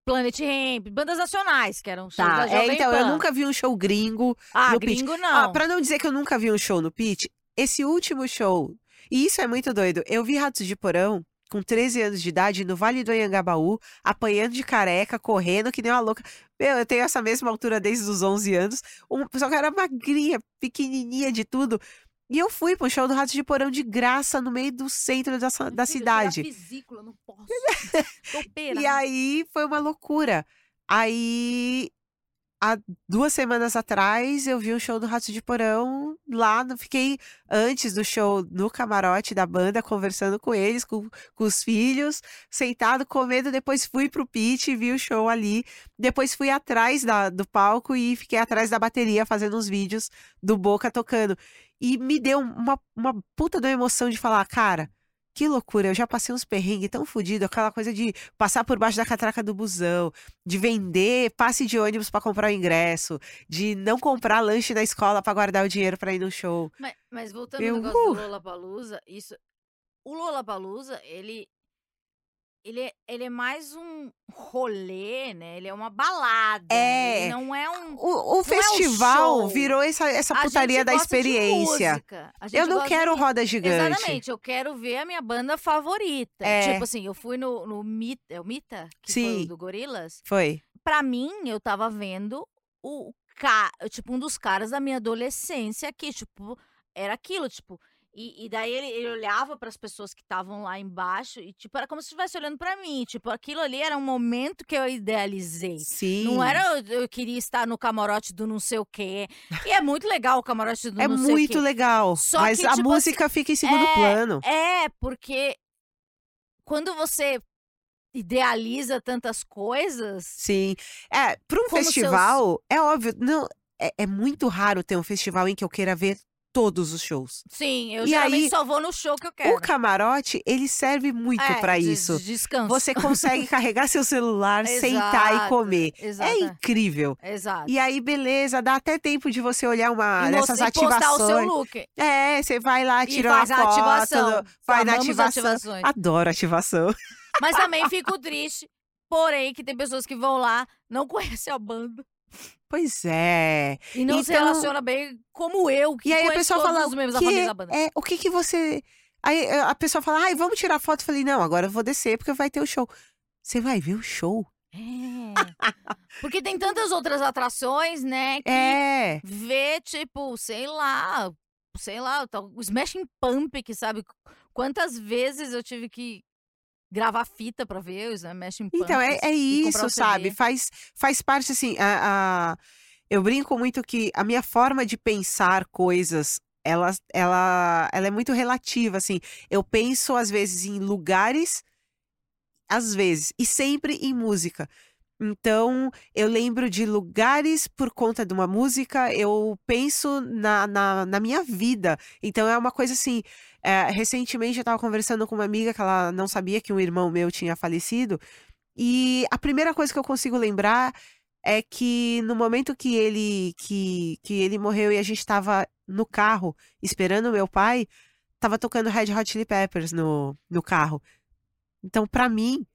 Speaker 1: Planet Hemp, bandas nacionais, que eram shows da
Speaker 2: Tá, é,
Speaker 1: Jovem
Speaker 2: então,
Speaker 1: Pan.
Speaker 2: eu nunca vi um show gringo.
Speaker 1: Ah,
Speaker 2: no pitch.
Speaker 1: gringo
Speaker 2: Ah,
Speaker 1: não.
Speaker 2: pra não dizer que eu nunca vi um show no Pit, esse último show, e isso é muito doido, eu vi Ratos de Porão com 13 anos de idade no Vale do Anhangabaú, apanhando de careca, correndo que nem uma louca. Meu, eu tenho essa mesma altura desde os 11 anos, um, só que eu era magrinha, pequenininha de tudo. E eu fui pro show do Ratos de Porão de graça, no meio do centro da, sa- da cidade.
Speaker 1: Vesícula, não posso. Tô operada.
Speaker 2: E aí foi uma loucura. Aí, há duas semanas atrás, eu vi um show do Rato de Porão lá. no- Fiquei antes do show no camarote da banda, conversando com eles, com, com os filhos, sentado, comendo. Depois fui pro pit e vi o show ali. Depois fui atrás da- do palco e fiquei atrás da bateria fazendo uns vídeos do Boca tocando. E me deu uma, uma puta de uma emoção de falar, cara. Que loucura, eu já passei uns perrengues tão fodidos, aquela coisa de passar por baixo da catraca do busão, de vender passe de ônibus pra comprar o ingresso, de não comprar lanche na escola pra guardar o dinheiro pra ir no show.
Speaker 1: Mas, mas voltando
Speaker 2: Eu-
Speaker 1: ao negócio
Speaker 2: uh!
Speaker 1: do Lollapalooza, isso... O Lollapalooza, ele... Ele é, ele é mais um rolê, né? Ele é uma balada.
Speaker 2: É.
Speaker 1: Ele não é um...
Speaker 2: O, o
Speaker 1: um
Speaker 2: festival
Speaker 1: show.
Speaker 2: virou essa, essa
Speaker 1: A gente
Speaker 2: putaria da
Speaker 1: gosta de
Speaker 2: experiência.
Speaker 1: música, a gente
Speaker 2: Eu não
Speaker 1: gosta
Speaker 2: quero
Speaker 1: de-
Speaker 2: roda gigante.
Speaker 1: Exatamente, eu quero ver a minha banda favorita.
Speaker 2: É.
Speaker 1: Tipo assim, eu fui no, no Mita, é o Mita? Que foi
Speaker 2: Sim.
Speaker 1: o do Gorilas.
Speaker 2: Foi.
Speaker 1: Pra mim, eu tava vendo o ca... tipo, um dos caras da minha adolescência que, tipo, era aquilo, tipo. E, e daí ele, ele olhava pras pessoas que estavam lá embaixo e, tipo, era como se estivesse olhando pra mim. Tipo, aquilo ali era um momento que eu idealizei.
Speaker 2: Sim.
Speaker 1: Não era eu, eu queria estar no camarote do não sei o quê. E é muito legal o camarote do
Speaker 2: É
Speaker 1: não sei o quê.
Speaker 2: muito legal.
Speaker 1: Só
Speaker 2: mas
Speaker 1: que,
Speaker 2: a
Speaker 1: tipo
Speaker 2: música fica em segundo
Speaker 1: é,
Speaker 2: plano.
Speaker 1: É, porque quando você idealiza tantas coisas.
Speaker 2: Sim. É, para um
Speaker 1: Como seus-
Speaker 2: festival, é óbvio. Não, é- é muito raro ter um festival em que eu queira ver todos os shows.
Speaker 1: Sim, eu
Speaker 2: E
Speaker 1: geralmente
Speaker 2: aí,
Speaker 1: só vou no show que eu quero.
Speaker 2: O camarote, ele serve muito
Speaker 1: É,
Speaker 2: pra para
Speaker 1: de-
Speaker 2: isso.
Speaker 1: de descanso.
Speaker 2: Você é consegue carregar seu celular, sentar e
Speaker 1: Exato,
Speaker 2: comer.
Speaker 1: Exato.
Speaker 2: É incrível.
Speaker 1: Exato.
Speaker 2: E aí, beleza, dá até tempo de você olhar uma
Speaker 1: E mos-
Speaker 2: dessas
Speaker 1: e postar o seu
Speaker 2: ativações.
Speaker 1: look.
Speaker 2: É, você vai lá, tira
Speaker 1: e faz
Speaker 2: uma
Speaker 1: a
Speaker 2: foto,
Speaker 1: ativação.
Speaker 2: vai na
Speaker 1: Amamos
Speaker 2: ativação.
Speaker 1: ativações.
Speaker 2: Adoro ativação.
Speaker 1: Mas também fico triste. Porém, que tem pessoas que vão lá, não conhecem a banda
Speaker 2: Pois é.
Speaker 1: e não se
Speaker 2: Então-
Speaker 1: relaciona bem como eu, que
Speaker 2: E aí a
Speaker 1: conheço
Speaker 2: pessoa
Speaker 1: todos
Speaker 2: fala,
Speaker 1: os
Speaker 2: o
Speaker 1: membros da
Speaker 2: que
Speaker 1: família da banda.
Speaker 2: é, o que que você... Aí é, a pessoa fala, ai, vamos tirar foto. Eu falei, não, agora eu vou descer porque vai ter o show. Você vai ver o show?
Speaker 1: É. Porque tem tantas outras atrações, né? Que
Speaker 2: É.
Speaker 1: vê, tipo, sei lá, sei lá, o tal- o Smashing Pump, que sabe qu- quantas vezes eu tive que gravar fita pra ver o Smashing Pump.
Speaker 2: Então, é, é
Speaker 1: e comprar um
Speaker 2: isso,
Speaker 1: o CD.
Speaker 2: sabe? Faz, faz parte, assim, a, a- Eu brinco muito que a minha forma de pensar coisas ela, ela, ela é muito relativa, assim. Eu penso, às vezes, em lugares, às vezes, e sempre em música. Então, eu lembro de lugares por conta de uma música, eu penso na, na, na minha vida. Então, é uma coisa assim. é, recentemente, eu estava conversando com uma amiga que ela não sabia que um irmão meu tinha falecido. E a primeira coisa que eu consigo lembrar é que no momento que ele, que, que ele morreu e a gente estava no carro esperando o meu pai, tava tocando Red Hot Chili Peppers no, no carro. Então, pra mim,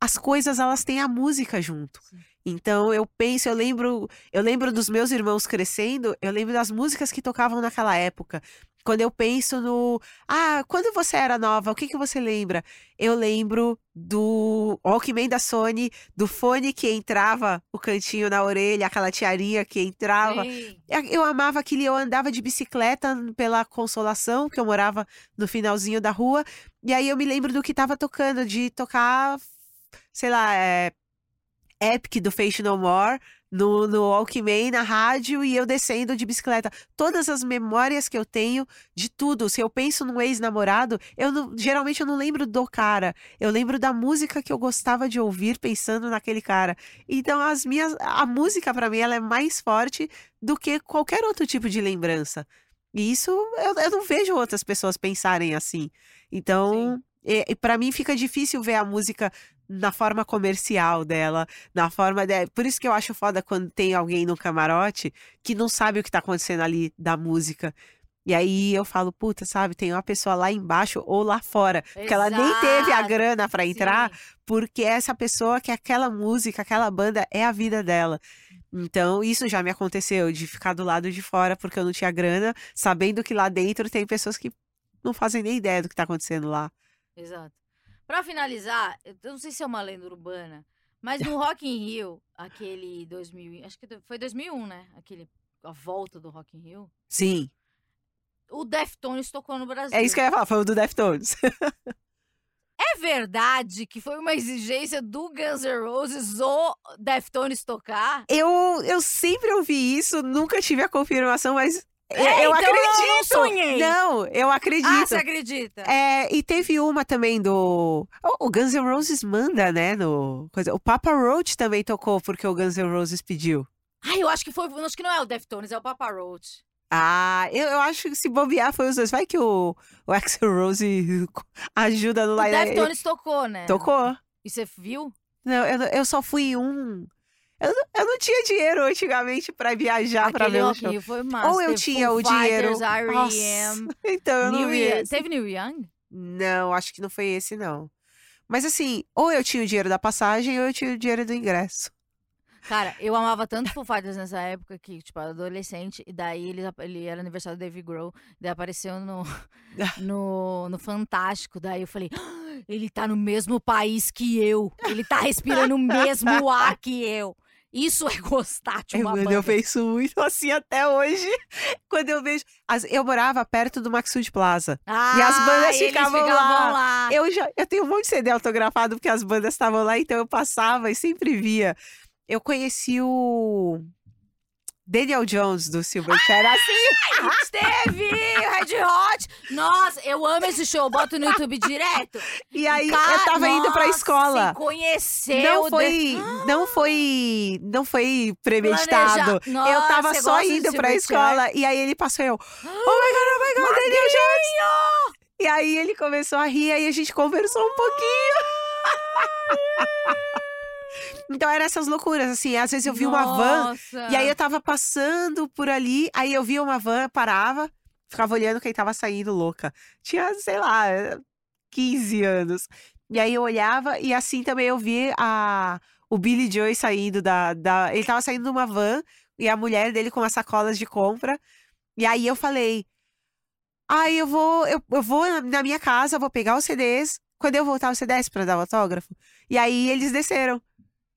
Speaker 2: as coisas elas têm a música junto.
Speaker 1: Sim.
Speaker 2: Então eu penso, eu lembro, eu lembro dos meus irmãos crescendo, eu lembro das músicas que tocavam naquela época. Quando eu penso no, ah, quando você era nova, o que que você lembra? Eu lembro do Walkman da Sony, do fone que entrava o cantinho na orelha, aquela tiarinha que entrava.
Speaker 1: Sim.
Speaker 2: Eu- É, Eu amava aquilo, eu andava de bicicleta pela Consolação, que eu morava no finalzinho da rua. E aí eu me lembro do que tava tocando, de tocar, sei lá, é, Epic do Face No More, no, no Walkman, na rádio, e eu descendo de bicicleta. Todas as memórias que eu tenho de tudo. Se eu penso num ex-namorado, eu não- geralmente eu não lembro do cara. Eu lembro da música que eu gostava de ouvir pensando naquele cara. Então as minhas, a música pra mim ela é mais forte do que qualquer outro tipo de lembrança. E isso eu, eu não vejo outras pessoas pensarem assim. Então, e, e para mim fica difícil ver a música na forma comercial dela, na forma de... Por isso que eu acho foda quando tem alguém no camarote que não sabe o que tá acontecendo ali da música. E aí eu falo, puta, sabe, tem uma pessoa lá embaixo ou lá fora, porque ela nem teve a
Speaker 1: Exato,
Speaker 2: grana pra entrar,
Speaker 1: sim.
Speaker 2: porque essa pessoa que aquela música, aquela banda é a vida dela. Então, isso já me aconteceu, de ficar do lado de fora porque eu não tinha grana, sabendo que lá dentro tem pessoas que não fazem nem ideia do que tá acontecendo lá.
Speaker 1: Exato. Pra finalizar, eu não sei se é uma lenda urbana, mas no Rock in Rio, aquele 2000, e- acho que foi 2001, né? Aquele a volta do Rock in Rio,
Speaker 2: Sim.
Speaker 1: o Deftones tocou no Brasil.
Speaker 2: É isso que eu ia falar, foi o do Deftones.
Speaker 1: É verdade que foi uma exigência do Guns N' Roses ou Deftones tocar?
Speaker 2: Eu, eu sempre ouvi isso, nunca tive a confirmação, mas eu,
Speaker 1: então eu
Speaker 2: eu
Speaker 1: não
Speaker 2: acredito.
Speaker 1: sonhei.
Speaker 2: Não, eu acredito.
Speaker 1: Ah, você acredita?
Speaker 2: É, e teve uma também do. O o Guns N' Roses manda, né? No, coisa, o Papa Roach também tocou porque o Guns N' Roses pediu.
Speaker 1: Ah, eu acho que foi, acho que não é o Deftones, é o Papa Roach.
Speaker 2: Ah, eu, eu acho que se bobear foi os dois. Vai que o, o Axel Rose ajuda no
Speaker 1: O
Speaker 2: line ele
Speaker 1: Deftones tocou, né?
Speaker 2: Tocou.
Speaker 1: E você viu?
Speaker 2: Não, eu, não- eu só fui em um. Eu, não- eu não tinha dinheiro antigamente pra viajar pra
Speaker 1: Aquele
Speaker 2: ver o
Speaker 1: Rock in
Speaker 2: show.
Speaker 1: Rio foi massa.
Speaker 2: Ou eu
Speaker 1: Teve
Speaker 2: tinha
Speaker 1: Foo
Speaker 2: o dinheiro.
Speaker 1: Fighters,
Speaker 2: Nossa,
Speaker 1: R.E.M.,
Speaker 2: Então eu não
Speaker 1: Neil
Speaker 2: vi
Speaker 1: Young-
Speaker 2: esse.
Speaker 1: Teve Neil Young?
Speaker 2: Não, acho que não foi esse, não. Mas assim, ou eu tinha o dinheiro da passagem ou eu tinha o dinheiro do ingresso.
Speaker 1: Cara, eu amava tanto Foo Fighters nessa época que, tipo, era adolescente, e daí ele, ap- ele era aniversário do Dave Grohl, daí apareceu no, no, no Fantástico, daí eu falei, "Ah, ele tá no mesmo país que eu, ele tá respirando o mesmo ar que eu. Isso é gostar de uma
Speaker 2: eu, eu
Speaker 1: banda.
Speaker 2: penso muito assim até hoje. Quando eu vejo. as- eu morava perto do Maxud Plaza.
Speaker 1: Ah,
Speaker 2: as bandas
Speaker 1: eles
Speaker 2: ficavam lá.
Speaker 1: lá.
Speaker 2: Eu já eu tenho um monte de CD autografado porque as bandas estavam lá, então eu passava e sempre via. Eu conheci o Daniel Jones do Silverchair
Speaker 1: Ah!
Speaker 2: assim.
Speaker 1: Teve Red Hot. Nossa, eu amo esse show. Eu boto no YouTube direto.
Speaker 2: E aí
Speaker 1: Um Ca-
Speaker 2: eu tava indo
Speaker 1: Nossa, né?
Speaker 2: pra
Speaker 1: Ah!
Speaker 2: escola.
Speaker 1: Conheceu.
Speaker 2: Não
Speaker 1: de-
Speaker 2: foi, não foi, não foi premeditado.
Speaker 1: Planejar- Nossa,
Speaker 2: eu tava
Speaker 1: você
Speaker 2: só
Speaker 1: gosta de né?
Speaker 2: indo pra
Speaker 1: Silverchair?
Speaker 2: escola e aí ele passou e eu, oh my god, oh my god, Daniel Jones! E aí ele começou a rir, aí a gente conversou um pouquinho. então eram essas loucuras, assim, às vezes eu vi uma van
Speaker 1: Nossa.
Speaker 2: e aí eu tava passando por ali, aí eu via uma van, parava, ficava olhando quem tava saindo louca. Tinha, sei lá, 15 anos. E aí eu olhava e assim também eu vi a, o Billy Joy saindo da, da. Ele tava saindo de uma van e a mulher dele com as sacolas de compra. E aí eu falei: Ai, eu vou, eu, eu vou na- na minha casa, vou pegar os CDs. Quando eu voltar, você desce pra dar o autógrafo? E aí eles desceram.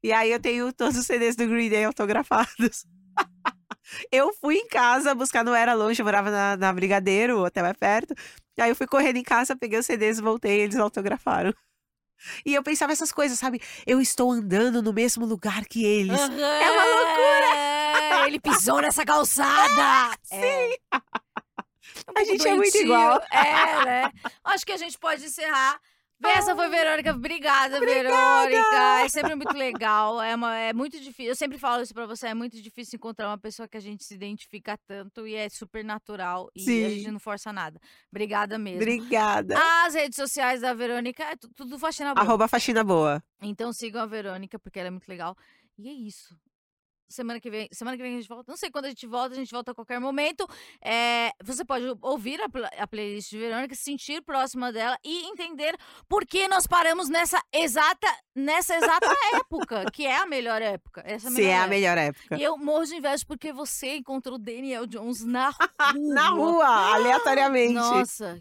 Speaker 2: E aí eu tenho todos os CDs do Green Day autografados. eu fui em casa buscar, não era longe, eu morava na, na Brigadeiro, o hotel é perto. Aí eu fui correndo em casa, peguei os CDs, voltei, eles autografaram. E eu pensava essas coisas, sabe? Eu estou andando no mesmo lugar que eles.
Speaker 1: É
Speaker 2: É.
Speaker 1: uma loucura. Ele pisou nessa calçada. Sim. pouco
Speaker 2: gente é muito
Speaker 1: É. Tá doentio.
Speaker 2: igual.
Speaker 1: É, né? Acho que a gente pode encerrar. Essa foi Verônica. Obrigada, Verônica. É sempre muito legal. É, uma- é muito difícil. Eu sempre falo isso pra você. É muito difícil encontrar uma pessoa que a gente se identifica tanto e é super natural. E a
Speaker 2: Sim.
Speaker 1: gente não força nada. Obrigada mesmo.
Speaker 2: Obrigada.
Speaker 1: As redes sociais da Verônica é tu- tudo faxina boa.
Speaker 2: Arroba faxina boa.
Speaker 1: Então sigam a Verônica, porque ela é muito legal. E é isso. Semana que vem, semana que vem a gente volta. Não sei quando a gente volta, a gente volta a qualquer momento. É, você pode ouvir a, pla- a playlist de Verônica, se sentir próxima dela e entender por que nós paramos nessa exata, nessa exata época, que é a melhor época. Essa
Speaker 2: Se é a
Speaker 1: época.
Speaker 2: melhor época.
Speaker 1: E eu morro de inveja porque você encontrou Daniel Jones na rua.
Speaker 2: Na rua, aleatoriamente.
Speaker 1: Nossa.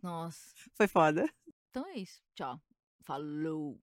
Speaker 1: Nossa.
Speaker 2: Foi foda.
Speaker 1: Então é isso. Tchau. Falou.